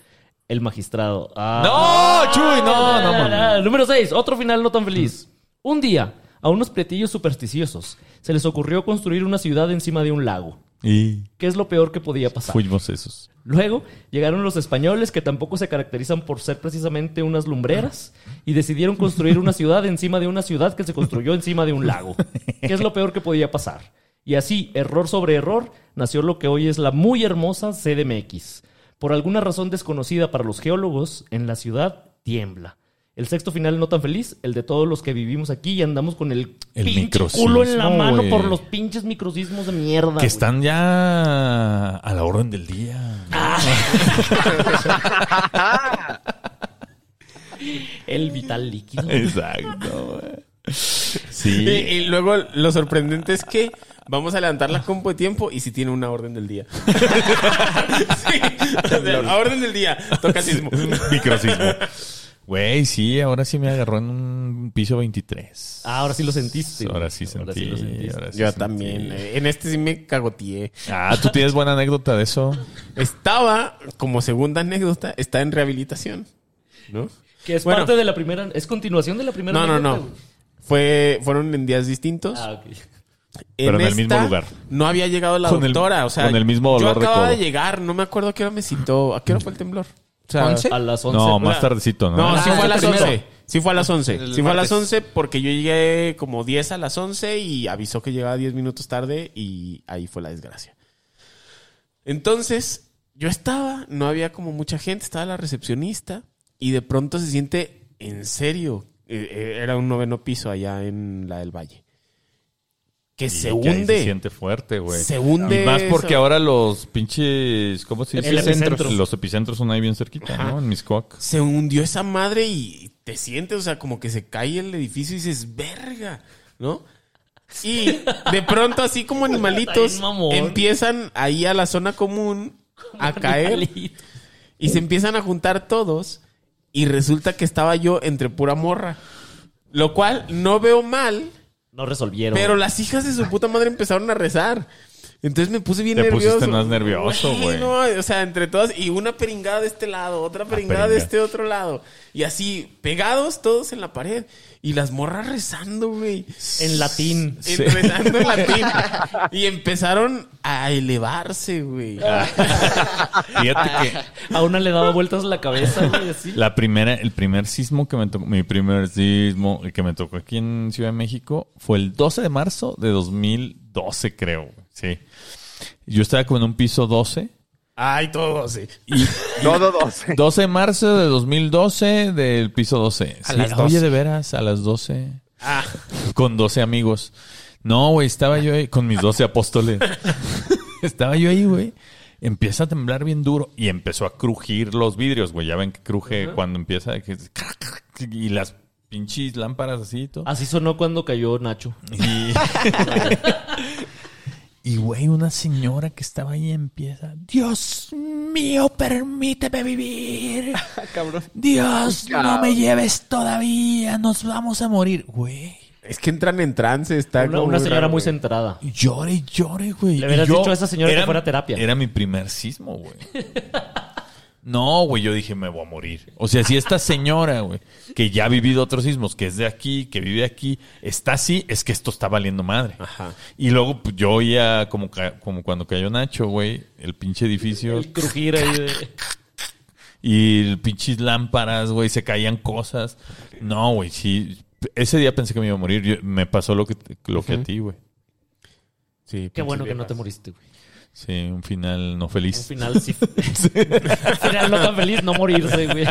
[SPEAKER 3] El magistrado. Ah.
[SPEAKER 2] ¡No, Chuy! No, no,
[SPEAKER 3] La, la,
[SPEAKER 2] mames.
[SPEAKER 3] la. Número 6. Otro final no tan feliz. Un día, a unos pretillos supersticiosos se les ocurrió construir una ciudad encima de un lago.
[SPEAKER 2] Y
[SPEAKER 3] ¿Qué es lo peor que podía pasar?
[SPEAKER 2] fuimos esos.
[SPEAKER 3] Luego llegaron los españoles, que tampoco se caracterizan por ser precisamente unas lumbreras, y decidieron construir una ciudad encima de una ciudad que se construyó encima de un lago. ¿Qué es lo peor que podía pasar? Y así, error sobre error, nació lo que hoy es la muy hermosa CDMX. Por alguna razón desconocida para los geólogos, en la ciudad tiembla. El sexto final no tan feliz, el de todos los que vivimos aquí y andamos con el,
[SPEAKER 2] El
[SPEAKER 3] pinche
[SPEAKER 2] microcismo,
[SPEAKER 3] culo en la mano
[SPEAKER 2] güey.
[SPEAKER 3] por los pinches microcismos de mierda.
[SPEAKER 2] Que
[SPEAKER 3] güey.
[SPEAKER 2] están ya a la orden del día.
[SPEAKER 3] Ah. El vital líquido.
[SPEAKER 2] Exacto. güey.
[SPEAKER 5] Y,
[SPEAKER 2] Sí.
[SPEAKER 5] y luego lo sorprendente es que vamos a levantar la compu de tiempo y si tiene una orden del día. sí, o sea, a orden del día. Toca sismo.
[SPEAKER 2] Microcismo. Güey, sí, ahora sí me agarró en un piso 23.
[SPEAKER 3] Ah, ahora sí lo sentiste.
[SPEAKER 2] Ahora sí sentí.
[SPEAKER 3] Ahora sí lo sentiste.
[SPEAKER 2] ahora sí
[SPEAKER 5] Yo
[SPEAKER 2] sentí.
[SPEAKER 5] también. eh, En este sí me cagoteé.
[SPEAKER 2] Ah, tú tienes buena anécdota de eso.
[SPEAKER 5] Estaba, como segunda anécdota, está en rehabilitación. ¿No?
[SPEAKER 3] Que es
[SPEAKER 5] Bueno.
[SPEAKER 3] parte de la primera. Es continuación de la primera.
[SPEAKER 5] No, no,
[SPEAKER 3] anécdota,
[SPEAKER 5] no.
[SPEAKER 3] güey.
[SPEAKER 5] Fue, fueron en días distintos.
[SPEAKER 3] Ah, ok.
[SPEAKER 2] Pero en el mismo lugar.
[SPEAKER 5] No había llegado la
[SPEAKER 2] Con el-
[SPEAKER 5] doctora. o sea,
[SPEAKER 2] con el mismo
[SPEAKER 5] yo
[SPEAKER 2] dolor de
[SPEAKER 5] acababa de,
[SPEAKER 2] codo.
[SPEAKER 5] llegar. No me acuerdo a qué hora me citó. ¿A qué hora fue el temblor? O sea,
[SPEAKER 7] ¿Ah, ¿Once?
[SPEAKER 3] A las 11.
[SPEAKER 2] No, más tardecito, ¿no?
[SPEAKER 5] No,
[SPEAKER 7] Ah,
[SPEAKER 5] sí fue a
[SPEAKER 7] el
[SPEAKER 5] las
[SPEAKER 7] primero.
[SPEAKER 5] 11. Sí fue a las 11.
[SPEAKER 7] El
[SPEAKER 5] Sí fue a las
[SPEAKER 7] martes.
[SPEAKER 5] 11 porque yo llegué como 10 a las 11 y avisó que llegaba 10 minutos tarde y ahí fue la desgracia. Entonces, yo estaba, no había como mucha gente, estaba la recepcionista y de pronto se siente en serio. eh, eh, Era un noveno piso allá en la del Valle. Que se
[SPEAKER 2] Y que ahí Se
[SPEAKER 5] hunde.
[SPEAKER 2] siente fuerte, güey.
[SPEAKER 5] Se hunde
[SPEAKER 2] Y más porque
[SPEAKER 5] eso.
[SPEAKER 2] ahora los pinches. ¿Cómo se dice?
[SPEAKER 3] El epicentro.
[SPEAKER 2] Los epicentros son ahí bien cerquita, ¿no? En Miscoac.
[SPEAKER 5] Se hundió esa madre y te sientes, o sea, como que se cae el edificio y dices, verga, ¿no? Y de pronto, así como animalitos,
[SPEAKER 3] Está bien mamón.
[SPEAKER 5] empiezan ahí a la zona común a caer y se empiezan a juntar todos y resulta que estaba yo entre pura morra. Lo cual no veo mal,
[SPEAKER 3] No resolvieron.
[SPEAKER 5] pero las hijas de su puta madre empezaron a rezar. Entonces me puse bien
[SPEAKER 2] Te
[SPEAKER 5] nervioso.
[SPEAKER 2] pusiste más nervioso, güey. Ah,
[SPEAKER 5] no, o sea, entre todas. Y una peringada de este lado, otra peringada de
[SPEAKER 2] peringa.
[SPEAKER 5] este otro lado. Y así, pegados todos en la pared. Y las morras rezando, güey.
[SPEAKER 3] En latín.
[SPEAKER 2] Sí.
[SPEAKER 5] Rezando en latín. y empezaron a elevarse, güey.
[SPEAKER 2] Ah. Fíjate que
[SPEAKER 3] A una le daba vueltas la cabeza, güey, así.
[SPEAKER 2] La primera, el primer sismo que me tocó, mi primer sismo que me tocó aquí en Ciudad de México fue el 12 de marzo de 2012, creo. güey. Sí. Yo estaba como en un piso 12.
[SPEAKER 5] Ay, todos, sí.
[SPEAKER 2] Y
[SPEAKER 4] No, no, no. sí.
[SPEAKER 2] 12 de marzo de 2012 del piso 12. A
[SPEAKER 5] las
[SPEAKER 2] Oye,
[SPEAKER 5] 12.
[SPEAKER 2] de veras, a las 12. Con 12 amigos. No, güey, estaba yo ahí con mis 12 apóstoles. estaba yo ahí, güey. Empieza a temblar bien duro y empezó a crujir los vidrios, güey. Ya ven que cruje cuando empieza. que- y las pinches lámparas así y todo.
[SPEAKER 3] Así sonó cuando cayó Nacho.
[SPEAKER 2] Y, Y, güey, una señora que estaba ahí empieza. Dios mío, permíteme vivir. Dios, no me lleves todavía. Nos vamos a morir, güey.
[SPEAKER 5] Es que entran en trance. Está
[SPEAKER 3] Una,
[SPEAKER 5] como
[SPEAKER 3] una señora
[SPEAKER 5] raro,
[SPEAKER 3] muy
[SPEAKER 5] güey.
[SPEAKER 3] centrada.
[SPEAKER 2] Y Llore, y llore, güey.
[SPEAKER 3] Le
[SPEAKER 2] Y
[SPEAKER 3] hubieras
[SPEAKER 2] yo-
[SPEAKER 3] dicho a esa señora
[SPEAKER 2] era-
[SPEAKER 3] que fuera a terapia.
[SPEAKER 2] Era mi primer sismo, güey. No, güey, yo dije, me voy a morir. O sea, si esta señora, güey, que ya ha vivido otros sismos, que es de aquí, que vive aquí, está así, es que esto está valiendo madre. Y luego pues, yo oía como, ca- como cuando cayó Nacho, güey, el pinche edificio
[SPEAKER 3] El crujir ahí de...
[SPEAKER 2] y el pinches lámparas, güey, se caían cosas. No, güey, sí. Ese día pensé que me iba a morir. Yo- me pasó lo que, lo que a ti, güey.
[SPEAKER 5] Sí,
[SPEAKER 3] Qué
[SPEAKER 5] pinches
[SPEAKER 3] bueno que no
[SPEAKER 5] viejas.
[SPEAKER 3] te moriste, güey.
[SPEAKER 2] Sí, un final no
[SPEAKER 3] Un
[SPEAKER 2] feliz.
[SPEAKER 3] final sí. Un final no tan feliz, no morirse, güey.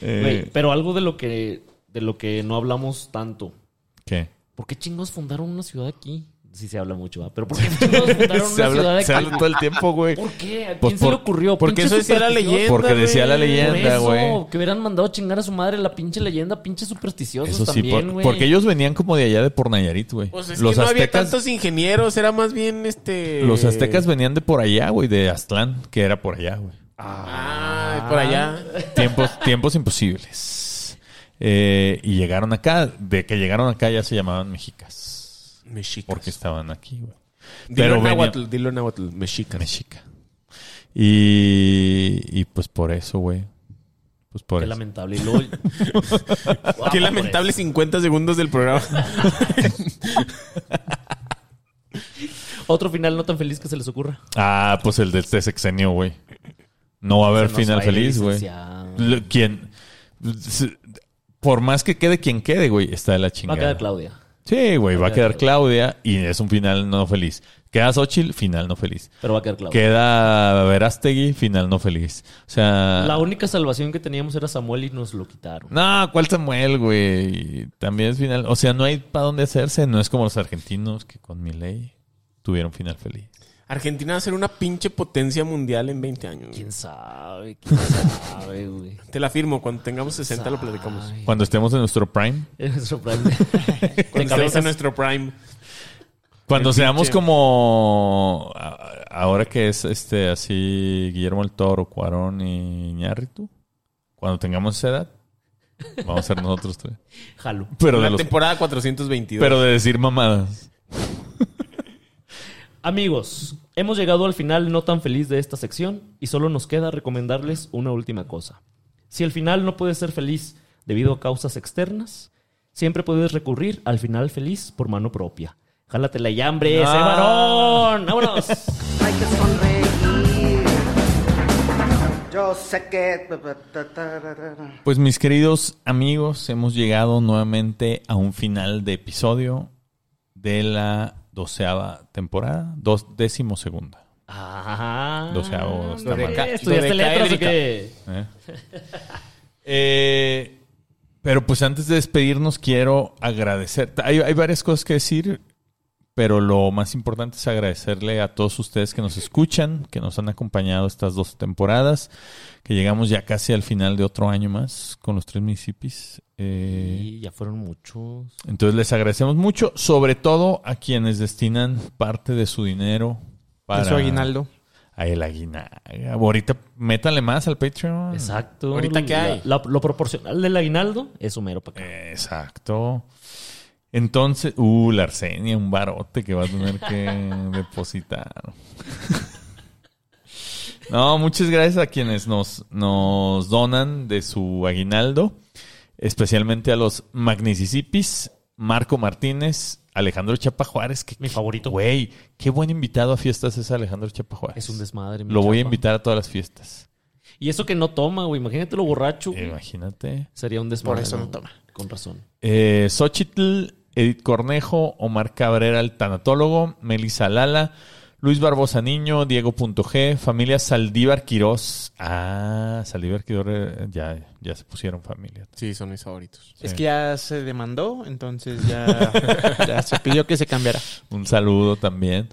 [SPEAKER 2] Eh,
[SPEAKER 3] Güey, Pero algo de lo que de lo que no hablamos tanto.
[SPEAKER 2] ¿Qué?
[SPEAKER 3] ¿Por qué chingos fundaron una ciudad aquí? Sí se habla mucho, ¿va? Pero ¿por qué chingos fundaron una
[SPEAKER 2] se habla,
[SPEAKER 3] ciudad
[SPEAKER 2] se
[SPEAKER 3] aquí?
[SPEAKER 2] habla todo el tiempo, güey.
[SPEAKER 3] ¿Por qué? ¿A quién
[SPEAKER 2] Pues
[SPEAKER 3] se
[SPEAKER 2] por-
[SPEAKER 3] le ocurrió?
[SPEAKER 5] porque
[SPEAKER 3] Pinche
[SPEAKER 5] eso decía la
[SPEAKER 3] supersticioso.
[SPEAKER 5] leyenda,
[SPEAKER 2] Porque decía la
[SPEAKER 3] Por
[SPEAKER 5] güey.
[SPEAKER 2] leyenda,
[SPEAKER 3] eso,
[SPEAKER 2] güey.
[SPEAKER 3] Que hubieran mandado a chingar a su madre la pinche leyenda, pinches supersticiosos
[SPEAKER 2] Eso sí, por-
[SPEAKER 3] también, güey.
[SPEAKER 2] porque ellos venían como de allá de por Nayarit, güey.
[SPEAKER 5] Pues es
[SPEAKER 2] los
[SPEAKER 5] que no había
[SPEAKER 2] aztecas,
[SPEAKER 5] tantos ingenieros, era más bien este.
[SPEAKER 2] los aztecas venían de por allá, güey, de Aztlán, que era por allá, güey.
[SPEAKER 5] Ah, por allá.
[SPEAKER 2] Tiempos, tiempos imposibles. Eh, y llegaron acá, de que llegaron acá ya se llamaban mexicas,
[SPEAKER 5] Mexicas.
[SPEAKER 2] porque estaban aquí, güey.
[SPEAKER 5] Dilo
[SPEAKER 2] pero
[SPEAKER 5] en
[SPEAKER 2] venía-
[SPEAKER 5] náhuatl, dilo en náhuatl, mexicas.
[SPEAKER 2] Mexica. Y, y pues por eso, güey. Pues por
[SPEAKER 3] Qué
[SPEAKER 2] eso.
[SPEAKER 3] lamentable. Y luego- Ah,
[SPEAKER 5] Qué lamentable 50 segundos del programa.
[SPEAKER 3] Otro final no tan feliz que se les ocurra.
[SPEAKER 2] Ah, pues el de este sexenio, güey. No va a haber
[SPEAKER 3] Se nos
[SPEAKER 2] final
[SPEAKER 3] va a ir,
[SPEAKER 2] feliz, güey.
[SPEAKER 3] licenciado.
[SPEAKER 2] Lo- Quien. se- Por más que quede quien quede, güey, está de la
[SPEAKER 3] Va a
[SPEAKER 2] chingada.
[SPEAKER 3] quedar Claudia.
[SPEAKER 2] Sí, güey, va a
[SPEAKER 3] quedar
[SPEAKER 2] quedar Claudia y es un final no feliz. Queda Xochitl, final no feliz.
[SPEAKER 3] Pero va a quedar Claudia.
[SPEAKER 2] Queda Verástegui, final no feliz. O sea.
[SPEAKER 3] La única salvación que teníamos era Samuel y nos lo quitaron.
[SPEAKER 2] ah, No, ¿cuál Samuel, güey? También es final. O sea, no hay para dónde hacerse. No es como los argentinos que con mi ley tuvieron final feliz.
[SPEAKER 5] Argentina va a ser una pinche potencia mundial en 20 años.
[SPEAKER 3] ¿Quién sabe? ¿Quién sabe, güey?
[SPEAKER 5] Te la firmo, cuando tengamos 60 lo platicamos.
[SPEAKER 3] Ay,
[SPEAKER 2] Cuando estemos en nuestro prime.
[SPEAKER 3] Es nuestro plan de- de
[SPEAKER 5] Cuando estemos en
[SPEAKER 3] cabezas.
[SPEAKER 5] nuestro prime.
[SPEAKER 2] Cuando
[SPEAKER 5] El
[SPEAKER 2] seamos
[SPEAKER 5] pinche-
[SPEAKER 2] como a- ahora que es este así Guillermo el Toro, Cuarón y Iñárritu, cuando tengamos esa edad, vamos a ser nosotros tres.
[SPEAKER 3] Jalo.
[SPEAKER 2] Pero de,
[SPEAKER 5] la
[SPEAKER 2] los-
[SPEAKER 5] temporada 422.
[SPEAKER 2] pero de decir mamadas.
[SPEAKER 3] Amigos, hemos llegado al final no tan feliz de esta sección y solo nos queda recomendarles una última cosa. Si el final no puede ser feliz debido a causas externas, siempre puedes recurrir al final feliz por mano propia. Jálate la hambre, ese
[SPEAKER 2] Ah.
[SPEAKER 3] varón. Vámonos.
[SPEAKER 10] Hay que sonreír. Yo sé que.
[SPEAKER 2] Pues mis queridos amigos, hemos llegado nuevamente a un final de episodio de la doceava temporada, dos décimo segunda.
[SPEAKER 3] Ajá.
[SPEAKER 2] Doceavo está
[SPEAKER 3] Hombre,
[SPEAKER 2] mal. Ca-
[SPEAKER 3] ¿Estudiaste letras o qué?
[SPEAKER 2] ¿eh? Eh, pero pues antes de despedirnos quiero agradecer. Hay, hay varias cosas que decir, pero lo más importante es agradecerle a todos ustedes que nos escuchan, que nos han acompañado estas dos temporadas, que llegamos ya casi al final de otro año más con los tres municipios. Eh,
[SPEAKER 3] Y ya fueron muchos.
[SPEAKER 2] entonces les agradecemos mucho, sobre todo a quienes destinan parte de su dinero para
[SPEAKER 7] Su aguinaldo.
[SPEAKER 2] A el aguinaldo. Ahorita métale más al Patreon.
[SPEAKER 3] Exacto.
[SPEAKER 5] ¿Ahorita qué hay?
[SPEAKER 3] La- la- lo proporcional del aguinaldo es Homero para acá.
[SPEAKER 2] Exacto. Entonces, uh, la arsenia, un barote que va a tener que depositar. No, muchas gracias a quienes nos, nos donan de su aguinaldo, especialmente a los Magnicisipis, Marco Martínez, Alejandro Chapa Juárez, que
[SPEAKER 3] Mi favorito.
[SPEAKER 2] Eh. güey, qué buen invitado a fiestas es Alejandro Chapa Juárez.
[SPEAKER 3] Es un desmadre. mi
[SPEAKER 2] Lo voy a
[SPEAKER 3] chapa.
[SPEAKER 2] invitar a todas las fiestas.
[SPEAKER 3] Y eso que no toma, güey. Imagínate lo borracho.
[SPEAKER 2] Imagínate.
[SPEAKER 3] Sería un desmadre.
[SPEAKER 7] Por eso no
[SPEAKER 3] güey.
[SPEAKER 7] toma.
[SPEAKER 3] Con razón.
[SPEAKER 2] Eh, Xochitl, Edith Cornejo, Omar Cabrera, el tanatólogo, Melissa Lala, Luis Barbosa Niño, Diego.g, familia Saldívar Quirós. Ah, Saldívar Quirós, eh, ya, ya se pusieron familia.
[SPEAKER 8] Sí, son mis favoritos.
[SPEAKER 7] Es
[SPEAKER 2] Sí.
[SPEAKER 7] que ya se demandó, entonces ya, ya se pidió que se cambiara.
[SPEAKER 2] Un saludo también.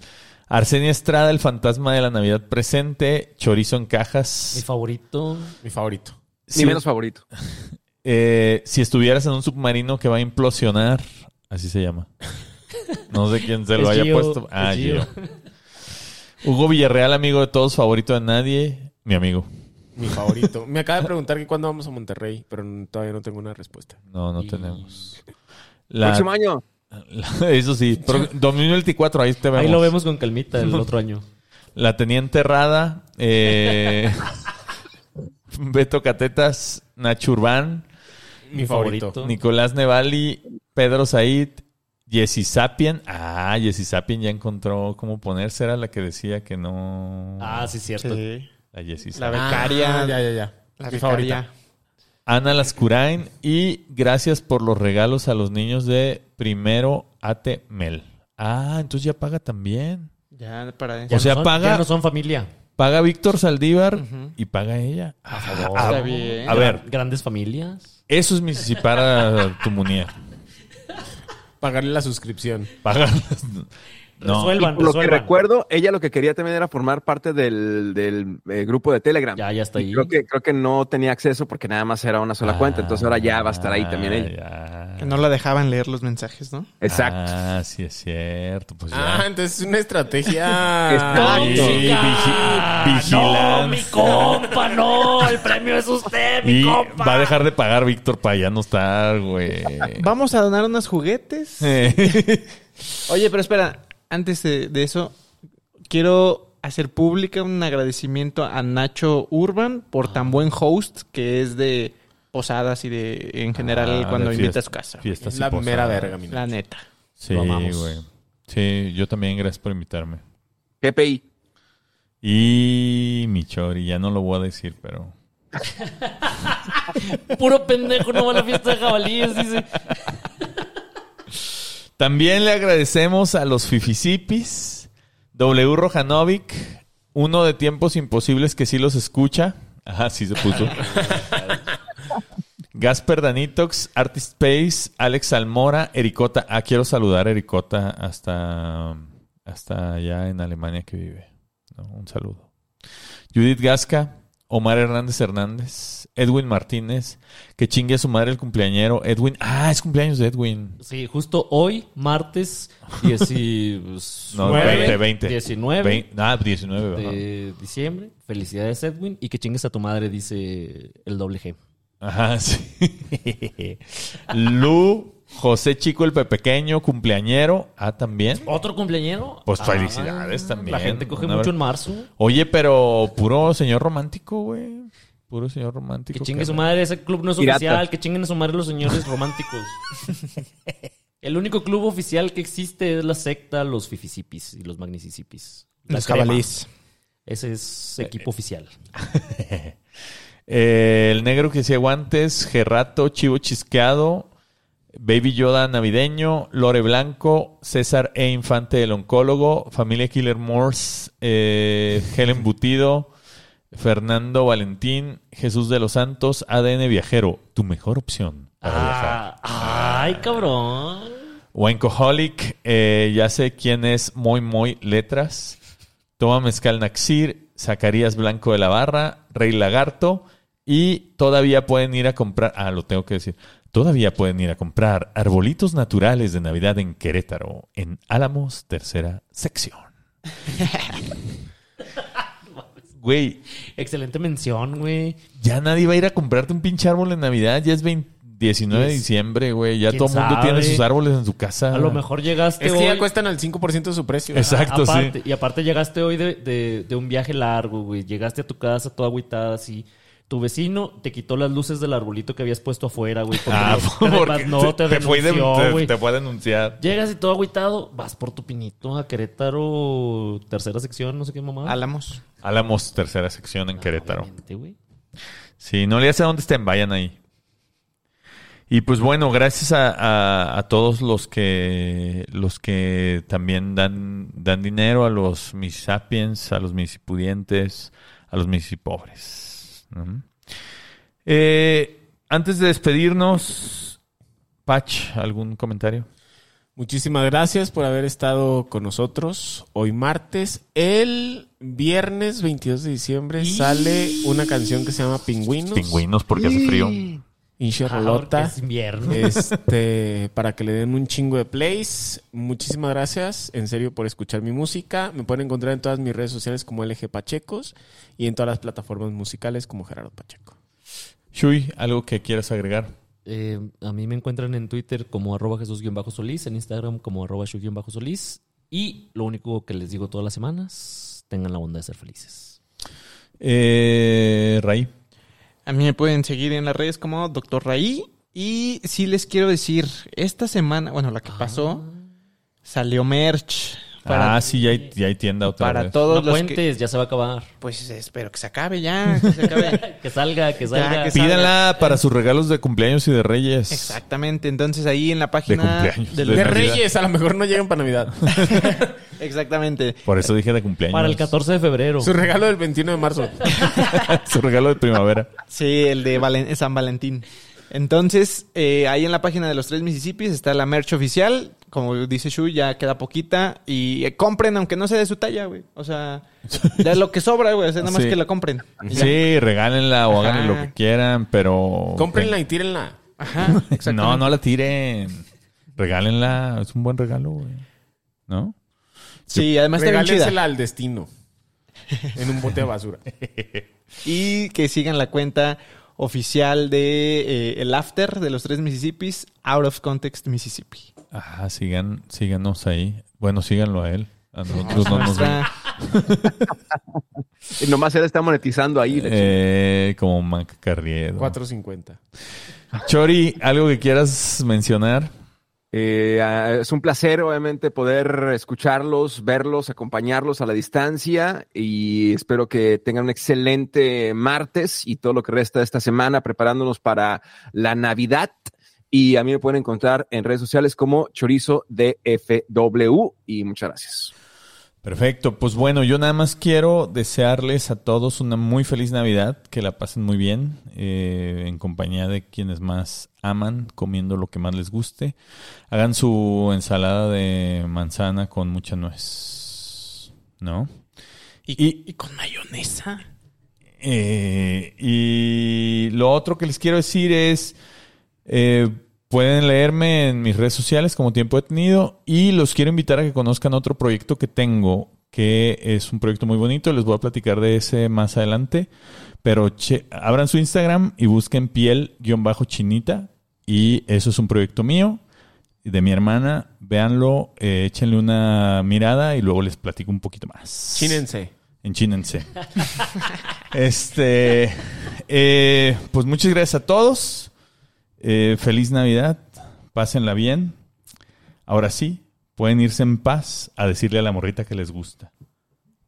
[SPEAKER 2] Arsenia Estrada, el fantasma de la Navidad presente, Chorizo en
[SPEAKER 3] Mi
[SPEAKER 2] cajas.
[SPEAKER 3] favorito.
[SPEAKER 8] Mi favorito.
[SPEAKER 4] Mi
[SPEAKER 2] Si,
[SPEAKER 4] menos favorito.
[SPEAKER 2] eh, si estuvieras en un submarino que va a implosionar, así se llama. No sé quién se lo
[SPEAKER 3] Es
[SPEAKER 2] haya
[SPEAKER 3] Gio,
[SPEAKER 2] puesto.
[SPEAKER 3] es
[SPEAKER 2] Ah,
[SPEAKER 3] Gio.
[SPEAKER 2] Gio. Hugo Villarreal, amigo de todos, favorito de nadie, mi amigo.
[SPEAKER 8] Mi favorito. Me acaba de preguntar que cuándo vamos a Monterrey, pero n- todavía no tengo una respuesta.
[SPEAKER 2] No, no
[SPEAKER 3] Y-
[SPEAKER 2] tenemos. La-
[SPEAKER 4] Próximo año.
[SPEAKER 2] la- eso sí, pro- 2024, ahí te vemos.
[SPEAKER 3] Ahí lo vemos con calmita el otro año.
[SPEAKER 2] La Teniente Rada, eh, Beto Catetas, Nacho Urbán,
[SPEAKER 8] Mi favorito.
[SPEAKER 2] Nicolás Nevali, Pedro Said, Jessy Sapien. Ah, Jessy Sapien ya encontró cómo ponerse. Era la que decía que no.
[SPEAKER 3] Ah, sí, cierto.
[SPEAKER 2] La Jessy
[SPEAKER 7] La
[SPEAKER 2] Sapien.
[SPEAKER 7] becaria.
[SPEAKER 8] Ah, ya, ya, ya.
[SPEAKER 7] La
[SPEAKER 8] Mi
[SPEAKER 7] becaria.
[SPEAKER 2] Ana Lascurain. Y gracias por los regalos a los niños de primero AT Mel. Ah, entonces ya paga también.
[SPEAKER 7] Ya para
[SPEAKER 2] O sea,
[SPEAKER 3] no son-
[SPEAKER 2] paga-
[SPEAKER 3] Ya no son familia.
[SPEAKER 2] Paga Víctor Saldívar y paga ella. Ah,
[SPEAKER 7] Está bien.
[SPEAKER 2] A ver,
[SPEAKER 3] Grandes familias.
[SPEAKER 2] Eso es misisipar a tu munía.
[SPEAKER 8] Pagarle la suscripción.
[SPEAKER 2] Pagar. No.
[SPEAKER 3] Resuelvan,
[SPEAKER 4] Por lo que
[SPEAKER 3] resuelvan.
[SPEAKER 4] recuerdo, ella lo que quería también era formar parte del, del, eh, grupo de Telegram.
[SPEAKER 3] Ya, ya está
[SPEAKER 4] Y
[SPEAKER 3] ahí.
[SPEAKER 4] creo que, creo que no tenía acceso porque nada más era una sola cuenta. Entonces ahora ya va a estar ahí
[SPEAKER 2] Ah,
[SPEAKER 4] también ella.
[SPEAKER 2] ella.
[SPEAKER 3] Ah.
[SPEAKER 7] Que no la dejaban leer los mensajes, ¿no?
[SPEAKER 4] Exacto.
[SPEAKER 2] Ah, sí es cierto. Pues
[SPEAKER 8] Ah,
[SPEAKER 2] ya.
[SPEAKER 8] entonces es una
[SPEAKER 4] Está
[SPEAKER 8] estrategia.
[SPEAKER 4] bien.
[SPEAKER 2] Sí, vigi- vigilancia.
[SPEAKER 3] Ah, No, mi compa, no. El premio es usted, mi
[SPEAKER 2] y
[SPEAKER 3] compa.
[SPEAKER 2] va a dejar de pagar Víctor para ya no estar, güey.
[SPEAKER 7] Vamos a donar unos juguetes.
[SPEAKER 2] Eh,
[SPEAKER 7] Oye, pero espera, antes de, de eso, quiero hacer pública un agradecimiento a Nacho Urban por
[SPEAKER 2] Ah.
[SPEAKER 7] tan buen host que es de posadas y de en general
[SPEAKER 2] ah,
[SPEAKER 7] cuando
[SPEAKER 2] de
[SPEAKER 7] invita
[SPEAKER 2] fiesta-
[SPEAKER 7] a su casa.
[SPEAKER 2] Fiestas y
[SPEAKER 8] la
[SPEAKER 2] posadas.
[SPEAKER 8] mera verga, mi
[SPEAKER 7] La neta.
[SPEAKER 2] Sí,
[SPEAKER 3] Lo amamos.
[SPEAKER 2] güey. Sí, yo también, gracias por invitarme.
[SPEAKER 4] GPI.
[SPEAKER 2] Y Michori, ya no lo voy a decir, pero.
[SPEAKER 3] Puro pendejo, no va a la fiesta de jabalíes. Dice.
[SPEAKER 2] También le agradecemos a los Fifisipis, W. Rojanovic, uno de tiempos imposibles que sí los escucha. Ajá, sí se puso. Gasper Danitox, Artist Space, Alex Almora, Ericota. Ah, quiero saludar a Ericota hasta, hasta allá en Alemania que vive. ¿no? Un saludo. Judith Gasca, Omar Hernández Hernández, Edwin Martínez, que chingue a su madre el cumpleañero. Edwin, ah, es cumpleaños de Edwin.
[SPEAKER 3] Sí, justo hoy, martes 19,
[SPEAKER 2] No, 20, 20.
[SPEAKER 3] 19
[SPEAKER 2] Vein- ah, 19, ¿verdad?
[SPEAKER 3] de diciembre. Felicidades, Edwin. Y que chingues a tu madre, dice el doble G.
[SPEAKER 2] Ajá, sí. Lu, José Chico el Pepequeño, cumpleañero. Ah, también.
[SPEAKER 3] ¿Otro cumpleañero? Ah,
[SPEAKER 2] Pues felicidades también.
[SPEAKER 3] La gente coge
[SPEAKER 2] Una
[SPEAKER 3] mucho
[SPEAKER 2] ver-
[SPEAKER 3] en marzo.
[SPEAKER 2] Oye, pero puro señor romántico, güey. Puro señor romántico.
[SPEAKER 3] Que chingue su
[SPEAKER 2] cabrón.
[SPEAKER 3] madre, ese club no es
[SPEAKER 4] Pirata.
[SPEAKER 3] oficial, que chinguen a su madre los señores románticos. El único club oficial que existe es la secta, los fifisipis y los magnicisipis. La
[SPEAKER 7] Los
[SPEAKER 3] crema.
[SPEAKER 7] jabalís.
[SPEAKER 3] Ese es equipo oficial.
[SPEAKER 2] Eh, el negro que se guantes, Gerrato, Chivo Chisqueado, Baby Yoda navideño, Lore Blanco, César E. Infante el oncólogo, Familia Killer Morse, eh, Helen Butido, Fernando Valentín, Jesús de los Santos, ADN Viajero, tu mejor opción para viajar.
[SPEAKER 3] Ah, ay, cabrón.
[SPEAKER 2] Wankoholic, eh, ya sé quién es Muy Muy Letras. Toma Mezcal Naxir, Zacarías Blanco de la Barra, Rey Lagarto. Y todavía pueden ir a comprar. Ah, lo tengo que decir. Todavía pueden ir a comprar arbolitos naturales de Navidad en Querétaro, en Álamos, tercera sección. Güey,
[SPEAKER 3] Excelente mención, güey.
[SPEAKER 2] ya nadie va a ir a comprarte un pinche árbol en Navidad. Ya es 20 19 de diciembre, güey. Ya
[SPEAKER 3] ¿Quién
[SPEAKER 2] todo el mundo tiene
[SPEAKER 3] sabe?
[SPEAKER 2] sus árboles en su casa.
[SPEAKER 3] A lo mejor llegaste
[SPEAKER 5] Es que
[SPEAKER 3] hoy.
[SPEAKER 5] ya cuestan al 5% de su precio.
[SPEAKER 2] Exacto, sí.
[SPEAKER 3] aparte- Y aparte llegaste hoy de, de- de un viaje largo, güey. Llegaste a tu casa toda agüitada así. Tu vecino te quitó las luces del arbolito que habías puesto afuera, güey. porque
[SPEAKER 2] Ah,
[SPEAKER 3] te-
[SPEAKER 2] porque
[SPEAKER 3] no, te,
[SPEAKER 2] fue de-
[SPEAKER 3] denunció,
[SPEAKER 2] te-
[SPEAKER 3] güey.
[SPEAKER 2] te fue a denunciar.
[SPEAKER 3] Llegas y todo agüitado, vas por tu pinito a Querétaro, tercera sección, no sé qué mamá.
[SPEAKER 7] Álamos.
[SPEAKER 2] Álamos, tercera sección en Querétaro.
[SPEAKER 3] güey.
[SPEAKER 2] Sí, no le hace a dónde estén, vayan ahí. Y pues bueno, gracias a, a- a todos los que los que también dan, dan dinero a los misapiens, a los misipudientes, a los misipobres. ¿no? Eh, antes de despedirnos, Patch, ¿algún comentario?
[SPEAKER 5] Muchísimas gracias por haber estado con nosotros hoy martes. El viernes 22 de diciembre sale una canción que se llama Pingüinos.
[SPEAKER 2] Pingüinos, porque hace frío.
[SPEAKER 5] Incharlota.
[SPEAKER 3] Es invierno.
[SPEAKER 7] Eh.
[SPEAKER 5] Este, para que le den un chingo de plays. Muchísimas gracias, en serio, por escuchar mi música. Me pueden encontrar en todas mis redes sociales como LG Pachecos y en todas las plataformas musicales como Gerardo Pacheco.
[SPEAKER 2] Shui, ¿algo que quieras agregar?
[SPEAKER 3] Eh, a mí me encuentran en Twitter como arroba Jesús-Solís, en Instagram como arroba Shu-Solís. Y lo único que les digo todas las semanas, tengan la bondad de ser felices.
[SPEAKER 2] Eh, Ray.
[SPEAKER 7] A mí me pueden seguir en las redes como Doctor Raí. Y sí les quiero decir, esta semana, bueno, la que pasó, salió merch. Para,
[SPEAKER 2] ah, sí, ya hay, ya hay tienda otra
[SPEAKER 7] para
[SPEAKER 2] vez.
[SPEAKER 7] todos
[SPEAKER 3] no
[SPEAKER 7] los que...
[SPEAKER 3] cuentes, ya se va a acabar.
[SPEAKER 7] Pues espero que se acabe ya, que se acabe.
[SPEAKER 3] Que salga, que salga.
[SPEAKER 7] que salga.
[SPEAKER 2] Pídanla para sus regalos de cumpleaños y de reyes.
[SPEAKER 7] Exactamente, entonces ahí en la página...
[SPEAKER 2] cumpleaños.
[SPEAKER 7] del-
[SPEAKER 2] De
[SPEAKER 5] De
[SPEAKER 2] Navidad.
[SPEAKER 5] Reyes, a lo mejor no llegan para Navidad.
[SPEAKER 7] Exactamente.
[SPEAKER 2] Por eso dije de cumpleaños.
[SPEAKER 3] para el 14 de febrero.
[SPEAKER 5] Su regalo del 21 de marzo.
[SPEAKER 2] Su regalo de primavera.
[SPEAKER 7] Sí, el de Valen- San Valentín. Entonces, eh, ahí en la página de los tres Mississippis está la merch oficial. Como dice Shu, ya queda poquita. Y eh, compren, aunque no sea de su talla, güey. O sea, de lo que sobra, güey. O sea, nada más
[SPEAKER 2] Sí.
[SPEAKER 7] que la compren.
[SPEAKER 2] Sí, regálenla o háganle lo que quieran, pero. eh,
[SPEAKER 5] Cómprenla y tírenla.
[SPEAKER 7] Ajá,
[SPEAKER 2] No,
[SPEAKER 7] exactamente.
[SPEAKER 2] no la tiren. Regálenla. Es un buen regalo, güey. ¿No?
[SPEAKER 7] Sí, además está bien
[SPEAKER 5] Regálensela
[SPEAKER 7] chida.
[SPEAKER 5] al destino. En un bote de basura.
[SPEAKER 7] Y que sigan la cuenta oficial de eh, el after de los tres Mississippis, Out of Context Mississippi.
[SPEAKER 2] Ah, sigan, síganos ahí. Bueno, síganlo a él. A nosotros no nos ven.
[SPEAKER 7] Está-
[SPEAKER 4] Y nomás él está monetizando ahí. la chingada.
[SPEAKER 2] Eh, como Mac Carriedo.
[SPEAKER 5] 4.50.
[SPEAKER 2] Chori, ¿algo que quieras mencionar?
[SPEAKER 4] Eh, ah, es un placer, obviamente, poder escucharlos, verlos, acompañarlos a la distancia y espero que tengan un excelente martes y todo lo que resta de esta semana preparándonos para la Navidad. Y a mí me pueden encontrar en redes sociales como Chorizo DFW y muchas gracias.
[SPEAKER 2] Perfecto, pues bueno, yo nada más quiero desearles a todos una muy feliz Navidad, que la pasen muy bien, eh, en compañía de quienes más aman, comiendo lo que más les guste. Hagan su ensalada de manzana con mucha nuez, ¿no? Y-
[SPEAKER 7] y con mayonesa.
[SPEAKER 2] Eh, y lo otro que les quiero decir es, eh, pueden leerme en mis redes sociales como tiempo detenido y los quiero invitar a que conozcan otro proyecto que tengo, que es un proyecto muy bonito, les voy a platicar de ese más adelante, pero che- abran su Instagram y busquen piel-chinita y eso es un proyecto mío de mi hermana, véanlo, eh, échenle una mirada y luego les platico un poquito más.
[SPEAKER 5] Chínense.
[SPEAKER 2] Enchínense. este. eh, pues muchas gracias a todos. Eh, feliz Navidad. Pásenla bien. Ahora sí, pueden irse en paz a decirle a la morrita que les gusta.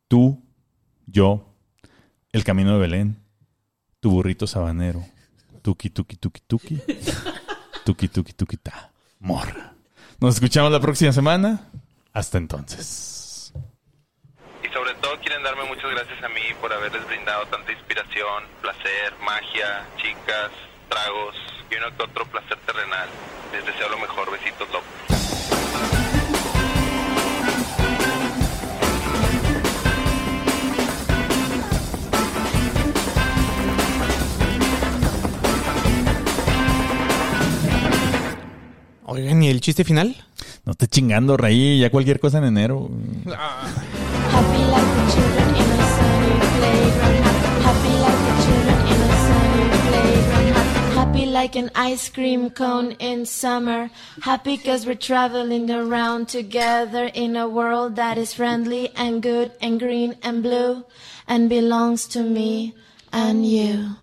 [SPEAKER 2] Tú, yo, el camino de Belén, tu burrito sabanero, tuki tuki tuki tuki, tuki tuki tuki ta, morra. Nos escuchamos la próxima semana. Hasta entonces.
[SPEAKER 12] Y sobre todo quieren darme muchas gracias a mí por haberles brindado tanta inspiración, placer, magia, chicas, tragos y uno que otro placer terrenal. Les deseo lo mejor. Besitos, López.
[SPEAKER 7] Oigan, ¿y el chiste final?
[SPEAKER 2] No te chingando, Raí, ya cualquier cosa en enero.
[SPEAKER 13] Happy like the children in a sunny playground. Happy like the children in a sunny playground. Happy like
[SPEAKER 9] like an ice cream cone in summer. Happy because we're traveling around together in a world that is friendly and good and green and blue and belongs to me and you.